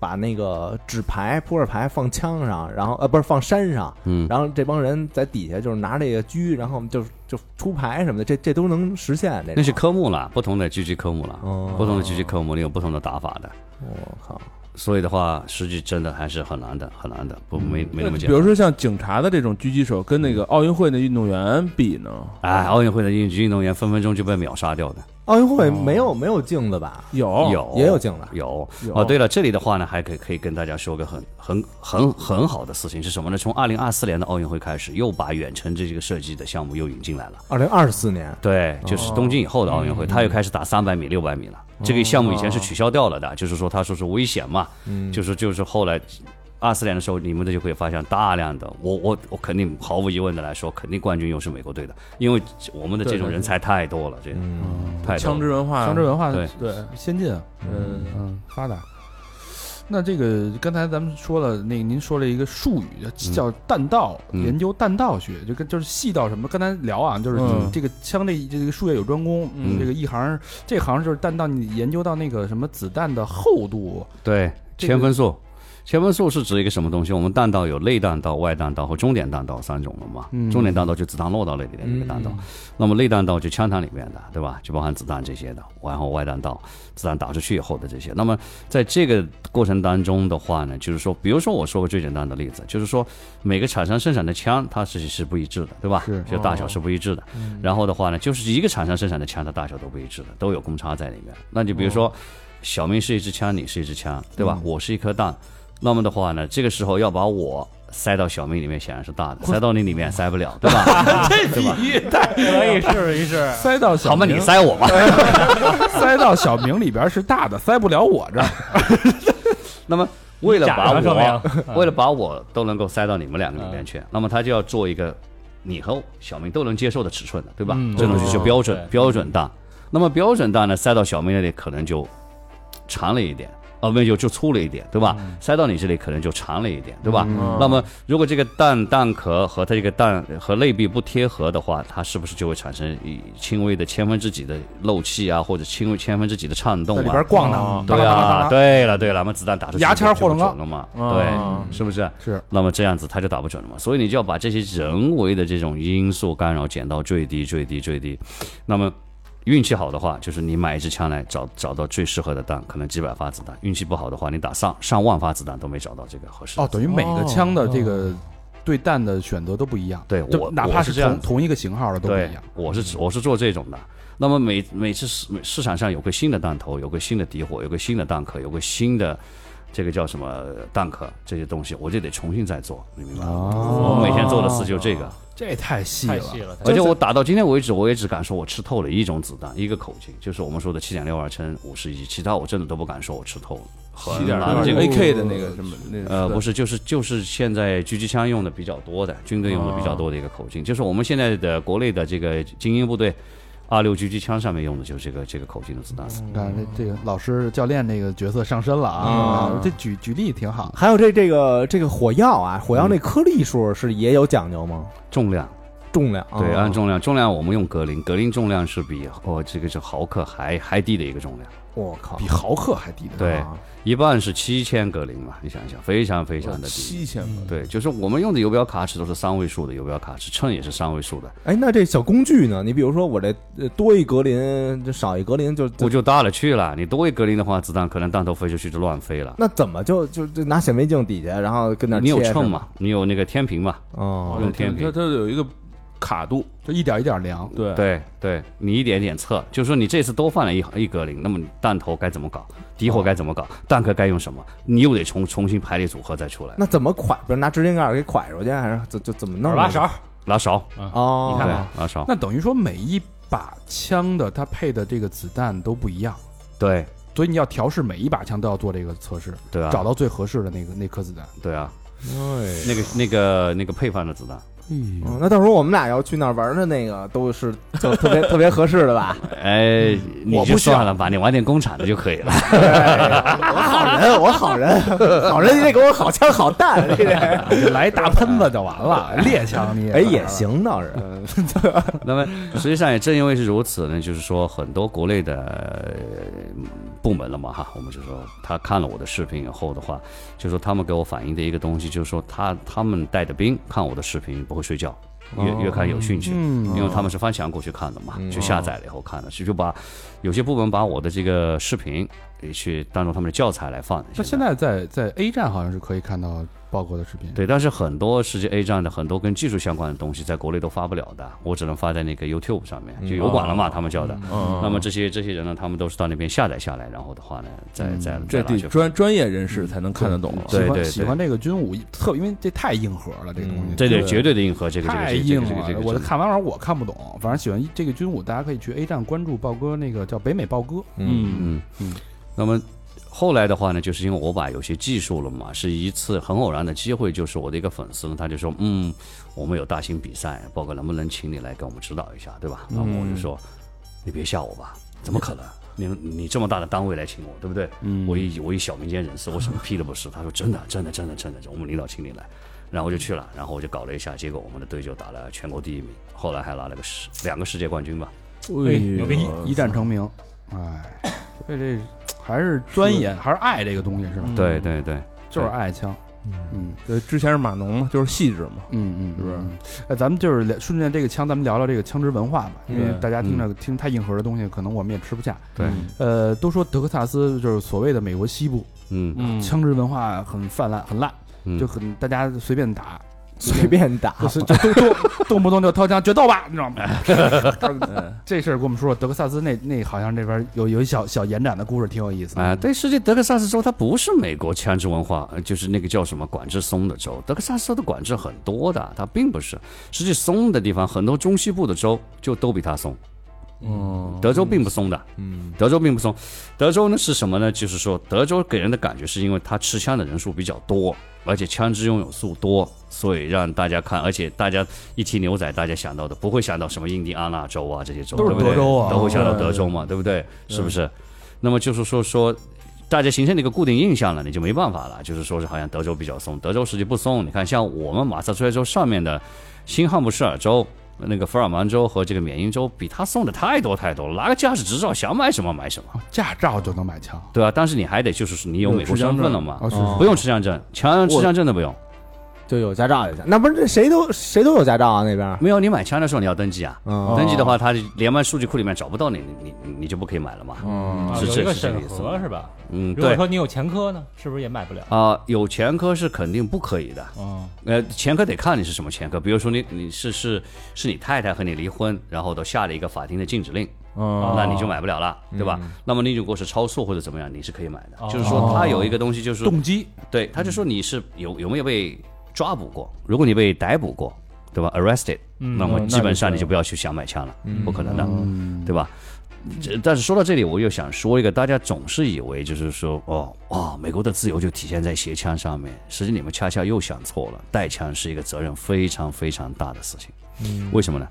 C: 把那个纸牌扑克牌放枪上，然后呃不是放山上，
E: 嗯
C: 然后这帮人在底下就是拿这个狙，然后就是就出牌什么的，这这都能实现这种。
E: 那是科目了，不同的狙击科目了，
C: 哦
E: 不同的狙击科目你有不同的打法的。
C: 我靠，
E: 所以的话，实际真的还是很难的，很难的，不没没那么简单。
F: 比如说像警察的这种狙击手，跟那个奥运会的运动员比呢，
E: 哎，奥运会的运运动员分分钟就被秒杀掉的，
C: 奥运
E: 哦
C: 会没有没有镜子吧？
F: 有
E: 有
C: 哦也有镜子
E: 有
F: 有
E: 哦。对了，这里的话呢，还可以可以跟大家说个很很很很好的事情是什么呢？从二零二四年的奥运会开始，又把远程这个射击的项目又引进来了。
C: 二零二四年
E: 对，就是东京以后的奥运
C: 哦
E: 会，他又开始打三百米、六百米了。这个项目以前是取消掉了的，就是说他说是危险嘛，
C: 嗯
E: 嗯就是就是后来二四年的时候，你们就可以发现大量的，我我我肯定毫无疑问的来说，肯定冠军又是美国队的，因为我们的这种人才太多了，这
C: 嗯
E: 个太多
F: 枪支
E: 了。
F: 文化，
B: 枪支文化
E: 对
B: 对先进啊，
F: 嗯，
B: 嗯，发达。那这个刚才咱们说了，那个您说了一个术语叫弹道，
E: 嗯
B: 研究弹道学，就跟就是细到什么？刚才聊啊，就是
F: 嗯
B: 这个枪这这个术业有专攻，
E: 嗯
B: 这个一行这行就是弹道，你研究到那个什么子弹的厚度，
E: 对，
B: 这个
E: 千分速，千分速是指一个什么东西？我们弹道有内弹道、外弹道和中点弹道三种了嘛？
B: 嗯
E: 中点弹道就子弹落到那里的那个弹道，那么内弹道就枪膛里面的，对吧？就包含子弹这些的，然后外弹道子弹打出去以后的这些。那么在这个过程当中的话呢，就是说，比如说我说个最简单的例子，就是说每个厂商生产的枪它是是不一致的，对吧？
B: 是哦嗯
E: 就大小是不一致的。然后的话呢，就是一个厂商生产的枪它大小都不一致的，都有公差在里面。那就比
B: 哦
E: 如说。小明是一支枪，你是一支枪，对
D: 嗯
E: 吧？我是一颗蛋，那么的话呢，这个时候要把我塞到小明里面，显然是大的；
D: (laughs)
E: 塞到你里面塞不了，对吧？
B: 哎
D: 可以试一试。
B: 塞到小
E: 好嘛，
B: 明
E: 你塞我吧。
B: 塞到小明里边是大的，塞不了我这儿。
E: 那么为了把
D: (laughs) 假的上
E: 我， (laughs) 为了把我都能够塞到你们两个里面去，
D: 嗯
E: 那么他就要做一个你和小明都能接受的尺寸的，对吧？
D: 嗯
E: 这东西就标准、
D: 对
E: 标准大。那么标准大呢，塞到小明那里可能就长了一点。啊，没有就粗了一点，对吧？
D: 嗯
E: 塞到你这里可能就长了一点，对吧？
B: 嗯
E: 那么如果这个蛋蛋壳和它这个蛋和内壁不贴合的话，它是不是就会产生一轻微的千分之几的漏气啊，或者轻微千分之几的颤动
B: 在
E: 啊？
B: 里边逛呢，
E: 对啊，对了对了，我们子弹打出去
B: 牙签儿
E: 就
B: 豁楞
E: 不
B: 了
E: 准了嘛，
F: 啊
E: 对，是不是？
B: 是。
E: 那么这样子他就打不准了嘛，所以你就要把这些人为的这种因素干扰减到最低最低最低。那么运气好的话，就是你买一支枪来找找到最适合的弹，可能几百发子弹；运气不好的话，你打上上万发子弹都没找到这个合适的
B: 哦，等于每个枪的这个对弹的选择都不一样，
E: 哦对
B: 就
E: 我
B: 哪怕
E: 我
B: 是
E: 是这样
B: 同同一个型号的都不
E: 对
B: 一样。，
E: 我是我是做这种的。那么每每次市每市场上有个新的弹头，有个新的底火，有个新的弹壳，有个新的这个叫什么弹壳这些东西，我就得重新再做，你明白吗？我每天做的事就这个，
B: 这太细
D: 太
B: 了，
D: 细了，
E: 而且我打到今天为止，我也只敢说我吃透了一种子弹，一个口径，就是我们说的七点六二乘五十一，其他我真的都不敢说我吃透了。
F: 起
E: 很
F: 点
E: 难，这个
F: AK 的那个什么那个
E: 呃，不是，就是就是现在狙击枪用的比较多的，军队用的比较多的一个口径，就是我们现在的国内的这个精英部队，二六狙击枪上面用的就是这个这个口径的子弹。
B: 你看这这个老师教练这个角色上身了
E: 嗯
B: 啊，这举举例挺好。
C: 还有这这个这个火药啊，火药那颗粒数是也有讲究吗？
E: 重量
C: 重量
E: 对，
C: 啊
E: 按重量，重量我们用格林，格林重量是比哦这个是毫克还还低的一个重量，
C: 我靠
B: 比，毫克还低的，
E: 对
C: 啊，
E: 一半是七千格林嘛，你想一想，非常非常的低。
F: 七千
B: 嗯
F: 个，
E: 对，就是我们用的游标卡尺都是三位数的游标卡尺，秤也是三位数的，
C: 哎，那这小工具呢？你比如说我这呃多一格林，这少一格林就
E: 我
C: 就
E: 就大了去了。你多一格林的话，子弹可能弹头飞出去就乱飞了。
C: 那怎么就就就拿显微镜底下，然后跟那儿
E: 你有
C: 切
E: 秤
C: 是吗？
E: 嘛？你有那个天平嘛？
C: 哦，
E: 用天平
F: 它它有一个卡度，
B: 就一点一点量。
F: 对，
E: 对对，你一点点测，就是说你这次多放了一一格零，那么你弹头该怎么搞，底
B: 哦
E: 火该怎么搞，弹壳该用什么，你又得重重新排列组合再出来。
C: 那怎么蒯？比如拿指甲盖儿给蒯出去，还是怎就怎么弄？啊
D: 二八勺，
E: 拿勺，
C: 哦，
D: 你看
E: 对
D: 吧，
E: 拿勺，
B: 那等于说每一把枪的它配的这个子弹都不一样，
E: 对
B: 所以你要调试每一把枪都要做这个测试，
E: 对啊，
B: 找到最合适的那个那颗子弹。
E: 对啊，
C: 哎
E: 那个那个那个配方的子弹，
C: 嗯那到时候我们俩要去那儿玩的那个都是就特别 (laughs) 特别合适的吧？
E: 哎，
B: 嗯
E: 你
B: 我
E: 就
B: 不需要
E: 算了吧，你玩点工厂的就可以了。
C: 我好人，我好人，好人你得给我好枪好弹，你得。
B: 就来一大喷子就完了，猎枪你
C: 哎，也。行倒是，
E: 那么实际上也正因为是如此呢，就是说很多国内的呃部门了嘛哈，我们就说他看了我的视频以后的话，就说他们给我反映的一个东西，就是说他他们带的兵看我的视频不会睡觉，
B: 哦
E: 越越看有兴趣。
B: 嗯
E: 因为他们是翻墙过去看的嘛，
C: 嗯
E: 就下载了以后看的，是就把有些部门把我的这个视频也去当做他们的教材来放的。
B: 那现在在在 A 站好像是可以看到豹哥的视频，
E: 对，但是很多世界 A 站的很多跟技术相关的东西，在国内都发不了的，我只能发在那个 YouTube 上面，就油管了嘛，他们叫的。
F: 嗯
E: 那么这些这些人呢，他们都是到那边下载下来，然后的话呢，再再再
F: 这
E: 拿
F: 得
E: 去
F: 专专业人士才能看得懂了。啊
E: 对
B: 喜
E: 对
B: 欢喜欢这个军武，特因为这太硬核了，这个东西，
F: 嗯
E: 这得绝对的硬核，这个这个
B: 太
E: 这
B: 硬
E: 个这个
B: 了
E: 这个，
B: 我
E: 这
B: 的
E: 个。
B: 看完玩意儿我看不懂，反正喜欢这个军武，大家可以去 A 站关注豹哥那个叫北美豹哥，
F: 嗯，
E: 嗯，那么后来的话呢，就是因为我把有些技术了嘛，是一次很偶然的机会，就是我的一个粉丝呢，他就说，嗯，我们有大型比赛，豹哥能不能请你来给我们指导一下，对吧？然后我就说，你别吓我吧，怎么可能？你你这么大的单位来请我，对不对？嗯，我一我一小民间人士，我什么屁都不是。他说真的，真的，真的，真的，我们领导请你来，然后我就去了，然后我就搞了一下，结果我们的队就打了全国第一名，后来还拿了个世两个世界冠军吧。
B: 哎
F: 牛逼！
B: 一战成名，哎，所以这还是钻研，还是爱这个东西是吧？
E: 对对对，
B: 就是爱枪，嗯
F: 对，之前是码农嘛，就是细致嘛。
B: 嗯嗯，
F: 是不是
B: 嗯？哎，咱们就是聊顺便这个枪，咱们聊聊这个枪支文化吧，因为
F: 对
B: 大家听着听太硬核的东西，可能我们也吃不下。
E: 对，
B: 呃，都说德克萨斯就是所谓的美国西部，
E: 嗯
F: 嗯
B: 枪支文化很泛滥，很烂，
E: 嗯，
B: 就很大家随便打，
C: 随便打，
B: 就是就动动动不动就掏枪决斗吧，你知道吗？这事儿跟我们说说德克萨斯那那好像这边有有一小小延展的故事，挺有意思的
E: 啊、对，实际德克萨斯州它不是美国枪支文化，呃就是那个叫什么管制松的州。德克萨斯州的管制很多的，它并不是。实际松的地方，很多中西部的州就都比它松。
B: 哦
F: 嗯，
E: 德州并不松的，
C: 嗯，
E: 德州并不松。德州呢是什么呢？就是说，德州给人的感觉是因为它持枪的人数比较多，而且枪支拥有数多，所以让大家看，而且大家一提牛仔，大家想到的不会想到什么印第安纳州啊这些州，
B: 都是
E: 对不对
B: 德州啊
E: 都会想到德州嘛，对不对？是不是？那么就是说说。大家形成了一个固定印象了，你就没办法了。就是说是好像德州比较松，德州实际不松。你看，像我们马萨诸塞州上面的新罕布什尔州、那个福尔曼州和这个缅因州，比他松的太多太多了。拿个驾驶执照，想买什么买什么。
B: 驾照就能买枪，
E: 对吧？但是你还得就是说你有美国身份了嘛，
B: 啊是
C: 哦
E: 不用持枪证，枪持枪证都不用。
C: 就有驾照就行。那不是这谁都谁都有驾照啊那边？
E: 没有，你买枪的时候你要登记啊，
C: 嗯
E: 登记的话，他连麦数据库里面找不到你，你你你就不可以买了嘛。
F: 嗯，
D: 啊
E: 是
D: 有
E: 这
D: 一个
E: 是这个
D: 审
E: 意思
D: 核是吧？
E: 嗯，
D: 如果
E: 对。
D: 说你有前科呢，是不是也买不了？
E: 啊，有前科是肯定不可以的。
D: 嗯，
E: 呃，前科得看你是什么前科，比如说你你是是是你太太和你离婚，然后都下了一个法庭的禁止令，
F: 嗯
E: 那你就买不了了，对吧？那么你如果是超速或者怎么样，你是可以买的。就是说，
D: 哦
E: 他有一个东西，就是说
B: 动机
E: 对，他就说你是有有没有被抓捕过？如果你被逮捕过，对吧？arrested，、那嗯
D: 嗯
E: 么基本上你就不嗯要去想买枪了，不可能的，对吧？这但是说到这里，我又想说一个，大家总是以为就是说，哦哦，美国的自由就体现在携枪上面，实际你们恰恰又想错了。嗯带枪是一个责任非常非常大的事情，为什么呢？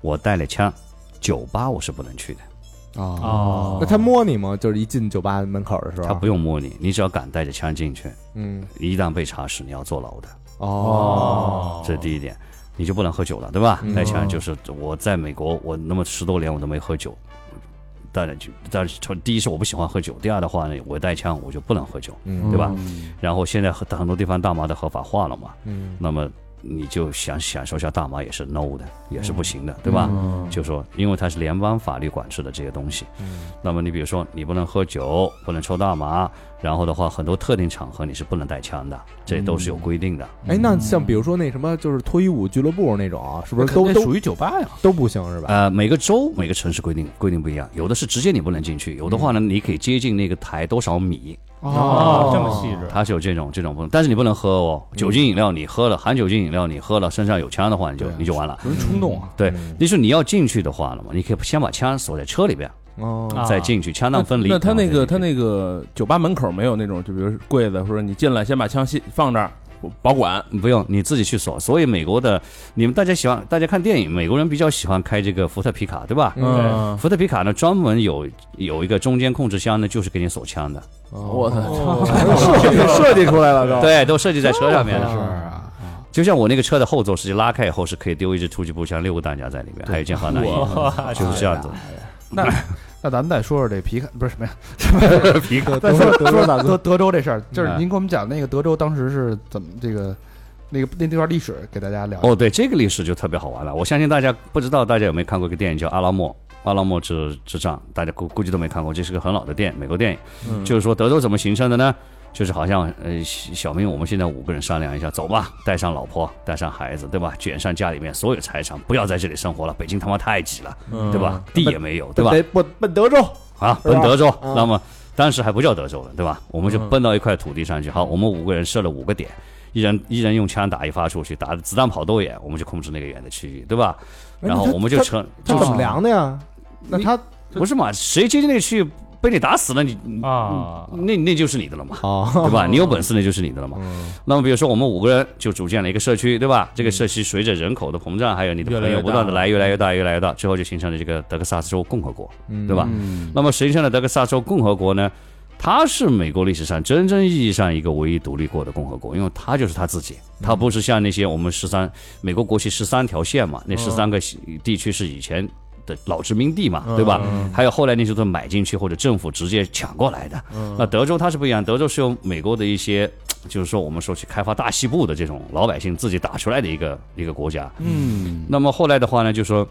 E: 我带了枪，酒吧我是不能去的，
D: 哦
C: 那他摸你吗？就是一进酒吧门口的时候，
E: 他不用摸你，你只要敢带着枪进去，
C: 嗯，
E: 一旦被查实，你要坐牢的。
C: 哦，
E: 这是第一点，你就不能喝酒了，对吧
C: 嗯？
E: 带枪就是我在美国，我那么十多年我都没喝酒，当然就但是第一是我不喜欢喝酒，第二的话呢，我带枪我就不能喝酒，
C: 嗯，
E: 对吧？然后现在很很多地方大麻的合法化了嘛，
C: 嗯，
E: 那么你就想享受一下大麻也是 no 的，也是不行
C: 嗯
E: 的，对吧？就说，因为它是联邦法律管制的这些东西，
C: 嗯
E: 那么你比如说你不能喝酒，不能抽大麻，然后的话很多特定场合你是不能带枪的，这都是有规定的。
C: 哎，那像比如说那什么，就是脱衣舞俱乐部那种啊，是不是都
B: 那
C: 都
B: 属于酒吧呀？
C: 都不行是吧？
E: 呃，每个州、每个城市规定规定不一样，有的是直接你不能进去，有的话
F: 嗯
E: 呢，你可以接近那个台多少米，
D: 哦，这么细致，
E: 它是有这种这种不能，但是你不能喝哦，酒精饮料你喝了，含酒精饮料你喝了，身上有枪的话，你就
F: 啊
B: 对
E: 你就完了。
B: 容易冲
C: 嗯
B: 动啊！
E: 对，就是你要进去的话了嘛，你可以先把枪锁在车里边，
C: 哦，
D: 啊
E: 再进去，枪
F: 那
E: 弹分离。啊
F: 那他
E: 然后
F: 那
E: 再
F: 个他
E: 进去
F: 那个酒吧门口没有那种，就比如柜子，或者你进来先把枪先放这儿我保管。
E: 嗯不用你自己去锁。所以美国的你们大家喜欢，大家看电影，美国人比较喜欢开这个福特皮卡，对吧？
C: 哦
F: 嗯，
E: 福特皮卡呢，专门有有一个中间控制箱呢，就是给你锁枪的，
F: 我操，
C: 设计哦 (laughs) 设计出来了
F: 哦
C: 都，
E: 对，都设计在车上面的。
B: 啊，
E: 就像我那个车的后座，实际拉开以后是可以丢一支突击步枪、六个弹夹在里面，还有一件防弹衣，
D: 哇
E: 就是这样子。
B: 那咱们再说说这皮卡，不是什么呀？
C: (laughs)
E: 皮克
B: 再
C: 德
B: 说说
C: 州德州大
B: 德
C: 哥，
B: 德州这事儿，就是
E: 嗯
B: 您给我们讲那个德州当时是怎么这个那个那那段历史，给大家聊一下。
E: 哦，对，这个历史就特别好玩了。我相信大家不知道，大家有没有看过一个电影叫《阿拉莫》。阿拉莫之之战，大家估估计都没看过，这是个很老的电影，美国电影。
B: 嗯
E: 就是说，德州怎么形成的呢？就是好像呃，小小明，我们现在五个人商量一下，走吧，带上老婆，带上孩子，对吧？卷上家里面所有财产，不要在这里生活了，北京他妈太挤了，
B: 嗯
E: 对吧？地也没有，对吧？
C: 得奔奔德州，
E: 啊，
C: 是吧
E: 奔德州，
C: 嗯
E: 那么当时还不叫德州了，对吧？我们就奔到一块土地上去。好，我们五个人设了五个点，一人一人用枪打一发出去，打子弹跑多远，我们就控制那个远的区域，对吧？
C: 哎
E: 然后
C: 那他
E: 我们就
C: 他
E: 成，
C: 这怎么量的呀？那他
E: 不是嘛？谁接近那个区域被你打死了，你
D: 啊，
E: 那那就是你的了嘛，
C: 哦，
E: (laughs) 对吧？你有本事那就是你的了嘛。
F: 嗯
E: 那么比如说我们五个人就组建了一个社区，对吧？这个社区随着人口的膨胀，还有你的
F: 越来
E: 朋
F: 越
E: 友不断的
F: 大
E: 来，越来越大，越来越大，最后就形成了这个德克萨斯州共和国，对吧？
B: 嗯
E: 那么实际上的德克萨斯州共和国呢，它是美国历史上真正意义上一个唯一独立过的共和国，因为它就是它自己，
F: 嗯
E: 它不是像那些我们十三美国国旗十三条线嘛，那
F: 嗯
E: 十三个地区是以前。的老殖民地嘛，对吧？
F: 嗯
E: 还有后来那时候买进去或者政府直接抢过来的。
F: 嗯
E: 那德州它是不一样，德州是由美国的一些，就是说我们说去开发大西部的这种老百姓自己打出来的一个一个国家。
B: 嗯，
E: 那么后来的话呢，就说。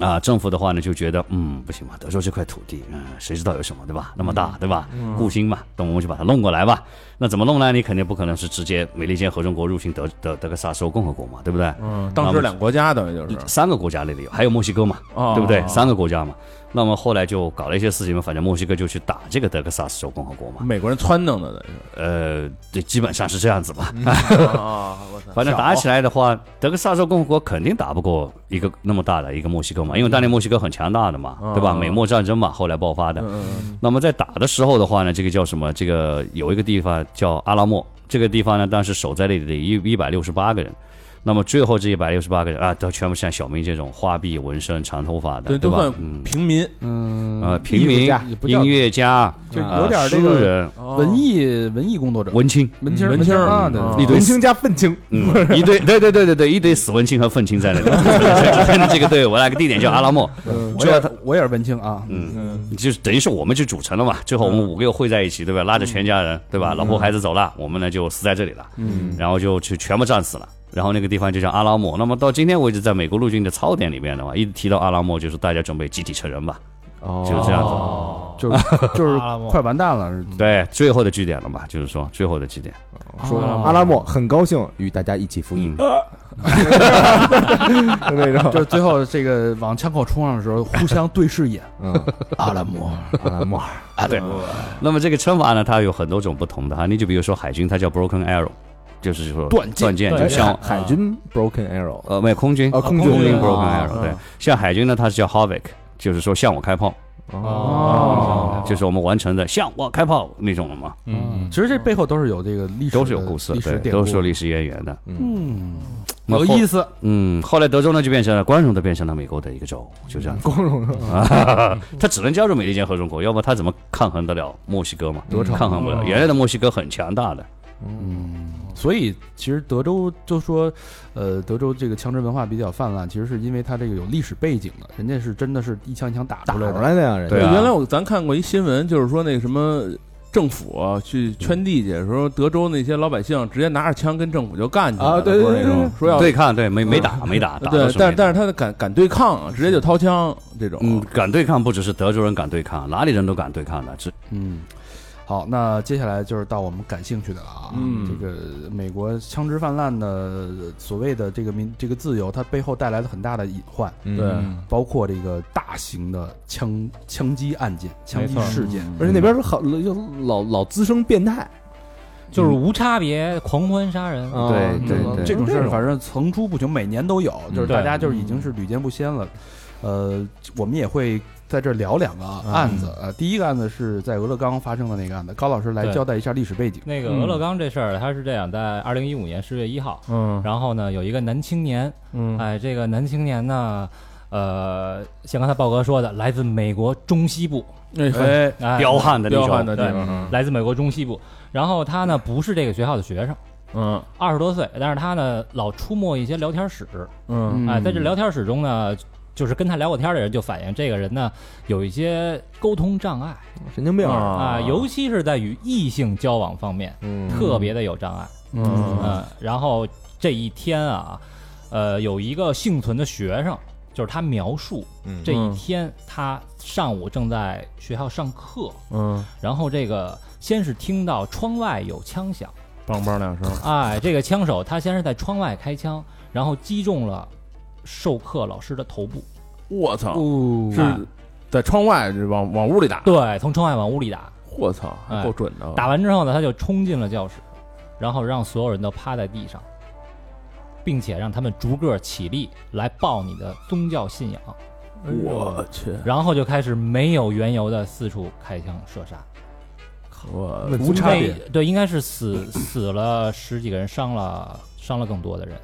E: 啊，政府的话呢就觉得，嗯，不行嘛，德州这块土地，嗯，谁知道有什么，对吧？那么大，
F: 嗯
E: 对吧？固心嘛，那我们就把它弄过来吧。那怎么弄呢？你肯定不可能是直接美利坚合众国入侵德德德克萨斯州共和国嘛，对不对？
F: 嗯，当时两国家等于就是，
E: 三个国家那里有，还有墨西哥嘛，
F: 哦
E: 对不对？三个国家嘛。那么后来就搞了一些事情嘛，反正墨西哥就去打这个德克萨斯州共和国嘛，
F: 美国人撺弄的，
E: 呃，这基本上是这样子
B: 嗯
E: (laughs) 吧。
F: 等于是
B: 哦
F: 啊，我操，
E: 反正打起来的话，德克萨斯州共和国肯定打不过一个那么大的一个墨西哥
B: 嗯
E: 嘛，因为当年墨西哥很强大的嘛，对吧？美墨战争嘛，后来爆发的。
B: 嗯
F: 嗯
E: 那么在打的时候的话呢，这个叫什么？这个有一个地方叫阿拉莫，这个地方呢，当时守在那里的一一百六十八个人。那么最后这一百六十八个人啊，都全部像小明这种花臂、纹身、长头发的，
F: 对，
E: 对
F: 都
E: 吧
F: 算？
E: 嗯，
F: 平民，
E: 呃，平民
B: 也不、叫
E: 音乐家、
B: 就
E: 啊
B: 有点这
E: 诗
B: 个呃
E: 人、
B: 文艺文艺工作者、
E: 文青，
B: 文青
F: 文
B: 文青
F: 青儿
B: 啊，对
F: 嗯
B: 对对
E: 一堆
C: 文青加愤青，
E: 嗯，一堆对对对对对，一堆死文青和愤青 (laughs) 在那里。这个对我那个地点叫阿拉莫，
C: 嗯
B: 我也是我也是文青啊，
E: 嗯，就是等于是我们就组成了嘛。最后我们五个又汇在一起，对吧？拉着全家人，对吧？老婆孩子走了，我们呢就死在这里了，嗯，然后就去全部战死了。然后那个地方就叫阿拉莫。那么到今天为止，在美国陆军的操典里面的话，一提到阿拉莫，就是大家准备集体成人吧，
C: 哦
E: 就是这样子。
D: 哦
B: 就是就是
D: 阿拉莫
B: 快完蛋了，是
F: (laughs)
E: 对，最后的据点了嘛，就是说最后的据点。
B: 啊
C: 说啊阿拉莫很高兴与大家一起服役，
E: 嗯，
C: 就 (laughs) 那种
B: 就是最后这个往枪口冲上的时候，互相对视一眼，
C: 嗯，
B: 阿拉莫，
C: 阿拉莫，
E: 对。那么这个称法呢，它有很多种不同的哈。你就比如说海军，它叫 broken arrow，就是说
B: 断剑
E: 断剑，
D: 对
E: 就哎像
C: 海军 Broken Arrow，
E: 呃，没有空军，
C: 啊空
E: 空
C: 军
E: 军
C: 啊
E: broken arrow，
F: 啊
E: 对。像海军呢，它是叫 havoc，就是说向我开炮。
C: 哦
F: 哦
E: 就是我们完成的向我开炮那种了嘛，
D: 嗯
F: 其实这背后都是有这个历史的，
E: 都是有故事
F: 历，史
E: 对，
F: 典
E: 都
F: 故，
E: 是有历史渊源的。
F: 嗯，
E: 那
F: 有
E: 后
F: 意思。
E: 嗯，后来德州呢就变成了光荣的，变成了美国的一个州，就这样。光荣啊， (laughs) 它只能加入美利坚合众国，要不它怎么抗衡得了墨西哥嘛？
C: 多吵
E: 抗衡不了。原来的墨西哥很强大的，
F: 所以其实德州就说，呃，德州这个枪支文化比较泛滥，其实是因为它这个有历史背景的，人家是真的是一枪一枪打
C: 打
F: 出来
C: 出
F: 的。
C: 来的呀，人家
E: 对啊
B: 原来我咱看过一新闻，就是说那个什么政府啊去圈地去，说德州那些老百姓直接拿着枪跟政府就干去了
C: 啊对对
B: 说那
C: 对
B: 种说要嗯
E: 对抗，对没没打没打，打
B: 对
E: 的，
B: 但是但是
E: 是没
B: 他
E: 打
B: 敢敢对抗啊，直接就掏枪这种。
E: 嗯，敢对抗不只是德州人敢对抗，哪里人都敢对抗的，只
F: 嗯，好，那接下来就是到我们感兴趣的了啊。
B: 嗯
F: 这个美国枪支泛滥的所谓的这个民这个自由，它背后带来的很大的隐患，
C: 嗯
B: 对，
F: 包括这个大型的枪枪击案件、枪击
D: 没错
F: 事件。
C: 而且那边好就老老滋生变态，
D: 就是
B: 嗯
D: 无差别狂欢杀人，
C: 啊
E: 对对
C: 嗯
E: 对
F: 呃这种事儿
C: 种
F: 反正层出不穷，每年都有，就是
D: 对
F: 大家就是已经是屡见不鲜了。呃，我们也会在这儿聊两个案子。呃，第一个案子是在俄勒冈发生的那个案子，高老师来
D: 对
F: 交代一下历史背景。
D: 那个俄勒冈这事儿，它是这样，在二零一五年十月一号，
H: 嗯
D: 然后呢，有一个男青年，
H: 嗯
D: 哎，这个男青年呢，呃，像刚才豹哥说的，来自美国中西部，
B: 哎，
D: 哎，
E: 彪悍的那
B: 彪悍
E: 种。
B: 的地方，
D: 来自美国中西部。然后他呢，不是这个学校的学生，
H: 嗯
D: 二十多岁，但是他呢，老出没一些聊天室，
H: 嗯
D: 哎，在这聊天室中呢。就是跟他聊过天的人就反映，这个人呢有一些沟通障碍
C: 神经病
H: 啊
D: 啊、尤其是在与异性交往方面，
C: 嗯
D: 特别的有障碍。
H: 嗯
D: 嗯，然后这一天啊，呃，有一个幸存的学生，就是他描述
C: 嗯
D: 这一天他上午正在学校上课，
H: 嗯，
D: 然后这个先是听到窗外有枪响，
H: 梆梆两声，
D: 哎，这个枪手他先是在窗外开枪，然后击中了授课老师的头部，
B: 我操，
F: 哦
B: 是在窗外就往往屋里打，
D: 对，从窗外往屋里打，
B: 我操，还够准的，
D: 打完之后呢，他就冲进了教室，然后让所有人都趴在地上，并且让他们逐个起立来报你的宗教信仰。
B: 我去，
D: 然后就开始没有缘由的四处开枪射杀，
B: 我
F: 无差别
D: 那对，应该是死死了十几个人，伤了伤了更多的人。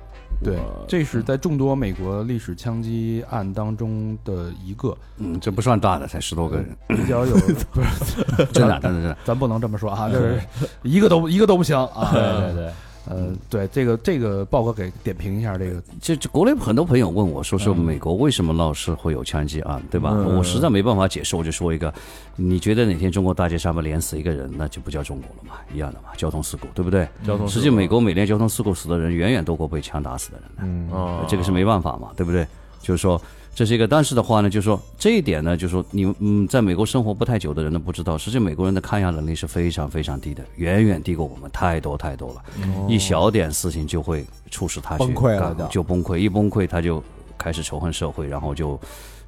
F: 对
B: 我，
F: 这是在众多美国历史枪击案当中的一 (laughs) 个
E: 嗯，这不算大的，才十多个人，
F: 比较有，不是，
E: 真的，真的，真的。
F: 咱不能这么说啊，就是一个都不一个都不行
D: 对
F: 啊。
D: 对对，
F: 呃，对，这个这个豹哥给点评一下这个，
E: 这这国内很多朋友问我说，说
D: 嗯
E: 美国为什么闹事会有枪击案，对吧？
B: 嗯
E: 我实在没办法解释，我就说一个，你觉得哪天中国大街上面连死一个人，那就不叫中国了嘛，一样的嘛，交通事故，对不对？
B: 交通
E: 实际美国每年交通事故死的人远远多过被枪打死的人。
C: 嗯
B: 啊，
E: 这个是没办法嘛，对不对？就是说这是一个，但是的话呢，就是说这一点呢，就是说你嗯，在美国生活不太久的人呢，不知道，实际美国人的抗压能力是非常非常低的，远远低过我们太多太多了。一小点事情就会促使他去
C: 哦崩溃了
E: 干
C: 就
E: 就崩溃，一崩溃他就开始仇恨社会，然后就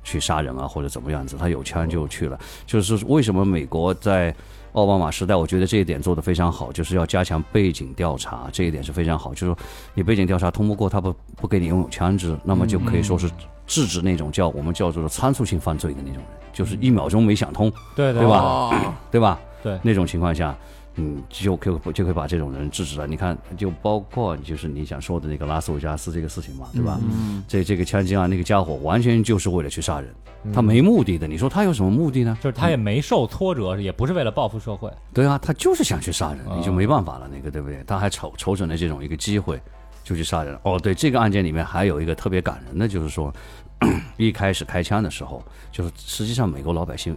E: 去杀人啊或者怎么样子，他有枪就去了。就是为什么美国在奥巴马时代，我觉得这一点做得非常好，就是要加强背景调查，这一点是非常好。就是说，你背景调查通不过，他不不给你拥有枪支，那么就可以说是制止那种叫我们叫做的参数性犯罪的那种人，就是一秒钟没想通，
D: 对
E: 对吧？对吧？
D: 对
E: 那种情况下，嗯，就可以就可以把这种人制止了。你看，就包括就是你想说的那个拉斯维加斯这个事情嘛，对吧？嗯，这这个枪击案那个家伙完全就是为了去杀人，他没目的的。你说他有什么目的呢？
D: 就是他也没受挫折，也不是为了报复社会。
E: 对啊，他就是想去杀人，你就没办法了，那个对不对？他还瞅瞅准了这种一个机会，就去杀人。哦，对，这个案件里面还有一个特别感人的，就是说， (clears throat) 一开始开枪的时候，就是实际上美国老百姓，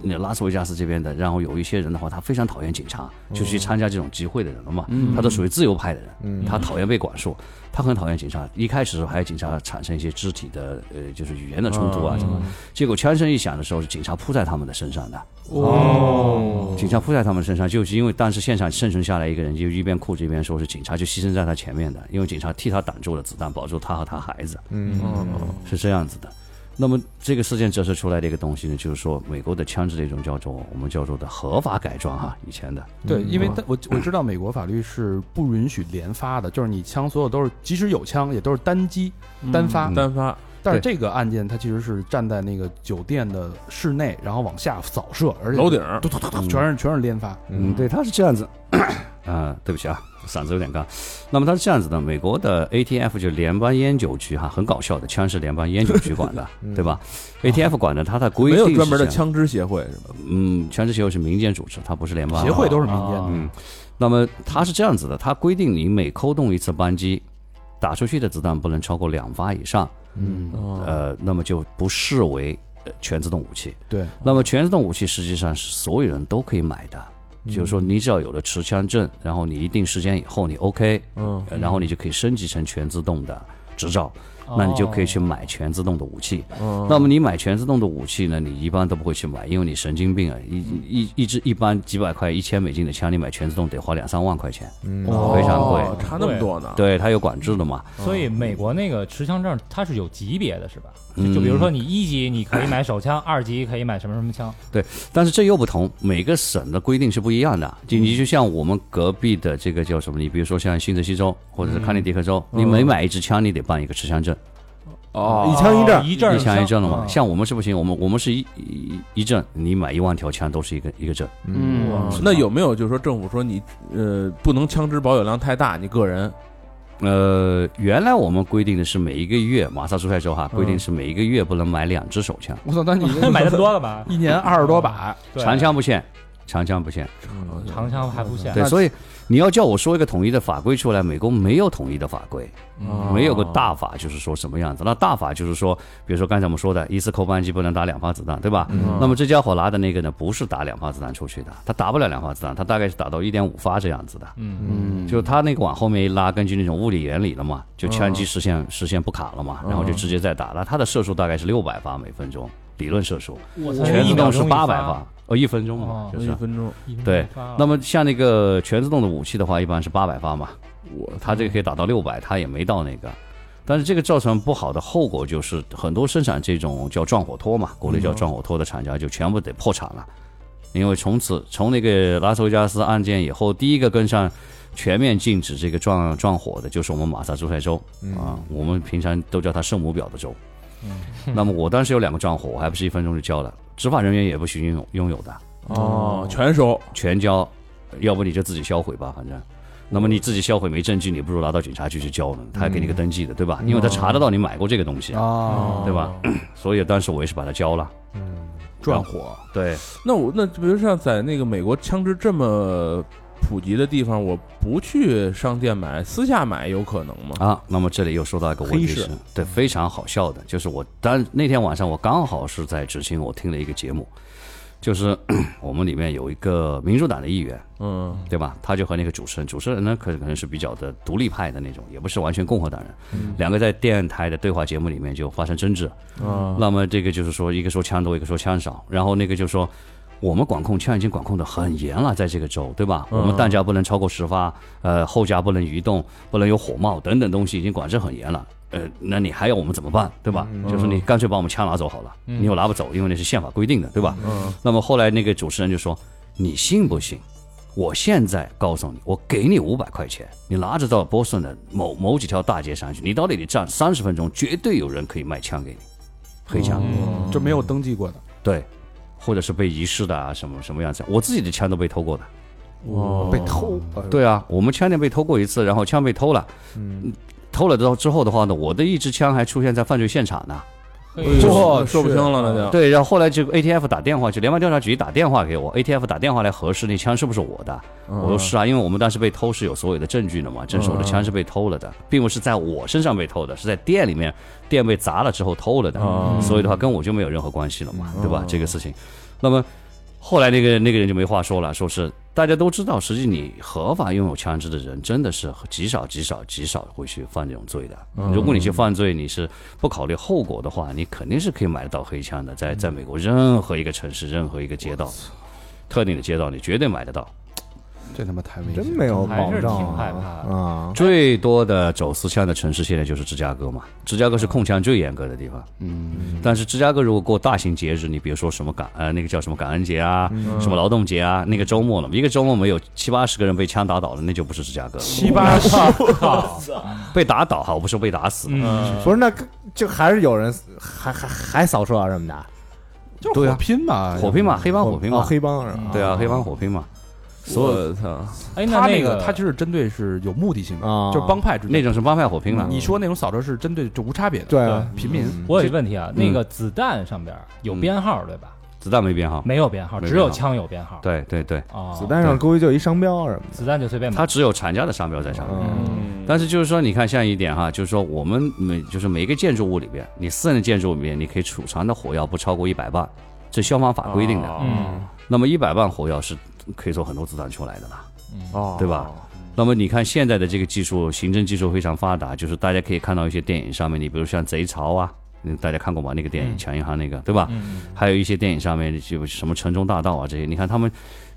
E: 那拉斯维加斯这边的，然后有一些人的话，他非常讨厌警察，就去参加这种集会的人了嘛，他都属于自由派的人，他讨厌被管束，他很讨厌警察。一开始的时候还有警察产生一些肢体的，呃，就是语言的冲突啊什么。结果枪声一响的时候，是警察扑在他们的身上的。
H: 哦
E: 警察扑在他们身上，就是因为当时现场生存下来一个人，就一边哭着一边说是警察就牺牲在他前面的，因为警察替他挡住了子弹，保住他和他孩子，
H: 嗯
E: 是这样子的。那么这个事件折射出来的一个东西呢，就是说美国的枪支的一种叫做我们叫做的合法改装哈，以前的
B: 嗯
F: 对，因为
C: 嗯
F: 它我我知道美国法律是
B: 嗯
F: 不允许连发的，就是你枪所有都是，即使有枪也都是单击单发，
B: 单发，但是这个案件它其实是站在那个酒店的室内，然后往下扫射，而且
F: 楼顶，
B: 突突突突全是全是连发，
E: 嗯，对，它是这样子。啊、对不起啊，嗓子有点干。那么它是这样子的，美国的 ATF 就是联邦烟酒局哈，很搞笑的，枪是联邦烟酒局管的，对吧？ATF 管的，它的规
F: 没
E: 定是
F: 有专门的
E: 这样，
F: 枪支协会是吧？
E: 嗯，全职协会是民间组织，它不是联邦
B: 协会都是民间
D: 啊
B: 的，
E: 嗯，那么它是这样子的，它规定你每扣动一次扳机，打出去的子弹不能超过两发以上，
B: 嗯，
E: 呃，那么就不视为呃全自动武器。
B: 对，
E: 那么全自动武器实际上是所有人都可以买的，就是说你只要有了持枪证，然后你一定时间以后你 OK，
C: 嗯
E: 呃然后你就可以升级成全自动的执照，那你就可以去买全自动的武器。那么你买全自动的武器呢，你一般都不会去买，因为你神经病啊！一一一支一般几百块、一千美金的枪，你买全自动得花两三万块钱，
B: 哦
E: 非常贵。
F: 哦差那么多呢。
E: 对，它有管制的嘛。
D: 所以美国那个持枪证它是有级别的，是吧？
E: 嗯
D: 就比如说你一级你可以买手枪，二级可以买什么什么枪，
E: 但是这又不同，每个省的规定是不一样的。就
D: 嗯
E: 你就像我们隔壁的这个叫什么？你比如说像新泽西州或者是康涅狄格州，
D: 嗯
E: 你每买一支枪，你得办一个持枪证，
F: 哦，
C: 一枪一证
D: 一证
E: 一枪一证了嘛。
D: 嗯
E: 像我们是不行，我们我们是一一一证，你买一万条枪都是一个一个证。
B: 嗯
F: 哦那有没有就是说政府说你呃不能枪支保有量太大，你个人
E: 呃，原来我们规定的是每一个月，马萨诸塞州哈
D: 嗯
E: 规定是每一个月不能买两支手枪，
B: 我操，那你
D: 买的多了 (laughs) 吧？
B: 一年二十多把，
D: 对
E: 长枪不限，长枪不限。
D: 长枪还不限，
E: 对，所以你要叫我说一个统一的法规出来，美国没有统一的法规，
F: 哦
E: (laughs)
F: 嗯
E: 没有个大法，就是说什么样子。那大法就是说，比如说刚才我们说的，一次扣扳机不能打两发子弹，对吧？
F: 嗯
E: 那么这家伙拿的那个呢，不是打两发子弹出去的，他打不了两发子弹，他大概是打到一点五发这样子的。
B: 嗯，
E: 就是他那个往后面一拉，根据那种物理原理了
F: 嗯
E: 嘛，就枪击实现实现不卡了嘛，然后就直接再打。那他的射速大概是六百发每分钟，理论射速，
D: 我
E: 全自动是八百发
D: 发，，
E: 哦，一分钟嘛
D: 哦，
E: 就是
F: 嗯一分钟，
D: 一分
E: 对
D: 钟发啊
E: 那么像那个全自动的武器的话，一般是八百发嘛，
F: 我
E: 它这个可以打到六百，它也没到那个。但是这个造成不好的后果就是，很多生产这种叫撞火托嘛，国内叫撞火托的厂家就全部得破产了，因为从此从那个拉斯维加斯案件以后，第一个跟上全面禁止这个撞撞火的就是我们马萨诸塞州
C: 嗯
E: 啊，我们平常都叫它圣母婊的州。那么我当时有两个撞火，我还不是一分钟就交了，执法人员也不许拥有拥有的。
F: 哦
E: 嗯
F: 全收，
E: 全交，呃要不你就自己销毁吧，反正。那么你自己销毁没证据，你不如拿到警察局去交呢，他还给你个登记的，对吧？因为他查得到你买过这个东西，
F: 哦
B: 啊，
E: 嗯对吧？所以当时我也是把它交了。
B: 转火，
E: 对，
F: (clears throat) 那我那比如像在那个美国枪支这么普及的地方，我不去商店买，私下买有可能吗？
E: 啊，那么这里又说到一个问题
F: 黑市
E: 是，对，非常好笑的，就是我当那天晚上我刚好是在执勤，我听了一个节目，就是 (clears throat) 我们里面有一个民主党的议员，
F: 嗯，
E: 对吧？他就和那个主持人，主持人呢可可能是比较的独立派的那种，也不是完全共和党人，两个在电台的对话节目里面就发生争执。
B: 哦
E: 啊，
F: 嗯
E: 那么这个就是说，一个说枪多，一个说枪少，然后那个就说。我们管控枪已经管控的很严了，在这个州，对吧？我们弹夹不能超过十发，呃，后夹不能移动，不能有火帽等等东西，已经管制很严了。呃，那你还要我们怎么办，对吧？就是你干脆把我们枪拿走好了，你又拿不走，因为那是宪法规定的，对吧？嗯。那么后来那个主持人就说：“你信不信？我现在告诉你，我给你五百块钱，你拿着到波士顿的某某几条大街上去，你到那里站三十分钟，绝对有人可以卖枪给你，黑枪，
B: 就没有登记过的，
E: 哦对，或者是被遗失的啊，什么什么样子？我自己的枪都被偷过的。
F: 哦
B: 被偷，
E: 对啊，我们枪店被偷过一次，然后枪被偷了，嗯，偷了之后的话呢，我的一支枪还出现在犯罪现场呢。
D: 嘿
B: 哇
F: 哎说不清了那
B: 啊
F: 就。
E: 对，然后后来这个 ATF 打电话去联邦调查局打电话给我，ATF 打电话来核实那枪是不是我的。
F: 嗯
E: 我说是啊，因为我们当时被偷是有所有的证据的嘛，证实我的枪是被偷了的，并不是在我身上被偷的，是在店里面店被砸了之后偷了的，所以的话跟我就没有任何关系了嘛，对吧？这个事情，那么后来那个那个人就没话说了，说是大家都知道，实际你合法拥有枪支的人真的是极少极少极少会去犯这种罪的。如果你去犯罪，你是不考虑后果的话，你肯定是可以买得到黑枪的，在在美国任何一个城市、任何一个街道、特定的街道，你绝对买得到。
B: 这他妈太危
C: 真
B: 险，
C: 没有保
D: 还是
C: 障
D: 挺害怕
C: 啊
D: 的
C: 啊！
E: 最多的走私枪的城市现在就是芝加哥嘛，芝加哥是控枪最严格的地方。嗯，但是芝加哥如果过大型节日，你比如说什么感呃那个叫什么感恩节啊，什么劳动节啊，那个周末了，一个周末没有七八十个人被枪打倒了，那就不是芝加哥了。
B: 七八十，
E: 被打倒哈，我不是被打死，
D: 嗯，
C: 不是，那就还是有人还还还扫射啊什么的，
B: 就是火拼嘛，
E: 火拼嘛，黑嗯哎帮火拼
C: 哦
E: 嘛，
C: 黑帮是吧？
E: 对啊，黑帮火拼嘛，所有
F: 我操，
D: 哎，那
B: 他
D: 那
B: 个
D: 个
B: 他其实针对是有目的性的，
C: 啊，
B: 就是帮派之间
E: 那种啊是帮派火拼了
B: 嗯。你说那种扫射是针对就无差别的，
C: 对啊
B: 平民
C: 嗯
D: 我有一个问题啊，
E: 嗯
D: 那个子弹上边有编号对吧？
E: 子弹没编号，
D: 没有编号，
E: 没
D: 只
E: 编
D: 有
E: 号
D: 枪有编号。
E: 对对对，
D: 啊，
C: 子弹上估计就一商标啊什么
D: 子弹就随便买
E: 它。只有厂家的商标在上
C: 的，
E: 面。
C: 嗯
E: 但是就是说，你看像一点哈，就是说我们每就是每一个建筑物里边，你私人建筑物里面，你可以储藏的火药不超过一百磅，这消防法规定的。
D: 嗯，
E: 那么一百磅火药是可以做很多子弹出来的啦。
G: 哦，
E: 对吧？那么你看现在的这个技术，刑侦技术非常发达，就是大家可以看到一些电影上面，你比如像《贼巢》啊，嗯，大家看过吧？那个电影《抢银行》那个，对吧？
D: 嗯
E: 还有一些电影上面就什么《城中大盗》啊这些，你看他们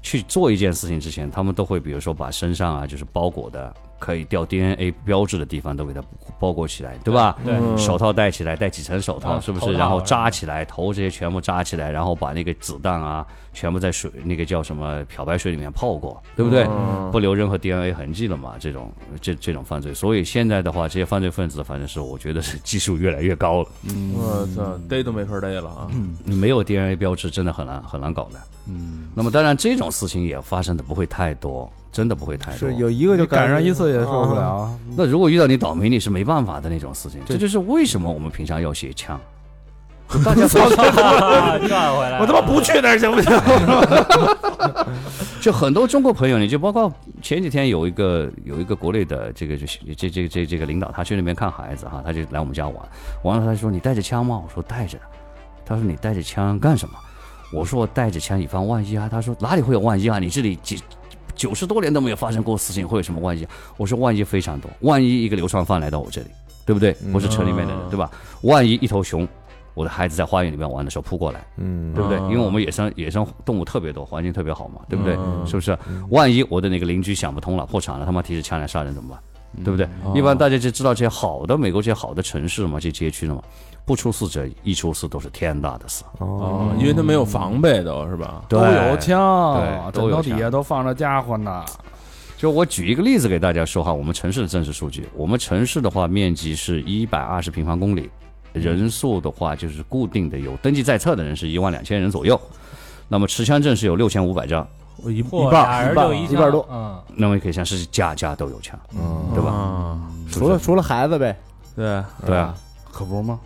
E: 去做一件事情之前，他们都会比如说把身上啊就是包裹的可以掉 DNA 标志的地方都给它包裹起来，对吧？
D: 对，
E: 手套戴起来，戴几层手套，
D: 啊
E: 是不
D: 头
E: 是？
D: 套
E: 然后扎起来，头这些全部扎起来，然后把那个子弹啊，全部在水那个叫什么漂白水里面泡过，对不对？
F: 嗯
E: 不留任何 DNA 痕迹了嘛？这种这这种犯罪，所以现在的话，这些犯罪分子反正是我觉得是技术越来越高了，
F: 我操，逮都没法逮了啊！
E: 你没有 DNA 标志真的很难很难搞的。嗯，那么当然这种事情也发生的不会太多，真的不会太多
C: 是。有一个就
B: 你赶上一次也受不了
C: 啊
B: 啊。
E: 那如果遇到你倒霉，你是没办法的那种事情。这就是为什么我们平常要写枪。 (laughs) 大家不要
D: (laughs) 转回来。
G: 我他妈不去那儿行不行？
E: 就很多中国朋友，你就包括前几天有一个有一个国内的这个就是这这这这个领导，他去那边看孩子哈，他就来我们家玩，完了他说你带着枪吗？我说带着的，他说你带着枪干什么？我说我带着枪以防万一啊，他说哪里会有万一啊？你这里几九十多年都没有发生过事情，会有什么万一啊？我说万一非常多，万一一个流窜犯来到我这里，对不对？不是城里面的人，对吧？万一一头熊，我的孩子在花园里面玩的时候扑过来。
C: 嗯
E: 对不对？因为我们野生野生动物特别多，环境特别好嘛，对不对？
B: 嗯
E: 是不是？万一我的那个邻居想不通了，破产了，他妈提着枪来杀人怎么办？
B: 嗯
E: 对不对？一般大家就知道这些好的美国这些好的城市嘛，这些街区了嘛，不出事者一出事都是天大的事。
B: 哦
F: 啊，因为他没有防备都是吧？
B: 都有枪，枕
E: 对都有
B: 头
E: 枪
B: 底下都放着家伙呢。
E: 就我举一个例子给大家说哈，我们城市的真实数据，我们城市的话面积是一百二十平方公里，
B: 嗯
E: 人数的话就是固定的有登记在册的人是一万两千人左右，那么持枪证是有六千五百张，
F: 我一
D: 嚯
F: 一半
D: 俩
F: 儿
D: 人
F: 半
D: 就
F: 儿
D: 一
C: 一半多
D: 枪嗯，
E: 那么可以像是家家都有枪，对吧？
B: 哦
C: 除
E: 嗯
C: 了除了孩子呗，
F: 对，
E: 对啊，
B: 可不是吗？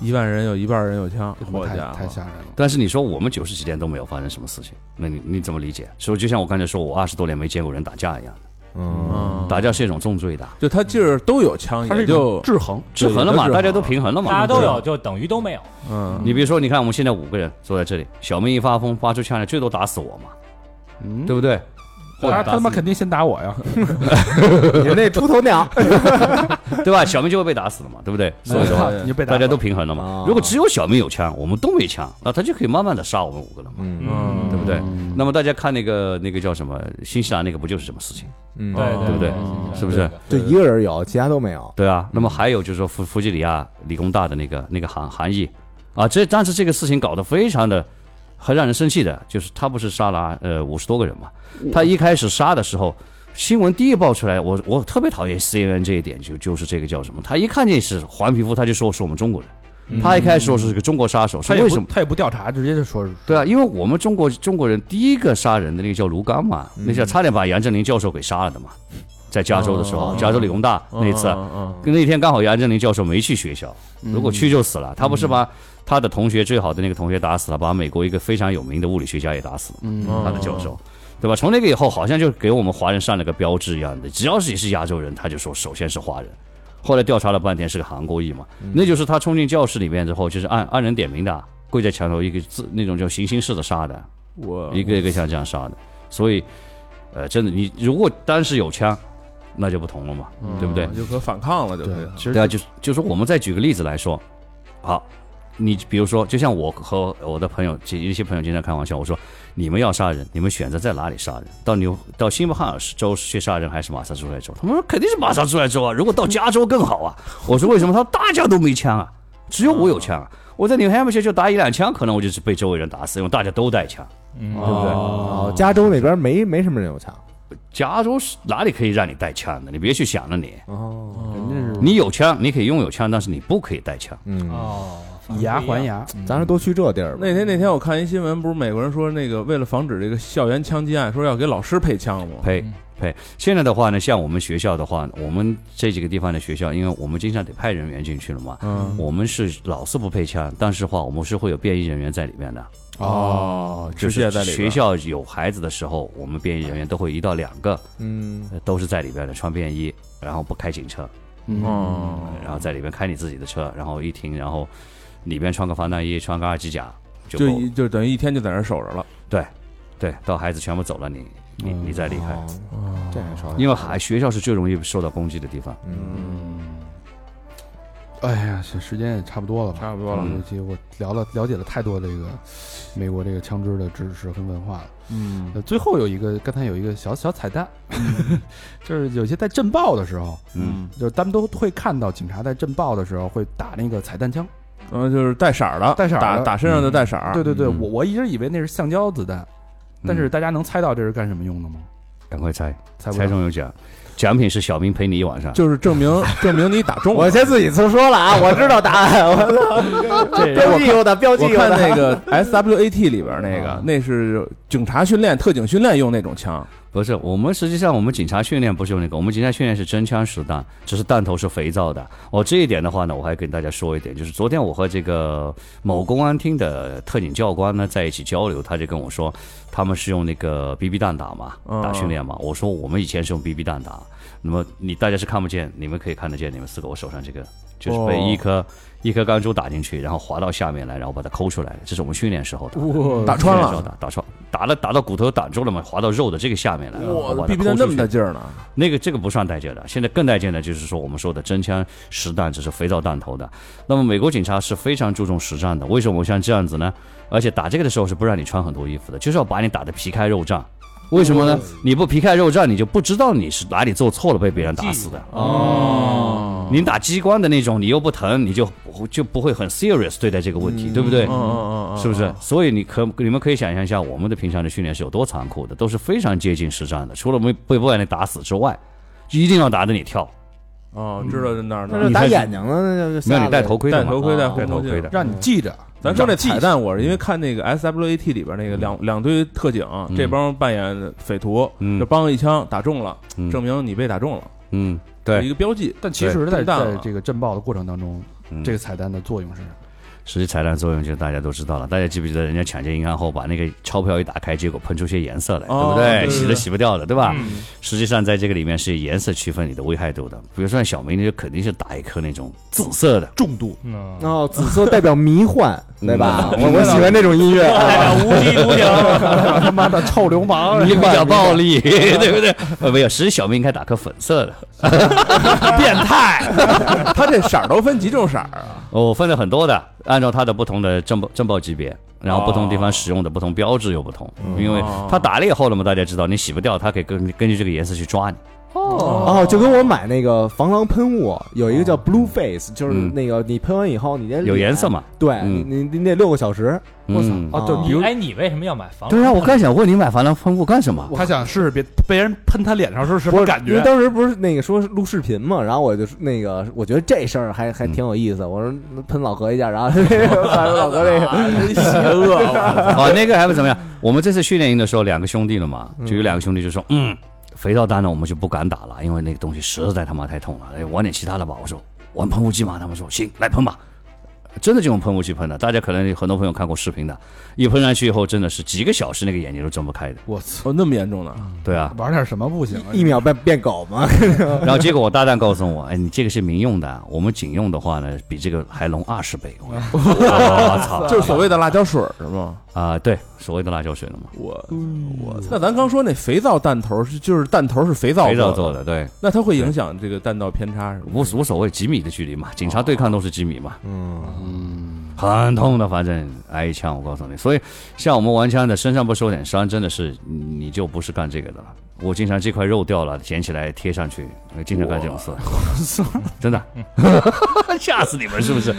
F: 一万人有一半人有枪，我
B: 太
F: 家伙
B: 太吓人了。
E: 但是你说我们九十几天都没有发生什么事情，那你你怎么理解？所以就像我刚才说，我二十多年没见过人打架一样，
F: 嗯，
E: 打架是一种重罪的，
F: 就他劲儿都有枪，
B: 它是一
F: 也
B: 种
F: 就
B: 制衡，
E: 制衡了嘛，
F: 对
E: 大家都平衡了嘛，
D: 大家都有，就等于都没有。
F: 嗯，
E: 你比如说，你看我们现在五个人坐在这里，小明一发疯发出枪来，最多打死我嘛，
B: 嗯，
E: 对不对？或者
B: 他
E: 打
B: 他妈
E: 死
B: 肯定先打我呀！
C: 你们那出头鸟
E: 你对吧？小明就会被打死了嘛，对不对？所以的话，
B: 你就被打
E: 大家都
B: 死
E: 平衡了
C: 啊
E: 嘛。如果只有小明有枪，我们都没枪，那他就可以慢慢的杀我们五个人嘛，
C: 嗯
E: 对不对？那么大家看那个那个叫什么新西兰那个不就是这么事情？
C: 嗯，
D: 对
E: 对不对
D: 对
E: 是不是？
C: 就一个人有，其他都没有。
E: 对
B: 嗯
E: 啊，那么还有就是说弗弗吉尼亚理工大的那个那个韩韩裔啊，这但是这个事情搞得非常的很让人生气的，就是他不是杀了呃五十多个人嘛，
B: 嗯
E: 他一开始杀的时候。新闻第一爆出来，我我特别讨厌 CNN 这一点，就就是这个叫什么，他一看见是黄皮肤，他就说是我们中国人，他一开始说是个中国杀手，是
B: 嗯他也
E: 为
B: 不
E: 什么？
B: 他也不调查，直接就说是
E: 对啊，因为我们中国中国人第一个杀人的那个叫卢刚嘛，
B: 嗯
E: 那叫差点把杨振宁教授给杀了的嘛，在加州的时
B: 哦
E: 候，加州理工大
B: 嗯
E: 那一次，啊那天刚好杨振宁教授没去学校，如果去就死了。他不是把他的同学最好的那个同学打死了，把美国一个非常有名的物理学家也打死了，
B: 嗯
E: 他的教授。对吧？从那个以后，好像就给我们华人上了个标志一样的，只要是你是亚洲人，他就说首先是华人。后来调查了半天是个韩国裔嘛，那就是他冲进教室里面之后，就是按按人点名的，跪在墙头一个字那种叫行刑式的杀的，
B: 哦
F: 我
E: 一个一个像这样杀的，所以，呃，真的你如果当时有枪，那就不同了嘛，
B: 嗯
E: 对不对？
F: 就可反抗了，就可以了。
E: 对啊，就是就是我们再举个例子来说，好，你比如说，就像我和我的朋友，其一些朋友经常开玩笑，我说你们要杀人，你们选择在哪里杀人？到纽到新罕布什州去杀人，还是马萨诸塞州？他们说肯定是马萨诸塞州啊，如果到加州更好啊。我说为什么？他说大家都没枪啊，只有我有枪啊。我在纽汉姆学就打一两枪，可能我嗯就是被周围人打死，因为大家都带枪。
C: 哦哦，加州那边没没什么人有枪，
E: 加州是哪里可以让你带枪的？你别去想了你，
C: 哦，
E: 你有枪，你可以拥有枪，但是你不可以带枪。
C: 嗯，
D: 哦，
F: 以牙还，牙，
E: 嗯
C: 咱是多去这地儿吧。
B: 那天那天我看一新闻，不是美国人说那个为了防止这个校园枪击案，说要给老师配枪吗？
E: 呸呸！现在的话呢，像我们学校的话，我们这几个地方的学校，因为我们经常得派人员进去了嘛，
B: 嗯，
E: 我们是老是不配枪，但是话我们是会有便衣人员在里面的。
B: 哦，
E: 就
B: 直接
E: 是
B: 在里
E: 学
B: 边。
E: 校有孩子的时候，我们便衣人员都会一到两个，
C: 嗯，
E: 呃都是在里边的，穿便衣，然后不开警车，
B: 哦，
E: 然后在里边开你自己的车，然后一停，然后里边穿个防弹衣，穿个二级甲就
B: 就
E: 够了
B: 一就等于一天就在那儿守着了。
E: 对，到孩子全部走了，你你你再离开，
C: 哦这还少
E: 因为还学校是最容易受到攻击的地方。
C: 嗯，
F: 哎呀，这时间也差不多了吧？
I: 差不多
F: 多
I: 了
F: 了，，
B: 嗯
F: 这期我聊了了解了太多这个美国这个枪支的知识跟文化了。
I: 嗯，
F: 呃，最后有一个刚才有一个小小彩蛋，嗯 (laughs) 就是有些在震爆的时候，
E: 嗯，
F: 就是咱们都会看到警察在震爆的时候会打那个彩弹枪。
B: 嗯，就是带色儿的，
F: 带色儿的
B: 打打身上的带色儿。
F: 啊对对对，
E: 嗯
F: 我我一直以为那是橡胶子弹，但是大家能猜到这是干什么用的吗？
E: 赶快猜，
F: 猜不
E: 猜
F: 到。
E: 中有奖，奖品是小明陪你一晚上。
B: 就是证明证明你打中了。
C: 我先自己粗说了啊，我知道答案，我操，标记我的标记
B: 我
C: 我
B: 看
C: 的。
B: 那个 S W A T 里边那个，那是警察训练、特警训练用那种枪。
E: 不是，我们实际上我们警察训练不是用那个，我们警察训练是真枪实弹，只是弹头是肥皂的。哦，这一点的话呢，我还跟大家说一点，就是昨天我和这个某公安厅的特警教官呢在一起交流，他就跟我说，他们是用那个 BB 弹打嘛，打训练嘛。我说我们以前是用 BB 弹打，那么你大家是看不见，你们可以看得见，你们四个我手上这个就是被一颗、一颗钢珠打进去，然后滑到下面来，然后把它抠出来，这是我们训练时候打的。
B: 打穿了
E: 训练时候打打穿，打了打到骨头挡住了嘛，滑到肉的这个下面来了。
B: 哇
E: 我把它
B: ，BB 弹
E: 抠
B: 那
E: 出
B: 么
E: 去
B: 大劲儿呢？
E: 那个这个不算带劲的，现在更带劲的就是说我们说的真枪实弹，只是肥皂弹头的。那么美国警察是非常注重实战的，为什么像这样子呢？而且打这个的时候是不让你穿很多衣服的，就是要把你打得皮开肉绽。为什么
B: 哦
E: 呢？你不皮开肉绽，你就不知道你是哪里做错了被别人打死的。
B: 嗯
E: 哦，你打机关的那种，你又不疼，你就就不会很 serious 对待这个问题，对不对？
B: 嗯嗯
E: 是不是？所以你可你们可以想象一下，我们的平常的训练是有多残酷的，都是非常接近实战的。除了没被不把你打死之外，一定要打得你跳，
B: 哦，知道哪儿哪
C: 那
B: 儿
C: 就。打眼睛了，那就
E: 没有你戴头盔的
B: 戴
E: 嘛
B: 头盔，戴
D: 戴
E: 戴头
B: 盔
E: 盔的。
F: 让你记着，
B: 咱说那彩蛋，我是因为看那个 S W A T 里边那个两两堆特警，这帮扮演匪徒，
E: 嗯
B: 这帮一枪打中了，
E: 嗯
B: 证明你被打中了，
E: 嗯，
B: 一
E: 对，
B: 个标记。
F: 但其实在
B: 对蛋
F: 在
B: 了
F: 这个震爆的过程当中，
E: 嗯
F: 这个彩蛋的作用是什么？
E: 实际裁量作用就大家都知道了。大家记不记得人家抢劫银行后把那个钞票一打开，结果喷出些颜色来，对
B: 哦
E: 不
B: 对对嗯
E: 洗
B: 对
E: 都洗不掉的，对吧？实际上在这个里面是以颜色区分你的危害度的。比如说像小明，你就肯定是打一颗那种紫色的，
F: 重度
D: 嗯，
C: 哦，紫色代表迷幻，对吧？
E: 嗯
C: 我我喜欢这种音乐，啊
D: 无敌
C: (laughs)
D: 无敌，
F: 他妈的臭流氓！
E: 你比较暴 (laughs) 力，对不对？呃，没有，实际小明应该打颗粉色 (laughs) 的，变态。
B: 他这色儿都分几种色儿啊？
E: 我哦分了很多的，按照它的不同的震爆震爆级别，然后不同地方使用的不同标志又不同，因为它打裂后了嘛，大家知道你洗不掉，它可以根根据这个颜色去抓你。
C: 哦，就跟我买那个防狼喷雾，有一个叫 Blue Face，就是
E: 嗯
C: 那个你喷完以后，你那
E: 有颜色
C: 吗？
E: 嘛？
C: 对，你
E: 嗯
C: 你你得六个小时，
E: 嗯，
F: 啊，对，
C: 啊
F: 比如
D: 哎，你为什么要买房？
E: 对啊，我刚想问你买防狼喷雾干什么？
F: 他想试试别被人喷他脸上是什
C: 不
F: 么
C: 是
F: 感
C: 因为
F: 觉？
C: 当时不是那个说是录视频嘛，然后我就说那个，我觉得这事儿还还挺有意思。我说那喷老何一下，然后把老何这
F: 哎
C: 个
E: (laughs) 啊，那个还不怎么样。我们这次训练营的时候，两个兄弟了嘛，就有两个兄弟就说，嗯，肥皂弹呢我们就不敢打了，因为那个东西实在他妈太痛了，哎玩点其他的吧。我说玩喷雾剂嘛，他们说行，来喷吧。 (laughs) 真的就用喷雾器喷的，大家可能有很多朋友看过视频的，一喷上去以后，真的是几个小时那个眼睛都睁不开的。
F: 我操，
B: 哦，那么严重呢？(laughs)
E: 对啊，
F: 玩点什么不行 (laughs) 啊？哎
C: 一秒变变狗嘛，
E: 然后结果我搭档告诉我，哎，你这个是民用的，我们警用的话呢，比这个还浓二十倍。我
B: (laughs)
E: 我哦操，
B: 就是所谓的辣椒水儿是吗？
E: 啊，对，所谓的辣椒水了嘛，
B: 我
F: 嗯
B: 我那咱刚说那肥皂弹头是就是弹头是肥皂
E: 肥皂
B: 做
E: 做，的，对。
B: 那它会影响这个弹道偏差是吗？
E: 无无所谓几米的距离嘛，警察对抗都是几米嘛。嗯很痛的，反正挨一枪，我告诉你。所以像我们玩枪的，身上不受点伤，真的是你就不是干这个的了。我经常这块肉掉了，捡起来贴上去，呃经常干这种事，真的，吓死你们是不是？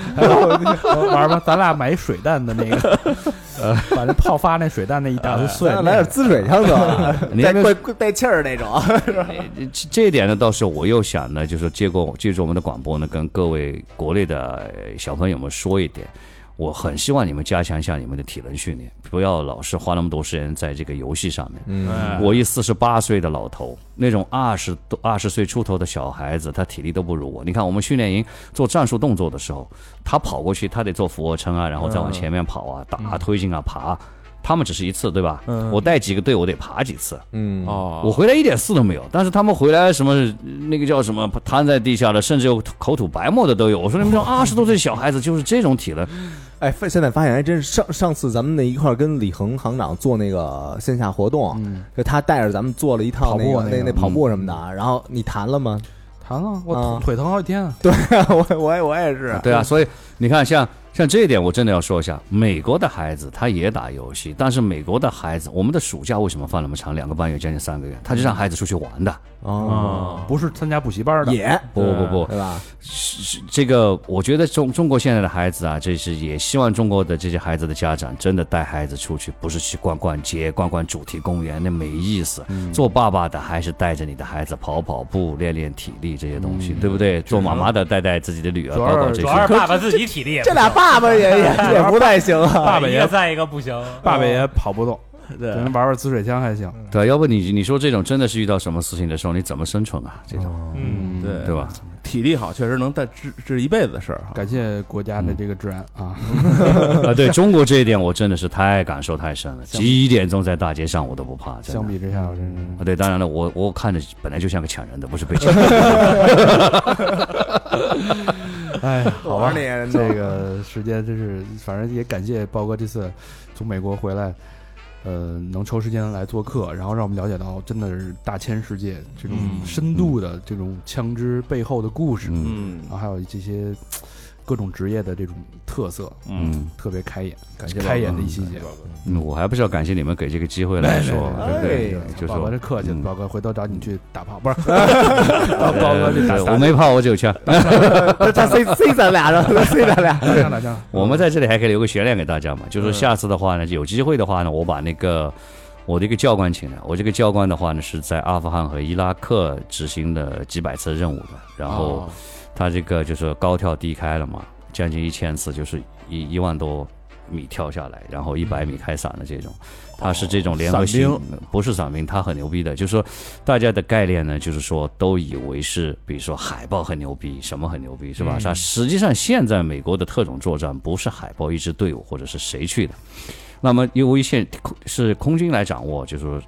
F: 玩吧，咱俩买一水弹的那个， (laughs) 呃，把那泡发那水弹那一打
C: (laughs)
F: 就碎
C: 咱
F: 了，
C: 俩来点滋水枪
F: (laughs)
C: 得，
E: 你
C: 带带带气儿那种。
E: 这这一点呢，倒是我又想呢，就是借过借助我们的广播呢，跟各位国内的呃小朋友们说一点，我很希望你们加强一下你们的体能训练，不要老是花那么多时间在这个游戏上面。
C: 嗯，
J: 哎
E: 我一四十八岁的老头，那种二十多、二十岁出头的小孩子，他体力都不如我。你看，我们训练营做战术动作的时候，他跑过去，他得做俯卧撑啊，然后再往前面跑啊，打推进啊，爬。他们只是一次，对吧？我带几个队，我得爬几次。
C: 嗯
B: 哦，
E: 我回来一点事都没有，但是他们回来什么那个叫什么瘫在地下的，甚至有口吐白沫的都有。我说你们这二十多岁小孩子就是这种体能，
C: 哎，发现在发现还真是上上次咱们那一块儿跟李恒行长做那个线下活动，就他带着咱们做了一套那
F: 嗯跑步
C: 个那
F: 那个嗯
C: 那跑步什么的，然后你弹了吗？ (laughs)
F: 弹了，
C: 啊
F: 我腿疼好几天啊，
C: 我我也我也是，
E: 对啊，所以你看像，像这一点，我真的要说一下，美国的孩子他也打游戏，但是美国的孩子，我们的暑假为什么放那么长，两个半月将近三个月？他就让孩子出去玩的，
C: 哦，
F: 不是参加补习班的，
C: 也
E: 不不不，
C: 对吧？
E: 是这个，我觉得中中国现在的孩子啊，这是也希望中国的这些孩子的家长真的带孩子出去，不是去逛逛街、逛逛主题公园，那没意思。做爸爸的还是带着你的孩子跑跑步、练练体力这些东西，对不对？做妈妈的带带自己的女儿
F: 嗯主
E: 搞
F: 要是
E: 搞这
F: 主
E: 些
F: 要。
D: 主要是爸爸自己体力也不
C: 这
D: 行，
C: 俩爸爸也也也不太行啊，
F: 爸爸
D: 一
F: 也 (laughs)
D: 个再一个不行，
F: 爸爸也跑不动，只能玩玩滋水枪还行。
E: 对，要不你你说这种真的是遇到什么事情的时候，你怎么生存啊？这种
D: 嗯，
B: 对
E: 对吧？
B: 体力好确实能带治治一辈子的事儿哈。
F: 感谢国家的这个治安啊，
E: 啊，对中国这一点我真的是太感受太深了。几点钟在大街上我都不怕，真
F: 相
E: 的。
F: 比之下，我真是
E: 啊，对，当然了，我我看着本来就像个抢人的，不是被
F: (laughs)
E: 抢。
F: 哎，好吧，
C: 玩你人都
F: (laughs) 这个时间真是，反正也感谢豹哥这次从美国回来，呃，能抽时间来做客，然后让我们了解到真的是大千世界这种深度的这种枪支背后的故事，
E: 嗯
B: 嗯
F: 然后还有这些嘖各种职业的这种特色，
E: 嗯
F: 特别开眼，
B: 感谢
F: 开眼
B: 宝
F: 的
B: 哥
F: 一期节目。
E: 嗯，我还不是要感谢你们给这个机会来啊说，对不对？就
F: 哎宝哥这
E: 是
F: 客气了，
E: 嗯
F: 宝哥回头找你去打炮，不是？ (laughs) 到豹哥去打
E: 呃我没怕，我啊只有枪。
C: 他他塞塞咱俩上， (laughs) 塞咱俩，
F: 打枪打枪，
E: 我们在这里还可以留个悬念给大家嘛，就是说下次的话呢，有机会的话呢，我把那个我的一个教官请来，我这个教官的话呢是在阿富汗和伊拉克执行了几百次任务的，然后他这个就是高跳低开了嘛，将近一千次，就是一一万多米跳下来，然后一百米开伞的这种，他是这种联合性，不是嗯哦伞兵，他很牛逼的，就是说大家的概念呢，就是说都以为是，比如说海豹很牛逼，什么很牛逼，是吧？它实际上现在美国的特种作战不是海豹一支队伍或者是谁去的，那么由于现是空军来掌握，就是说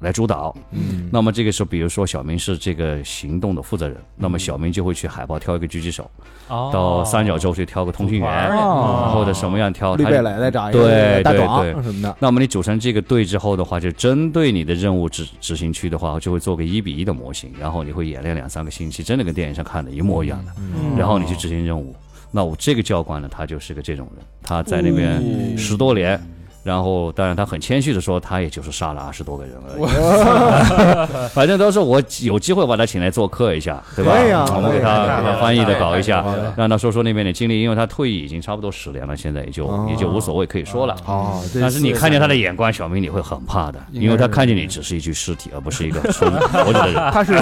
E: 来主导，
C: 嗯
E: 那么这个时候，比如说小明是这个行动的负责人，那么小明就会去海豹挑一个狙击手，
D: 哦
E: 到三角洲去挑个通讯
D: 玩儿
E: 员，
D: 去
C: 哦
E: 或者什么样挑。
C: 绿
E: 他
C: 贝蕾再找一
E: 对
C: 个
E: 对
C: 大壮
E: 对
C: 什么的，
E: 那么你组成这个队之后的话，就针对你的任务执执行区的话，就会做个一比一的模型，然后你会演练两三个星期，真的跟电影上看的一模一样的，然后你去执行任务。那我这个教官呢，他就是个这种人，他在那边十多年，然后当然他很谦虚的说，他也就是杀了二十多个人而已。 (laughs) 反正都是我有机会把他请来做客一下，对吧？
C: 可以啊
E: 我们给
C: 可
E: 他
C: 以啊
E: 给他翻译的搞一下
C: 可以啊，
E: 让他说说那边的经历，因为他退役已经差不多十年了，现在也就
C: 哦
E: 也就无所谓可以说了。
F: 哦，这
E: 但是你
F: 次
E: 看见他的眼光，小明你会很怕的，因为他看见你只是一具尸体，而不是一个纯活着的人。
F: 他是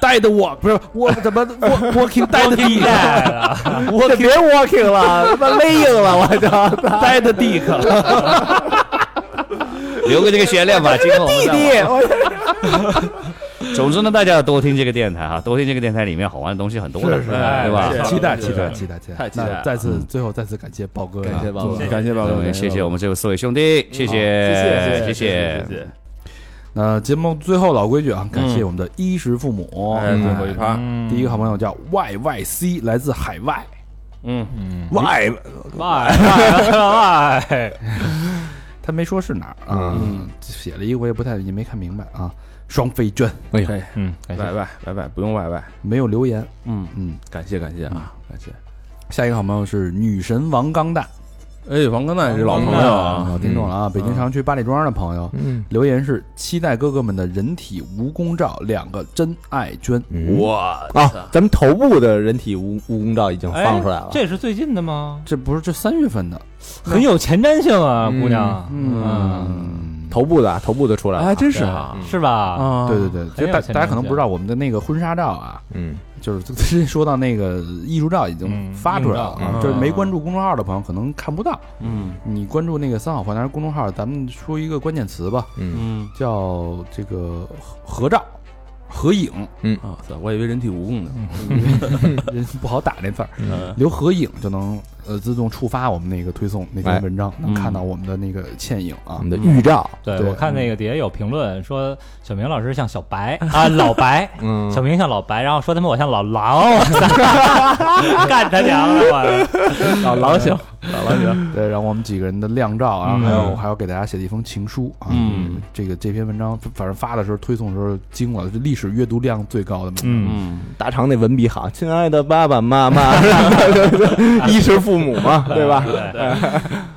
F: 带的我，不是我怎么我 walking 带的地
C: 我别 walking 了，他妈 laying 了，我操！
F: 带的地可
E: (laughs) 留个这个悬念吧，今后我们
C: 弟
E: 再
C: 弟，我
E: (laughs) 总之呢，大家要多听这个电台哈，多听这个电台里面好玩的东西很多的，
F: 是是哎
E: 对吧？
B: 是
F: 期待
B: 是
F: 期待期待期待，
B: 太期待
F: 那
B: 了
F: 再
E: 嗯
F: 次最后再次感谢豹哥啊，
C: 感谢豹哥
F: 做
B: 感谢宝
E: 那我
B: 哥，
E: 们嗯谢谢我们这位四位兄弟，谢谢
B: 谢
E: 谢
B: 谢。
F: 那节目最后老规矩啊，感
E: 嗯
F: 谢我们的衣食父母，
B: 哎，最后一
F: 哎
B: 趴，
F: 第一个好朋友叫 Y Y C，来自海外。
B: 嗯
F: ，Y，
E: 嗯
B: (laughs)
D: 哇哇
B: 哎
D: 哇！
F: (laughs) 他没说是哪儿啊，嗯，写了一个我也不太也没看明白啊。双飞娟
E: 哎呦，
D: 嗯，感谢
B: 拜拜拜拜，不用拜拜，
F: 没有留言，
B: 嗯，
F: 嗯，
B: 感谢感谢啊，感谢，
F: 下一个好朋友是女神王刚蛋，
B: 哎，王刚那也是老朋
F: 朋友
B: 友
F: 啊，
B: 啊，
F: 老听众了啊！北京常去八里庄的朋友
C: 嗯，
F: 留言是：期待哥哥们的人体蜈蚣照，两个真爱捐。
C: 哇啊！咱们头部的人体蜈蜈蚣照已经放出来了，
D: 哎这是最近的吗？
F: 这不是这三月份的，
D: 很有前瞻性啊，
C: 嗯
D: 姑娘，
F: 嗯，
C: 头部的啊头部的出来了，
B: 哎，真是啊，
D: 是吧？
B: 啊，
F: 对对对，
D: 嗯很
F: 就
D: 有
F: 大
D: 前瞻
F: 大家可能
D: 性
F: 不知道，我们的那个婚纱照啊，
C: 嗯，
F: 就是直接说到那个艺术照已经
D: 嗯
F: 发出来了，
D: 艺
F: 啊，就是没关注公众号的朋友可能看不到。
E: 嗯
F: 你关注那个三好坏男公众号，咱们说一个关键词吧，
E: 嗯
F: 叫这个合合照、合影，
C: 嗯
B: 啊，操我以为人体蜈蚣呢，
D: 嗯
F: (laughs) 人不好打那字儿，
C: 嗯
F: 留合影就能呃自动触发我们那个推送那篇文章，能看到我们的那个倩影啊
C: 哎我们。的预兆，
D: 嗯对，
F: 对
D: 我看那个底下有评论说小明老师像小白啊，老白，
C: 嗯
D: 小明像老白，然后说他妈我像老狼， (laughs) 干他娘的我！
F: 老狼行，老狼行。对，然后我们几个人的靓照啊，还有还有给大家写了一封情书啊。
E: 嗯，
F: 这个这篇文章反正发的时候推送的时候惊了，是历史阅读量最高的。嗯，
E: 嗯，
C: 大长那文笔好，亲爱的爸爸妈妈， (laughs) 衣食父母嘛，对吧？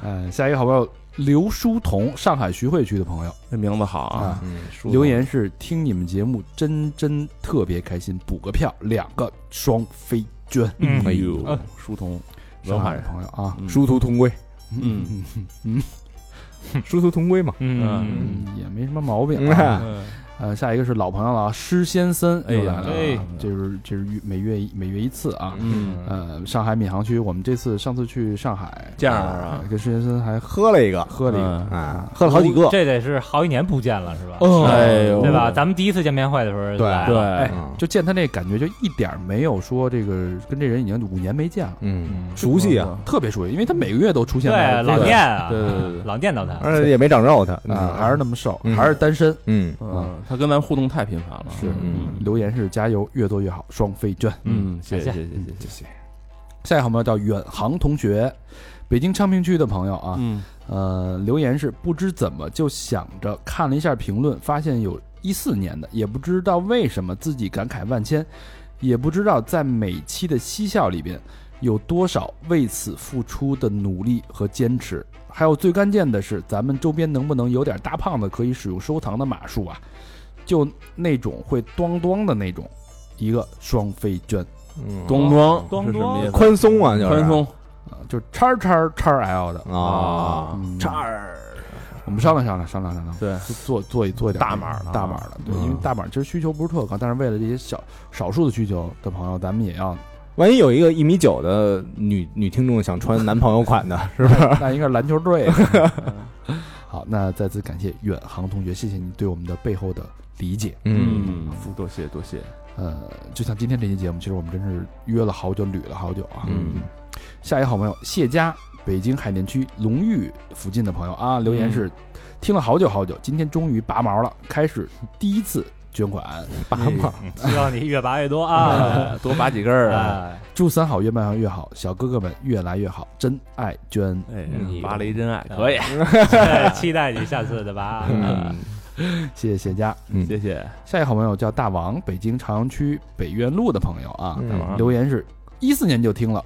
F: 哎，下一个好朋友刘书彤，上海徐汇区的朋友
B: 这名字好啊，
F: 啊，留言是听你们节目真真特别开心，补个票，两个双飞娟。
D: 嗯
B: 哎呦，书童，文
F: 上
B: 化
F: 海的
B: 人，
F: 朋友啊，
C: 殊途同归，
B: 嗯
C: 殊途同归嘛。
D: 嗯，
F: 嗯，也没什么毛病
C: 嗯
F: 啊。
D: 嗯
F: 呃，下一个是老朋友了啊，施先森又来了啊
D: 哎呀，
F: 这是这是每月一每月一次啊。
B: 嗯，
F: 呃，上海闵行区，我们这次上次去上海，
B: 这样啊，
F: 跟施先森还喝
C: 喝了一个，
F: 喝了一个，
C: 啊，喝了好几个，
D: 这得是好几年不见了，是吧？
B: 哎呦，
D: 对吧？咱们第一次见面会的时候，
F: 对
D: 来
B: 对
D: 了，，
C: 嗯
F: 就见他那感觉就一点儿没有说这个跟这人已经五年没见了，
C: 嗯，熟悉啊，
F: 特别熟悉，因为他每个月都出现在
D: 对，老念啊，
B: 对对对对嗯
D: 老念叨他，
C: 而且也没长肉，他
F: 啊，还是那么瘦，
C: 嗯
F: 还是单身。
C: 嗯
B: 嗯，他跟咱互动太频繁了，
F: 是
B: 嗯
F: 留言是加油，越多越好，双飞娟。
B: 嗯，谢谢
D: 感
B: 谢
D: 谢
B: 谢谢谢谢，
F: 下一个好朋友叫远航同学，北京昌平区的朋友啊，
B: 嗯
F: 呃，留言是不知怎么就想着看了一下评论，发现有一四年的，也不知道为什么自己感慨万千，也不知道在每期的嬉笑里边有多少为此付出的努力和坚持。还有最关键的是，咱们周边能不能有点大胖子可以使用收藏的码数啊？就那种会咚咚的那种，一个双飞娟
C: 嗯，
B: 咚咚
D: 咚
B: 是什么意思？
C: 宽松啊，就是
B: 宽松
F: 啊，就是叉叉叉 L 的，
C: 啊，
F: 嗯
C: 叉儿，
F: 我们商量商量，商量商量，
B: 对
F: 就做做一做一点
B: 大码的
F: 大码的，啊嗯对，因为大码其实需求不是特高，但是为了这些小少数的需求的朋友，咱们也要，
C: 万一有一个一米九的女女听众想穿男朋友款的，是不是？
F: 那应该是篮球队。 (laughs) 好，那再次感谢远航同学，谢谢你对我们的背后的理解。
B: 嗯，多谢多谢，
F: 呃，就像今天这期节目，其实我们真是约了好久，捋了好久啊。
C: 嗯，
F: 下一个好朋友谢佳，北京海淀区龙峪附近的朋友啊，留言是、听了好久好久，今天终于拔毛了，开始第一次捐款，哎拔毛。
D: (laughs) 希望你越拔越多
B: (laughs)
D: 啊！
B: 多拔几根儿嗯啊，
D: 哎
F: 祝三好越办越好，小哥哥们越来越好，真爱捐。
B: 哎
D: 嗯，
B: 拔了一真爱，可以，
D: 对
B: (laughs)
D: 期待你下次的拔。
B: 嗯
F: 谢谢谢家。
D: 嗯
B: 谢谢，
F: 下一个好朋友叫大王，北京朝阳区北苑路的朋友啊，
C: 嗯
F: 留言是：一四年就听了，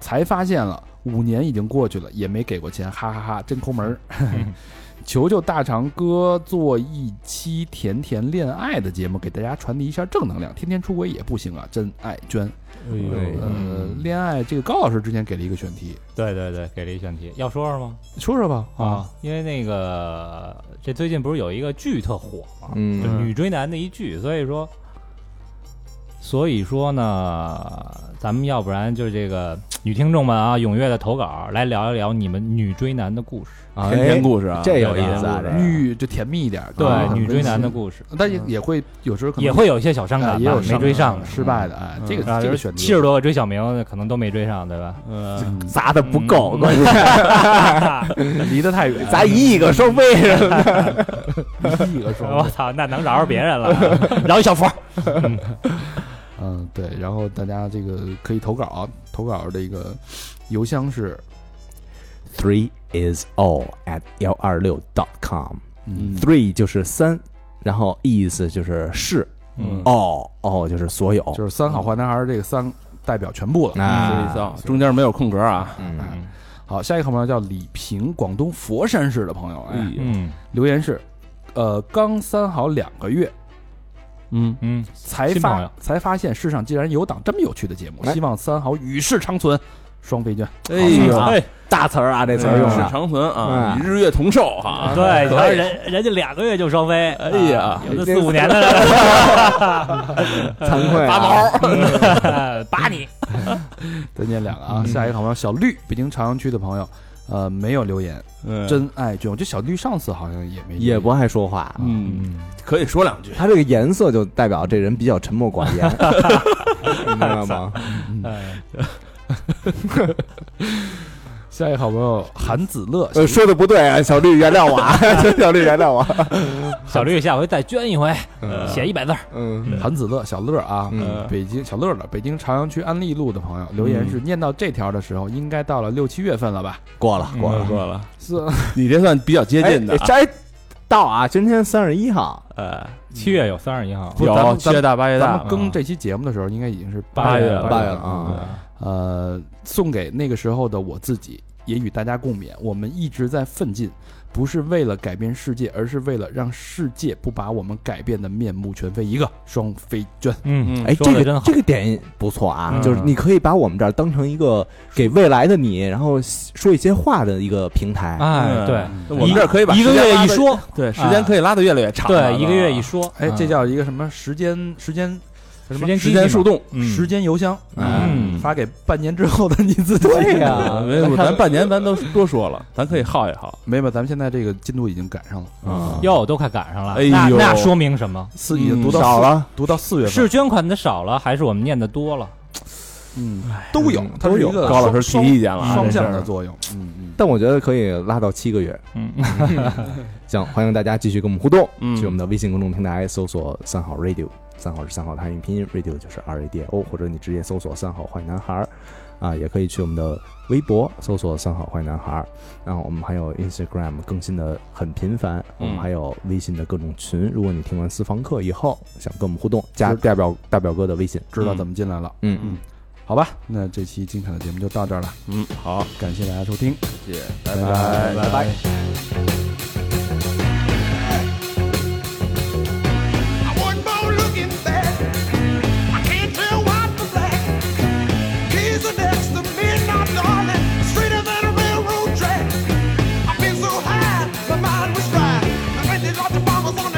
F: 才发现了五年已经过去了，也没给过钱，哈哈哈真抠门儿。
D: 嗯
F: (laughs) 求求大长哥做一期甜甜恋爱的节目，给大家传递一下正能量。天天出轨也不行啊，真爱捐。
D: 嗯
B: 哎
F: 呃，恋爱这个高老师之前给了一个选题，
D: 对对对，给了一选题，要说说吗？
F: 说说吧
D: 啊，因为那个这最近不是有一个剧特火嘛，
C: 嗯
D: 就女追男的一剧，所以说，所以说呢，咱们要不然就这个女听众们啊，踊跃的投稿来聊一聊你们女追男的故事，
C: 哎
B: 甜甜故事啊，
C: 这有意思啊，这个
F: 女就甜蜜一点，
D: 对，
F: 啊
D: 女追男的，
F: 很温
D: 故事
F: 馨但也也会有时候可能啊
D: 也会有一些小伤感吧，
F: 哎也有
D: 没追上的。
F: 失败的，哎，这个
D: 啊，
F: 这
D: 就
F: 个
D: 是
F: 选择
D: 七十多个追小明，可能都没追上，对吧？嗯，
C: 砸的不够，关键
F: (laughs) 离得太远，
C: 砸一亿个收费什么的，
F: (laughs) 一个
D: 我
F: 说，
D: 操，那能饶着别人了，饶一小佛。
F: 啊嗯，对，然后大家这个可以投稿，投稿这个邮箱是，
C: Three is all at 幺二六 dot com。
F: 嗯，
C: Three 就是三，然后 is 就是是
D: 嗯，
C: ，all all 就是所有。
F: 就是三好坏男孩这个三代表全部了。
B: 这意
C: 那
B: 思啊，中间没有空格啊，
C: 嗯，
F: 好，下一个好朋友叫李平，广东佛山市的朋友，哎，
B: 哎
D: 嗯
F: 留言是，呃，刚三好两个月，嗯，
D: 嗯，
F: 才
D: 新朋
F: 发
D: 友
F: 才发现世上竟然有档这么有趣的节目，希望三好与世长存，双飞娟，
B: 呦，哎，
C: 大词儿啊，这词儿用
B: 世
C: 的，
B: 长存啊，
C: 嗯
B: 与日月同寿
D: 啊
F: 啊
B: 哈。
K: 对，你看人人家两个月就双飞，哎
D: 啊
B: 呀
K: 有的四五年的了，
D: 呃
C: 惭愧
K: 拔
C: 啊，
F: 嗯
D: (laughs)
K: 毛，拔你，
F: 再念两个啊，下一个好朋友小绿，北京朝阳区的朋友，呃，没有留言，
B: 嗯，
F: 真爱卷，我觉得小绿上次好像也没留言
C: 也不爱说话。
B: 嗯，可以说两句。
C: 他这个颜色就代表这人比较沉默寡言，
D: (laughs)
C: 你明白吗？
F: 嗯
D: 嗯
F: 下一个好朋友韩子乐，
C: 呃，说的不对啊，小绿原谅我，啊，小绿原谅我。
K: 小绿下回再捐一回，写一百字儿，
C: 嗯，
F: 韩子乐小乐啊，
C: 嗯
F: 北京小乐乐，北京朝阳区安利路的朋友留言是：念到这条的时候，应该到了六七月份了吧？
C: 过
D: 嗯
C: 了过了，
B: 说了，
F: 是，
B: (laughs) 你这算比较接近的啊。
C: 哎，这到啊，今天三十一号，
B: 呃，
D: 嗯七月有三十一号，
F: 不咱
B: 有
F: 们
B: 七月大八月
F: 咱
B: 大
F: 们，更这期节目的时候，应该已经是
D: 八月了
C: 八月了啊，
F: 呃，送给那个时候的我自己，也与大家共勉。我们一直在奋进，不是为了改变世界，而是为了让世界不把我们改变的面目全非。一个双飞娟，
D: 嗯，
C: 哎，
D: 说
C: 这
D: 得
C: 个
D: 真好
C: 这个点不错啊，
D: 嗯
C: 就是你可以把我们这儿当成一个给未来的你，然后说一些话的一个平台。
D: 哎，对，
B: 我们这儿可以把
D: 一个
B: 时间
D: 月
B: 拉
D: 一
B: 得，
D: 说，
B: 对，时间可以拉得越来越长了。
D: 对，一个月一说，
F: 哎，这
D: 嗯
F: 叫一个什么时间时间
D: 时间
B: 时间树洞。
D: 嗯
F: 时间邮箱，
D: 嗯
F: 发给半年之后的你自己。
C: 对呀、
B: 啊没 (laughs) 有，咱半年咱都多说了，咱可以耗一耗。
F: 没有，咱们现在这个进度已经赶上了，
C: 嗯
D: 哟，都快赶上了，
B: 哎呦
D: 那那说明什么？
F: 四已经读到
C: 少
F: 四
C: 了，
F: 读到四月份，
D: 是捐款的少了，还是我们念的多了？
F: 嗯，都有，它是一个
B: 高老师提
F: 双
B: 意见了啊，
F: 双
B: 这事
F: 向
B: 儿
F: 的作用。
C: 但我觉得可以拉到七个月。
D: 嗯，
C: (laughs) 行，欢迎大家继续跟我们互动，
B: 嗯
C: 去我们的微信公众平台搜索“三好 radio”，三好是三好的汉语拼音，radio 就是 R A D I O，或者你直接搜索“三好坏男孩”，儿”，啊，也可以去我们的微博搜索“三好坏男孩”，儿”。然后我们还有 Instagram 更新的很频繁，我们还有微信的各种群，如果你听完私房课以后想跟我们互动，加大表大表哥的微信，
F: 知道怎么进来了。
C: 嗯
F: 嗯，好吧，那这期精彩的节目就到这儿了。嗯，好，感谢大家收听，
B: 谢谢，
F: 拜拜。
C: 拜拜。
L: I wasn't born looking back. I can't tell white from black. He's the next to midnight darling, straighter than a railroad track. I've been so high, my mind was fried. I rented lots of bombers on the Oh, Ah.